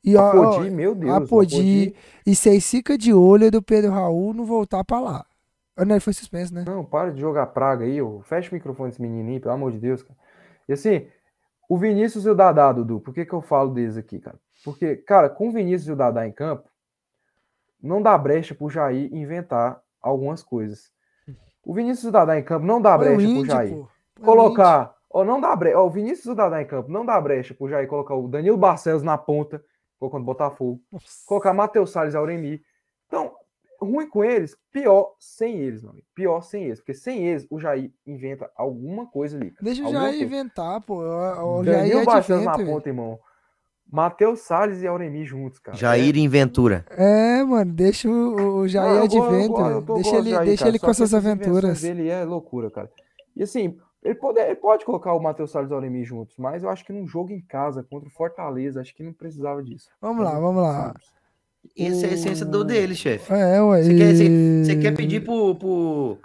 S1: E ó, ó,
S3: Apodi, meu Deus. o
S1: Apodi. E vocês fica de olho do Pedro Raul não voltar pra lá. Ah, não, ele foi suspenso, né?
S3: Não, para de jogar praga aí, ô. fecha o microfone desse menino aí, pelo amor de Deus, cara. E assim, o Vinícius e o Dadá, Dudu, por que que eu falo deles aqui, cara? Porque, cara, com o Vinícius e o Dadá em campo, não dá brecha pro Jair inventar algumas coisas. O Vinícius e o Dadá em campo não dá
S1: Põe Hum. o
S3: brecha pro
S1: Indy,
S3: tipo, Jair.
S1: pô. é Põe o Indy.
S3: Colocar, ó, não dá brecha, ó, o Vinícius e o Dadá em campo não dá brecha pro Jair colocar o Danilo Barcelos na ponta, colocando o Botafogo
S1: Nossa.
S3: colocar Matheus Salles e Auremi. Então, ruim com eles, pior sem eles, mano. Pior sem eles. Porque sem eles, o Jair inventa alguma coisa ali. cara.
S1: Deixa o
S3: Alguma
S1: Jair
S3: coisa.
S1: inventar, pô. O o Jair
S3: Danilo
S1: é de
S3: Barcelos na
S1: vento, velho.
S3: ponta, irmão. Matheus Salles e Auremi juntos, cara.
S2: Jair e Ventura.
S1: É, mano, deixa o, o- o Jair
S3: Não, eu
S1: é de
S3: go- eu
S1: vento,
S3: go- eu
S1: velho.
S3: tô
S1: Deixa
S3: gosto do
S1: ele,
S3: Jair,
S1: deixa
S3: cara,
S1: ele
S3: só
S1: com
S3: que
S1: essas
S3: essas invenções
S1: aventuras.
S3: dele é loucura, cara. E assim, ele pode, ele pode colocar o Matheus Salles e o Auremi juntos, mas eu acho que num jogo em casa contra o Fortaleza, acho que não precisava disso.
S1: Vamos lá, vamos lá.
S2: Isso é a essência
S3: Hum.
S2: do dele, chefe.
S1: É, ué.
S2: Você quer, você-
S1: e-
S2: você quer pedir pro, pro,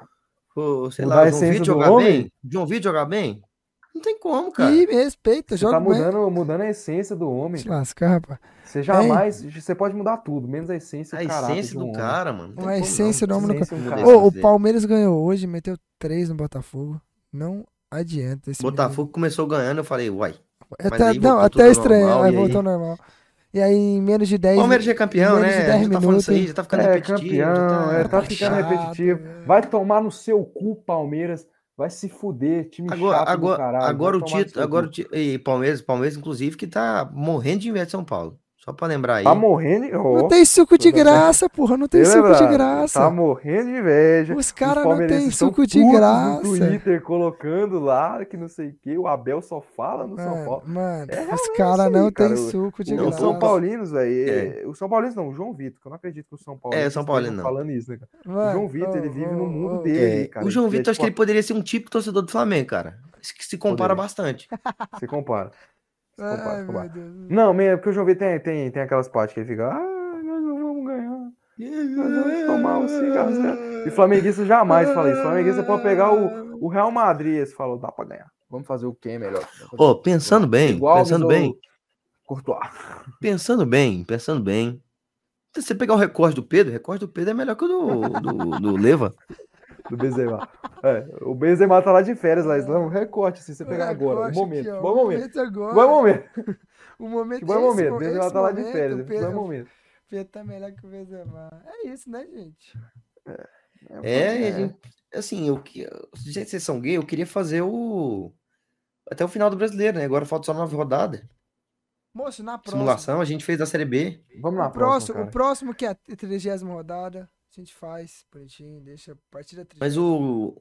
S2: pro, sei
S3: Mudar
S2: lá,
S3: a
S2: João
S3: Hum. essência
S2: Vitor
S3: do
S2: jogar
S3: homem?
S2: bem? João Vitor jogar bem? Não tem como, cara.
S1: Ih, me respeita,
S3: Você
S1: joga
S3: tá
S1: bem.
S3: mudando, mudando a essência do homem.
S1: Se lascar, rapaz.
S3: Você jamais. Você pode mudar tudo, menos a essência
S2: A
S3: e o caráter
S2: essência
S3: de um
S2: do
S3: homem.
S2: cara, mano. não tem
S1: A
S2: como não.
S1: essência do homem no
S3: Essência do
S2: Meu
S3: cara.
S2: Deus.
S1: Ô, o
S2: dizer.
S1: Palmeiras ganhou hoje, meteu três no Botafogo. Não adianta esse
S2: Botafogo começou ganhando, eu falei,
S3: É,
S2: uai.
S1: menino. É
S2: mas
S1: Até,
S2: aí
S1: não,
S2: voltou
S1: até
S2: tudo
S1: estranho,
S2: normal,
S1: aí
S2: e aí?
S1: voltou normal. E aí, em menos de 10
S2: Palmeiras já é campeão,
S1: menos de
S2: né? A
S1: 10
S2: gente tá falando isso aí,
S1: minutos.
S2: já tá ficando
S3: É,
S2: repetitivo. já
S3: campeão, é, tá ficando
S2: chato.
S3: repetitivo. Vai tomar no seu cu, Palmeiras. Vai se fuder, time chato
S2: Agora,
S3: do
S2: agora,
S3: caralho.
S2: agora o
S3: Vai tomar no
S2: título,
S3: seu
S2: agora
S3: cu.
S2: o ti- e Palmeiras, Palmeiras inclusive que tá morrendo de inveja de São Paulo. Só pra lembrar aí.
S3: Tá morrendo. de- Ô,
S1: Não tem suco de
S3: tudo bem.
S1: graça, porra, não tem
S3: Ele é
S1: suco de
S3: brabo, Tá
S1: graça.
S3: morrendo de inveja.
S1: Os
S3: Os
S1: caras não
S3: palmeirenses
S1: têm
S3: estão
S1: suco de
S3: putos
S1: graça.
S3: No Twitter colocando lá que não sei o que. O Abel só fala no São
S1: Mano,
S3: Paulo.
S1: mano,
S3: É
S1: os
S3: realmente
S1: caras
S3: isso
S1: não
S3: aí, cara.
S1: têm suco de
S2: o
S3: Os
S1: graça.
S3: São Paulinos, velho. é- O São Paulino não, o João Vitor, que eu não acredito que o São Paulo.
S2: É, São Paulino não.
S3: falando isso, né, cara?
S1: Mano,
S3: o João Vitor, ele
S1: ô,
S3: vive
S1: ô,
S3: no mundo
S1: ô.
S3: dele,
S2: É,
S3: cara.
S2: o João
S3: que é
S2: Vitor, acho que ele
S3: tipo-
S2: poderia ser um típico torcedor do Flamengo, cara. Isso que se compara
S3: Poderia.
S2: bastante.
S3: ah, Se compara. Se
S1: Ai,
S3: compara, se
S1: meu
S3: compara.
S1: Deus.
S3: Não, men- é porque o João Vitor tem, tem, tem aquelas partes que ele fica. Ah, nós não vamos ganhar. Nós vamos tomar um cigarro. né?" E flamenguista jamais fala isso. Flamenguista pode pegar o, o Real Madrid. Eles falam, dá pra ganhar. Vamos fazer o quê melhor? Vamos fazer
S2: Ô, pensando bem,
S3: Igual
S2: pensando bem,
S3: Courtois.
S2: pensando bem, pensando bem. Se você pegar o recorde do Pedro, o recorde do Pedro é melhor que o do, do, do Leva.
S3: do Benzema. É, o Benzema tá lá de férias, lá, não, recorte, assim, você pegar agora,
S1: Agora,
S3: um momento,
S1: aqui, ó,
S3: bom
S1: é o
S3: momento,
S1: agora.
S3: bom momento,
S1: O momento, é
S3: bom
S1: esse
S3: momento,
S1: mo-
S3: o Benzema
S1: esse
S3: tá lá de
S1: momento,
S3: férias,
S1: o Pedro,
S3: bom momento.
S1: o Pedro tá melhor que o Benzema. É isso, né, gente?
S2: É, e a gente- assim, eu, que- se vocês são gay, eu queria fazer o. Até o final do brasileiro, né? Agora falta só nove rodadas.
S1: Moço, na próxima.
S2: Simulação, a gente fez da Série B.
S3: Vamos lá,
S1: o, próximo,
S3: próximo,
S1: o próximo que é a 30 rodada, a gente faz bonitinho, deixa a partir da 30.
S2: Mas o.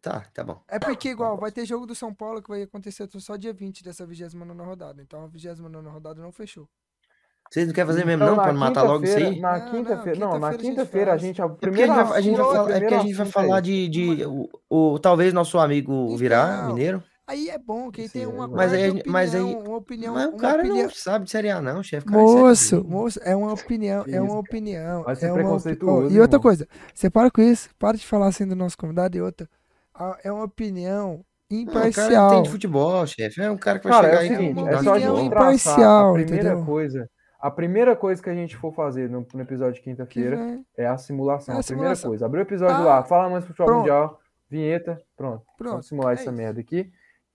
S2: Tá, tá bom.
S1: É porque, igual, vai ter jogo do São Paulo que vai acontecer só dia 20 dessa 29 rodada. Então a 29 rodada não fechou.
S2: Vocês não querem fazer mesmo,
S3: Então,
S2: não?
S3: na
S2: Pra matar logo isso
S3: quinta-feira-
S2: aí?
S1: Não,
S3: Na
S1: não,
S3: quinta-feira, não, na
S1: quinta-feira
S3: quinta-feira
S1: a
S3: a
S1: gente
S3: gente, a
S2: É porque a
S3: primeira
S2: gente vai, a gente vai
S3: assunto-
S2: falar, é porque a
S3: primeiro
S2: gente vai
S3: assunto é
S2: falar
S3: esse.
S2: de. de o, o- talvez nosso amigo virar
S1: Então,
S2: mineiro.
S1: Aí é bom, que aí tem
S3: Sim,
S1: uma
S2: mas aí a
S1: grande
S2: gente- mas aí-
S1: opinião, uma opinião,
S2: Mas o
S1: uma
S2: cara
S1: opinião-
S2: não sabe de Série A, não, chefe. O cara é Série B.
S1: Moço, moço, é uma opinião,
S3: Que
S1: é
S3: isso,
S1: uma
S3: cara.
S1: opinião.
S3: Vai ser
S1: É uma opi...
S3: preconceituoso,
S1: Ó, e
S3: irmão.
S1: outra coisa, você para com isso, para de falar assim do nosso convidado e outra. a- É uma opinião
S2: Não, Ah, o cara
S1: imparcial.
S2: entende futebol, chefe. É um cara que vai
S3: Cara,
S2: chegar
S3: é o
S2: aí e
S3: seguinte,
S2: vai
S3: é
S2: mudar
S3: só a
S2: de
S1: opinião
S2: novo.
S3: gente
S1: em-
S3: traçar
S1: imparcial,
S3: a primeira
S1: entendeu?
S3: coisa, a primeira coisa que a gente for fazer no, no episódio de
S1: Que
S3: quinta-feira
S1: vem-
S3: é a simulação,
S1: É a
S3: a primeira
S1: simulação.
S3: coisa, abriu o episódio
S1: Tá.
S3: lá, fala mais futebol
S1: Pronto.
S3: mundial, vinheta, pronto,
S1: Pronto,
S3: vamos simular
S1: é
S3: essa
S1: isso.
S3: merda aqui.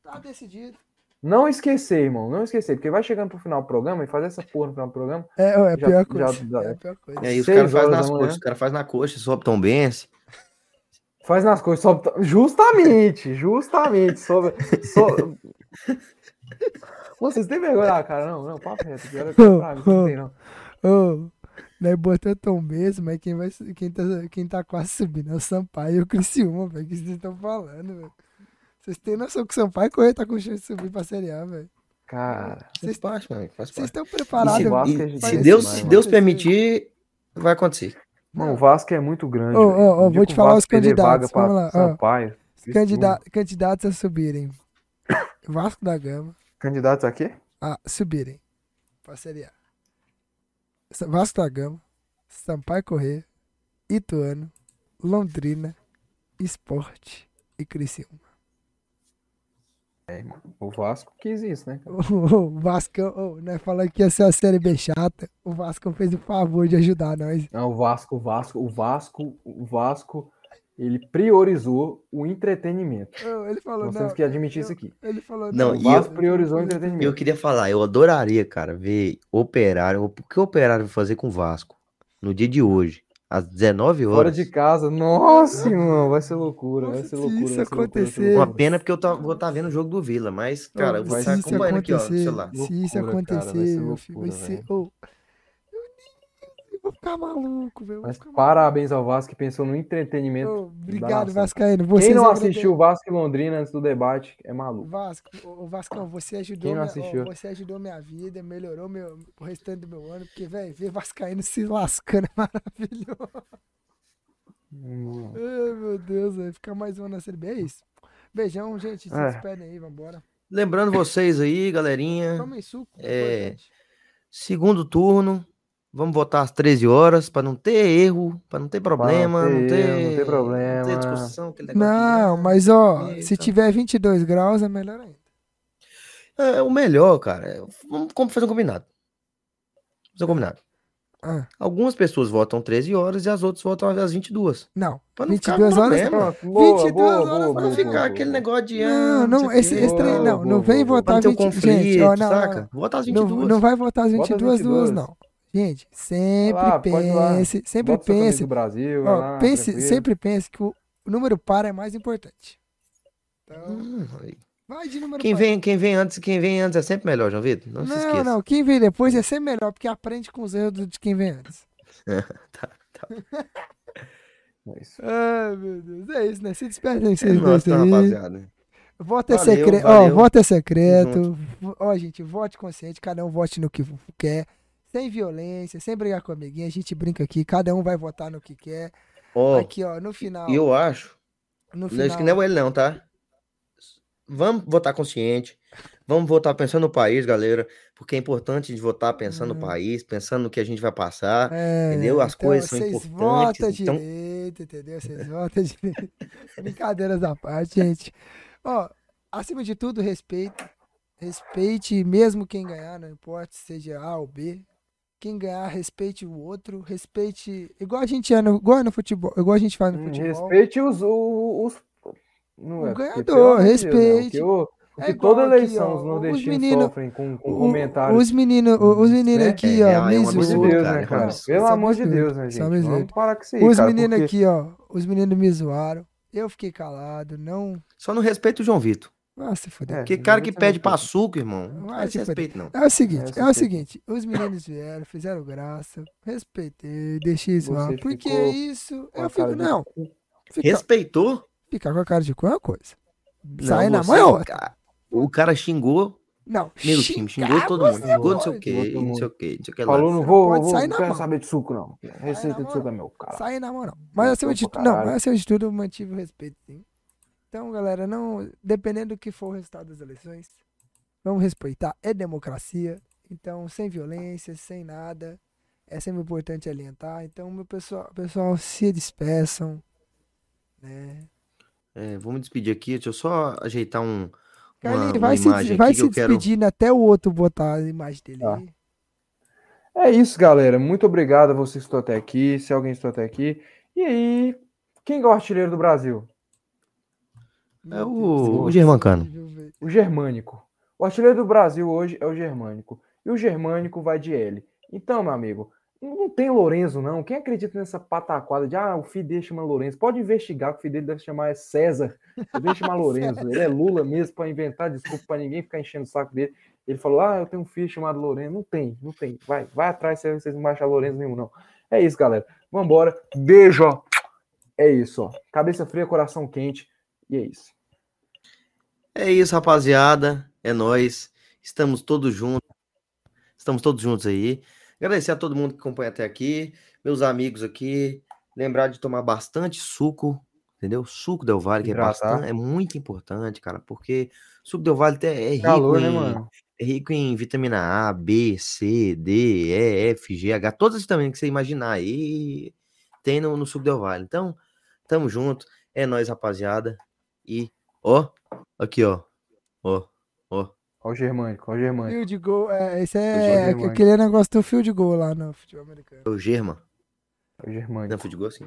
S1: tá decidido.
S3: Não esquecer, irmão. Não esquecer. Porque vai chegando pro final do programa e fazer essa porra no final do programa.
S1: É, ó, é a
S3: Já-
S1: pior
S3: já-
S1: coisa.
S3: já-
S1: é a pior coisa.
S2: E aí os
S3: Seis
S2: caras fazem
S3: horas
S2: nas
S3: da
S2: coxas,
S3: manhã.
S2: os caras fazem na coxa, sobe Tom Benz.
S3: Faz nas coisas. Só... Justamente, justamente. Sobre... so- Vocês têm vergonha na cara? Não, não, papo reto. Pior é que pra mim, não tem, não.
S1: Ô, nós botamos tão mesmo, mas quem, vai, su- quem, tá, quem tá quase subindo é o Sampaio e o Criciúma, velho. O que vocês estão falando, velho? Vocês têm noção que o Sampaio correr tá com chance de subir pra Série A, velho.
S3: Cara,
S2: Faz parte, mano. Faz
S1: Vocês
S2: parte.
S1: estão
S2: E
S1: preparados?
S2: se-
S3: o Vasco
S2: e
S3: é
S2: se
S3: gigante
S2: Deus,
S3: demais,
S2: se
S3: mano.
S2: Deus permitir, vai acontecer.
S3: mano, o Vasco é muito grande.
S1: Ô,
S3: velho.
S1: ô, ô,
S3: O dia
S1: vou te
S3: que o
S1: falar
S3: Vasco
S1: os
S3: perder
S1: candidatos,
S3: Vaga
S1: vamos lá,
S3: pra
S1: ó.
S3: Sampaio. Criciúma.
S1: Candida- candidatos a subirem. Vasco da Gama
S3: Candidatos a quê?
S1: a subirem. Pra Série A. Sa- Vasco da Gama, Sampaio Corrêa, Ituano, Londrina, Esporte e Criciúma.
S3: O Vasco quis isso, né?
S1: O, o Vascão, ô, nós falamos que ia ser a Série B chata. O Vasco fez o favor de ajudar nós.
S3: Não, É o Vasco, o Vasco, o Vasco, o Vasco, ele priorizou o entretenimento.
S1: Ô, ele falou,
S3: Nós
S1: não.
S3: temos que admitir isso aqui.
S1: Ele falou,
S2: Não,
S1: não.
S3: o
S2: e
S3: Vasco
S2: eu-
S3: priorizou o
S2: E Eu
S3: entretenimento.
S2: queria falar, eu adoraria, cara, ver Operário. O que o Operário vai fazer com o Vasco no dia de hoje, às 19
S3: Fora
S2: horas?
S3: de casa. Nossa, irmão, vai ser loucura, vai
S1: Nossa,
S3: ser
S1: se
S3: loucura.
S1: isso
S3: vai ser loucura, vai ser
S1: acontecer-
S2: Uma
S3: loucura.
S2: pena porque eu tá- vou estar vendo o jogo do Vila, mas, cara, eu vou
S1: se
S2: estar
S1: isso
S2: acompanhando aqui, ó, no
S1: acontecer-
S2: celular.
S1: Se isso
S3: Loucura, cara, vai ser
S1: acontecer, meu filho, vai
S3: loucura,
S1: ser.
S3: velho.
S1: ô, eu, nem- eu vou ficar maluco, velho. eu vou
S3: Mas
S1: ficar
S3: parabéns ao Vasco que pensou no
S1: maluco.
S3: entretenimento.
S1: Ô, obrigado,
S3: nação.
S1: Vascaíno.
S3: Quem
S1: vocês
S3: não
S1: agrade-
S3: assistiu o Vasco e Londrina antes do debate é maluco.
S1: Vasco, ô, ô, Vascão, você ajudou,
S3: Quem não
S1: minha,
S3: assistiu?
S1: ó, você ajudou minha vida, melhorou meu, o restante do meu ano, porque, velho, ver Vascaíno se lascando é maravilhoso. É, Ai, meu Deus, velho, ficar mais um ano na Série B, é isso. Beijão, gente, se
S3: É.
S1: despedem aí, vambora.
S2: Lembrando vocês aí, galerinha,
S1: Tomem suco,
S2: É.
S1: importante.
S2: segundo turno, Vamos votar às 13 horas para não ter erro, para não ter problema,
S3: ter
S2: não ter,
S3: erro, não ter
S2: não ter
S3: problema.
S2: discussão. aquele negócio de,
S1: Não,
S2: "Ah,
S1: mas ó,
S2: Eita.
S1: se tiver 22 graus é melhor ainda.
S2: É, o melhor, cara. é- Vamos com- fazer um combinado. Fazer um combinado.
S1: Ah,
S2: Algumas pessoas votam 13 horas e as outras votam às 22.
S1: não.
S2: Pra não ficar
S1: 22 horas
S2: problema.
S3: Pronto, boa,
S1: 22
S3: boa,
S1: horas
S3: boa,
S1: não
S2: Pra
S3: boa,
S2: não ficar
S3: boa,
S2: aquele
S3: boa.
S2: negócio de.
S1: Não,
S2: ah,
S1: não,
S2: sei o
S1: esse,
S2: quê,
S1: esse trem,
S3: Boa,
S1: não, não
S3: boa,
S1: vem
S3: boa.
S1: votar
S2: Pra não ter um
S1: 20, gente,
S2: conflito,
S1: ó, não, não,
S2: saca? Vota às
S1: não,
S2: 22.
S1: não vai votar as
S3: Bota
S1: 22 duas
S3: 22.
S1: não. Gente, sempre
S3: Vai lá, pode ir lá.
S1: pense, sempre
S3: Bota sua camisa
S1: pense,
S3: do Brasil, vai
S1: ó,
S3: lá,
S1: pense,
S3: tranquilo.
S1: sempre pense que o o número par é mais importante. Então,
S2: Hum,
S1: vai de número
S2: Quem
S1: par.
S2: vem, quem vem antes, quem vem antes é sempre melhor, João Vitor. Não, se
S1: Não,
S2: esqueça.
S1: não, quem vem depois é sempre melhor, porque aprende com os erros do- de quem vem antes.
S3: É isso.
S1: Ai, meu Deus, é isso, né? Se desperta aí,
S2: É
S1: vocês dois
S2: nossa,
S1: aí.
S2: rapaziada.
S1: Voto é
S2: Valeu,
S1: secreto. Ó,
S2: valeu.
S1: voto é secreto. Ó, gente, vote consciente, cada um vote no que quer. Sem violência, sem brigar com amiguinha, a gente brinca aqui, cada um vai votar no que quer.
S2: Ó,
S1: aqui, ó, no final.
S2: e eu acho
S1: no
S2: Não,
S1: final.
S2: acho que não é ele, não, tá? Vamos votar consciente. Vamos votar pensando no país, galera. Porque é importante a gente votar pensando no país, pensando no que a gente vai passar.
S1: Uhum. É,
S2: entendeu? As coisas são
S1: vocês
S2: importantes,
S1: votam
S2: então-
S1: direito, entendeu? Vocês votam direito. Brincadeiras à parte, gente. Ó, acima de tudo, respeito. Respeite mesmo quem ganhar, não importa se seja A ou B. Quem ganhar, respeite o outro, respeite. Igual a gente é no, igual é no futebol, igual a gente faz no
S3: Hum,
S1: futebol.
S3: Respeite os. o- os não
S1: O
S3: é, porque,
S1: ganhador,
S3: pelo amor de Deus, né,
S1: respeite.
S3: o que o- o
S1: É
S3: que
S1: igual
S3: toda
S1: aqui,
S3: eleição
S1: ó,
S3: os
S1: os
S3: nordestinos um
S1: menino-
S3: sofrem com, com
S1: O-
S3: comentários.
S1: os meninos, os meninos
S3: né?
S1: aqui,
S2: É, é
S1: ó,
S2: um
S1: me
S3: Pelo amor de
S1: zoam.
S2: absurdo,
S3: Deus,
S2: cara,
S3: né,
S2: é um
S3: cara?
S2: absurdo.
S3: Pelo
S1: Isso é
S3: amor de
S1: absurdo,
S3: Deus,
S1: isso
S3: né,
S1: é
S3: gente? Vamos
S1: absurdo.
S3: parar com isso aí,
S1: Os
S3: cara,
S1: meninos
S3: porque-
S1: aqui, ó, os meninos me zoaram. Eu fiquei calado, não.
S2: Só não respeita o João Vitor.
S1: Ah, se fuder.
S3: É,
S2: Porque cara
S3: ninguém
S2: que
S3: se
S2: pede
S3: respeita.
S2: passuco, irmão, não
S1: Vai
S2: faz
S1: te fuder.
S2: respeito, não.
S1: É o seguinte,
S3: Essa
S1: é o
S3: aqui.
S1: seguinte, os meninos vieram, fizeram graça, respeitei, deixei isso lá,
S3: Você
S1: porque
S3: ficou
S1: isso,
S3: com a
S1: eu
S3: cara
S1: fico,
S3: de
S1: não, fica-
S2: Respeitou?
S1: ficar com a cara de cu é uma coisa,
S2: Não,
S1: sair na
S2: você-
S1: mão é outra,
S2: ca- O cara xingou
S1: não,
S2: meio time, xingou todo
S1: é
S2: mundo. Xingou não sei o
S1: pode.
S2: quê,
S3: Todo
S2: não sei
S3: mundo.
S2: o quê, não sei o que lá.
S3: Falou, não
S1: Você
S3: vou,
S1: pode
S3: vou-
S1: sair
S3: não
S1: na
S3: quero
S1: mão.
S3: saber de suco, não. Receita
S1: na
S3: de suco é meu,
S2: Ah,
S3: cara.
S1: sair na mão não, mas
S3: Não,
S1: acima
S3: tô
S1: de
S3: pra
S1: tudo, não,
S3: caralho.
S1: mas acima de tudo eu mantive o respeito, sim. Então, galera, não, dependendo do que for o resultado das eleições, vamos respeitar, é democracia, então, sem violência, sem nada, é sempre importante alientar, então, meu pessoal, pessoal, se despeçam, né,
S2: É, vou me despedir aqui, deixa eu só ajeitar um. Uma,
S1: Carlinhos,
S2: uma
S1: vai se,
S2: imagem
S1: des- vai
S2: aqui que
S1: se
S2: eu quero. Ah.
S1: despedindo até o outro botar a imagem dele
S3: Tá.
S1: aí.
S3: É isso, galera. Muito obrigado a vocês que estão até aqui, se alguém estou até aqui. E aí, quem é o artilheiro do Brasil?
S1: Meu
S2: É
S1: Deus,
S2: o-
S1: que
S2: o Germán
S1: possível, velho.
S3: O germânico. O artilheiro do Brasil hoje é o germânico. E o germânico vai de L. Então, meu amigo, não tem Lourenço, não. Quem acredita nessa pataquada de ah, o filho dele chama Lourenço? Pode investigar que o filho dele deve chamar é César. Não deve chamar Lourenço. Ele é Lula mesmo para inventar desculpa para ninguém ficar enchendo o saco dele. Ele falou: ah, eu tenho um filho chamado Lourenço. Não tem, não tem. Vai, vai atrás, vocês vocês não vão achar Lourenço nenhum, não. É isso, galera. Vambora. Beijo. ó. É isso, ó. Cabeça fria, coração quente. E é isso.
S2: É isso, rapaziada. É nós. Estamos todos juntos. Estamos todos juntos aí. Agradecer a todo mundo que acompanha até aqui, meus amigos aqui. Lembrar de tomar bastante suco, entendeu? Suco Del Valle, que é,
S3: Hidratar.
S2: bastante, é muito importante, cara, porque suco Del Valle é é rico
S3: Calor, né,
S2: em-
S3: mano?
S2: é rico em vitamina A, B, C, D, E, F, G, H, todas as vitaminas que você imaginar aí tem no, no suco Del Vale. Então, tamo junto, é nóis, rapaziada. E, ó, aqui, ó, ó,
S3: Ó, o germânico, ó, o germânico.
S1: Field goal, é, esse
S2: Eu
S1: é
S3: joguei, mãe.
S1: aquele negócio do field goal lá no futebol americano.
S2: é o Germa,
S3: É o Germânico.
S2: não, futebol assim.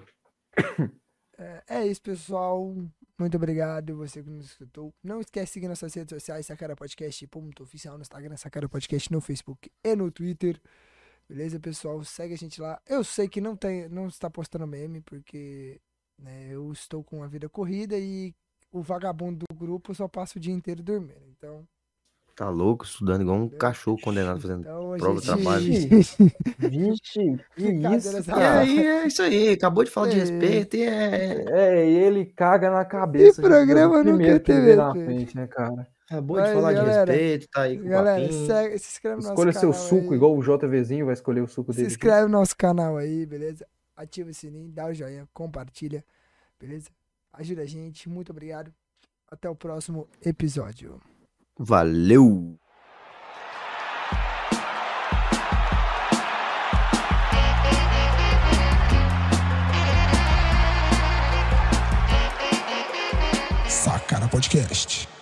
S1: É isso, pessoal. Muito obrigado você que nos escutou. Não esquece de seguir nossas redes sociais, Sacara Podcast, ponto oficial no Instagram, Sacara Podcast no Facebook e no Twitter. Beleza, pessoal? Segue a gente lá. Eu sei que não, tem, não está postando meme, porque né, eu estou com a vida corrida e o vagabundo do grupo só passa o dia inteiro dormindo. Então,
S2: Tá louco, estudando igual um cachorro condenado fazendo.
S1: então a
S2: Prova,
S1: gente...
S2: trabalho.
S3: Vixe, que
S1: Brincadeira,
S3: isso,
S1: essa
S2: E
S3: cara.
S2: aí, é isso aí, acabou de falar
S1: É.
S2: de respeito e é...
S3: É, ele caga na cabeça.
S1: programa
S3: gente.
S1: nunca
S3: É o primeiro que
S1: teve
S3: vê na
S1: respeito.
S3: frente, né, cara?
S2: Acabou de
S1: Mas,
S2: falar
S1: galera,
S2: de respeito, tá aí com o
S1: Galera,
S2: papinho.
S1: segue, se inscreve no nosso
S3: Escolha seu
S1: canal
S3: suco,
S1: aí.
S3: igual o JVzinho vai escolher o suco
S1: Se
S3: dele. aqui.
S1: inscreve no nosso canal aí, beleza? Ativa o sininho, dá o joinha, compartilha, beleza? Ajuda a gente, muito obrigado. Até o próximo episódio.
S2: Valeu!
S5: Podcast.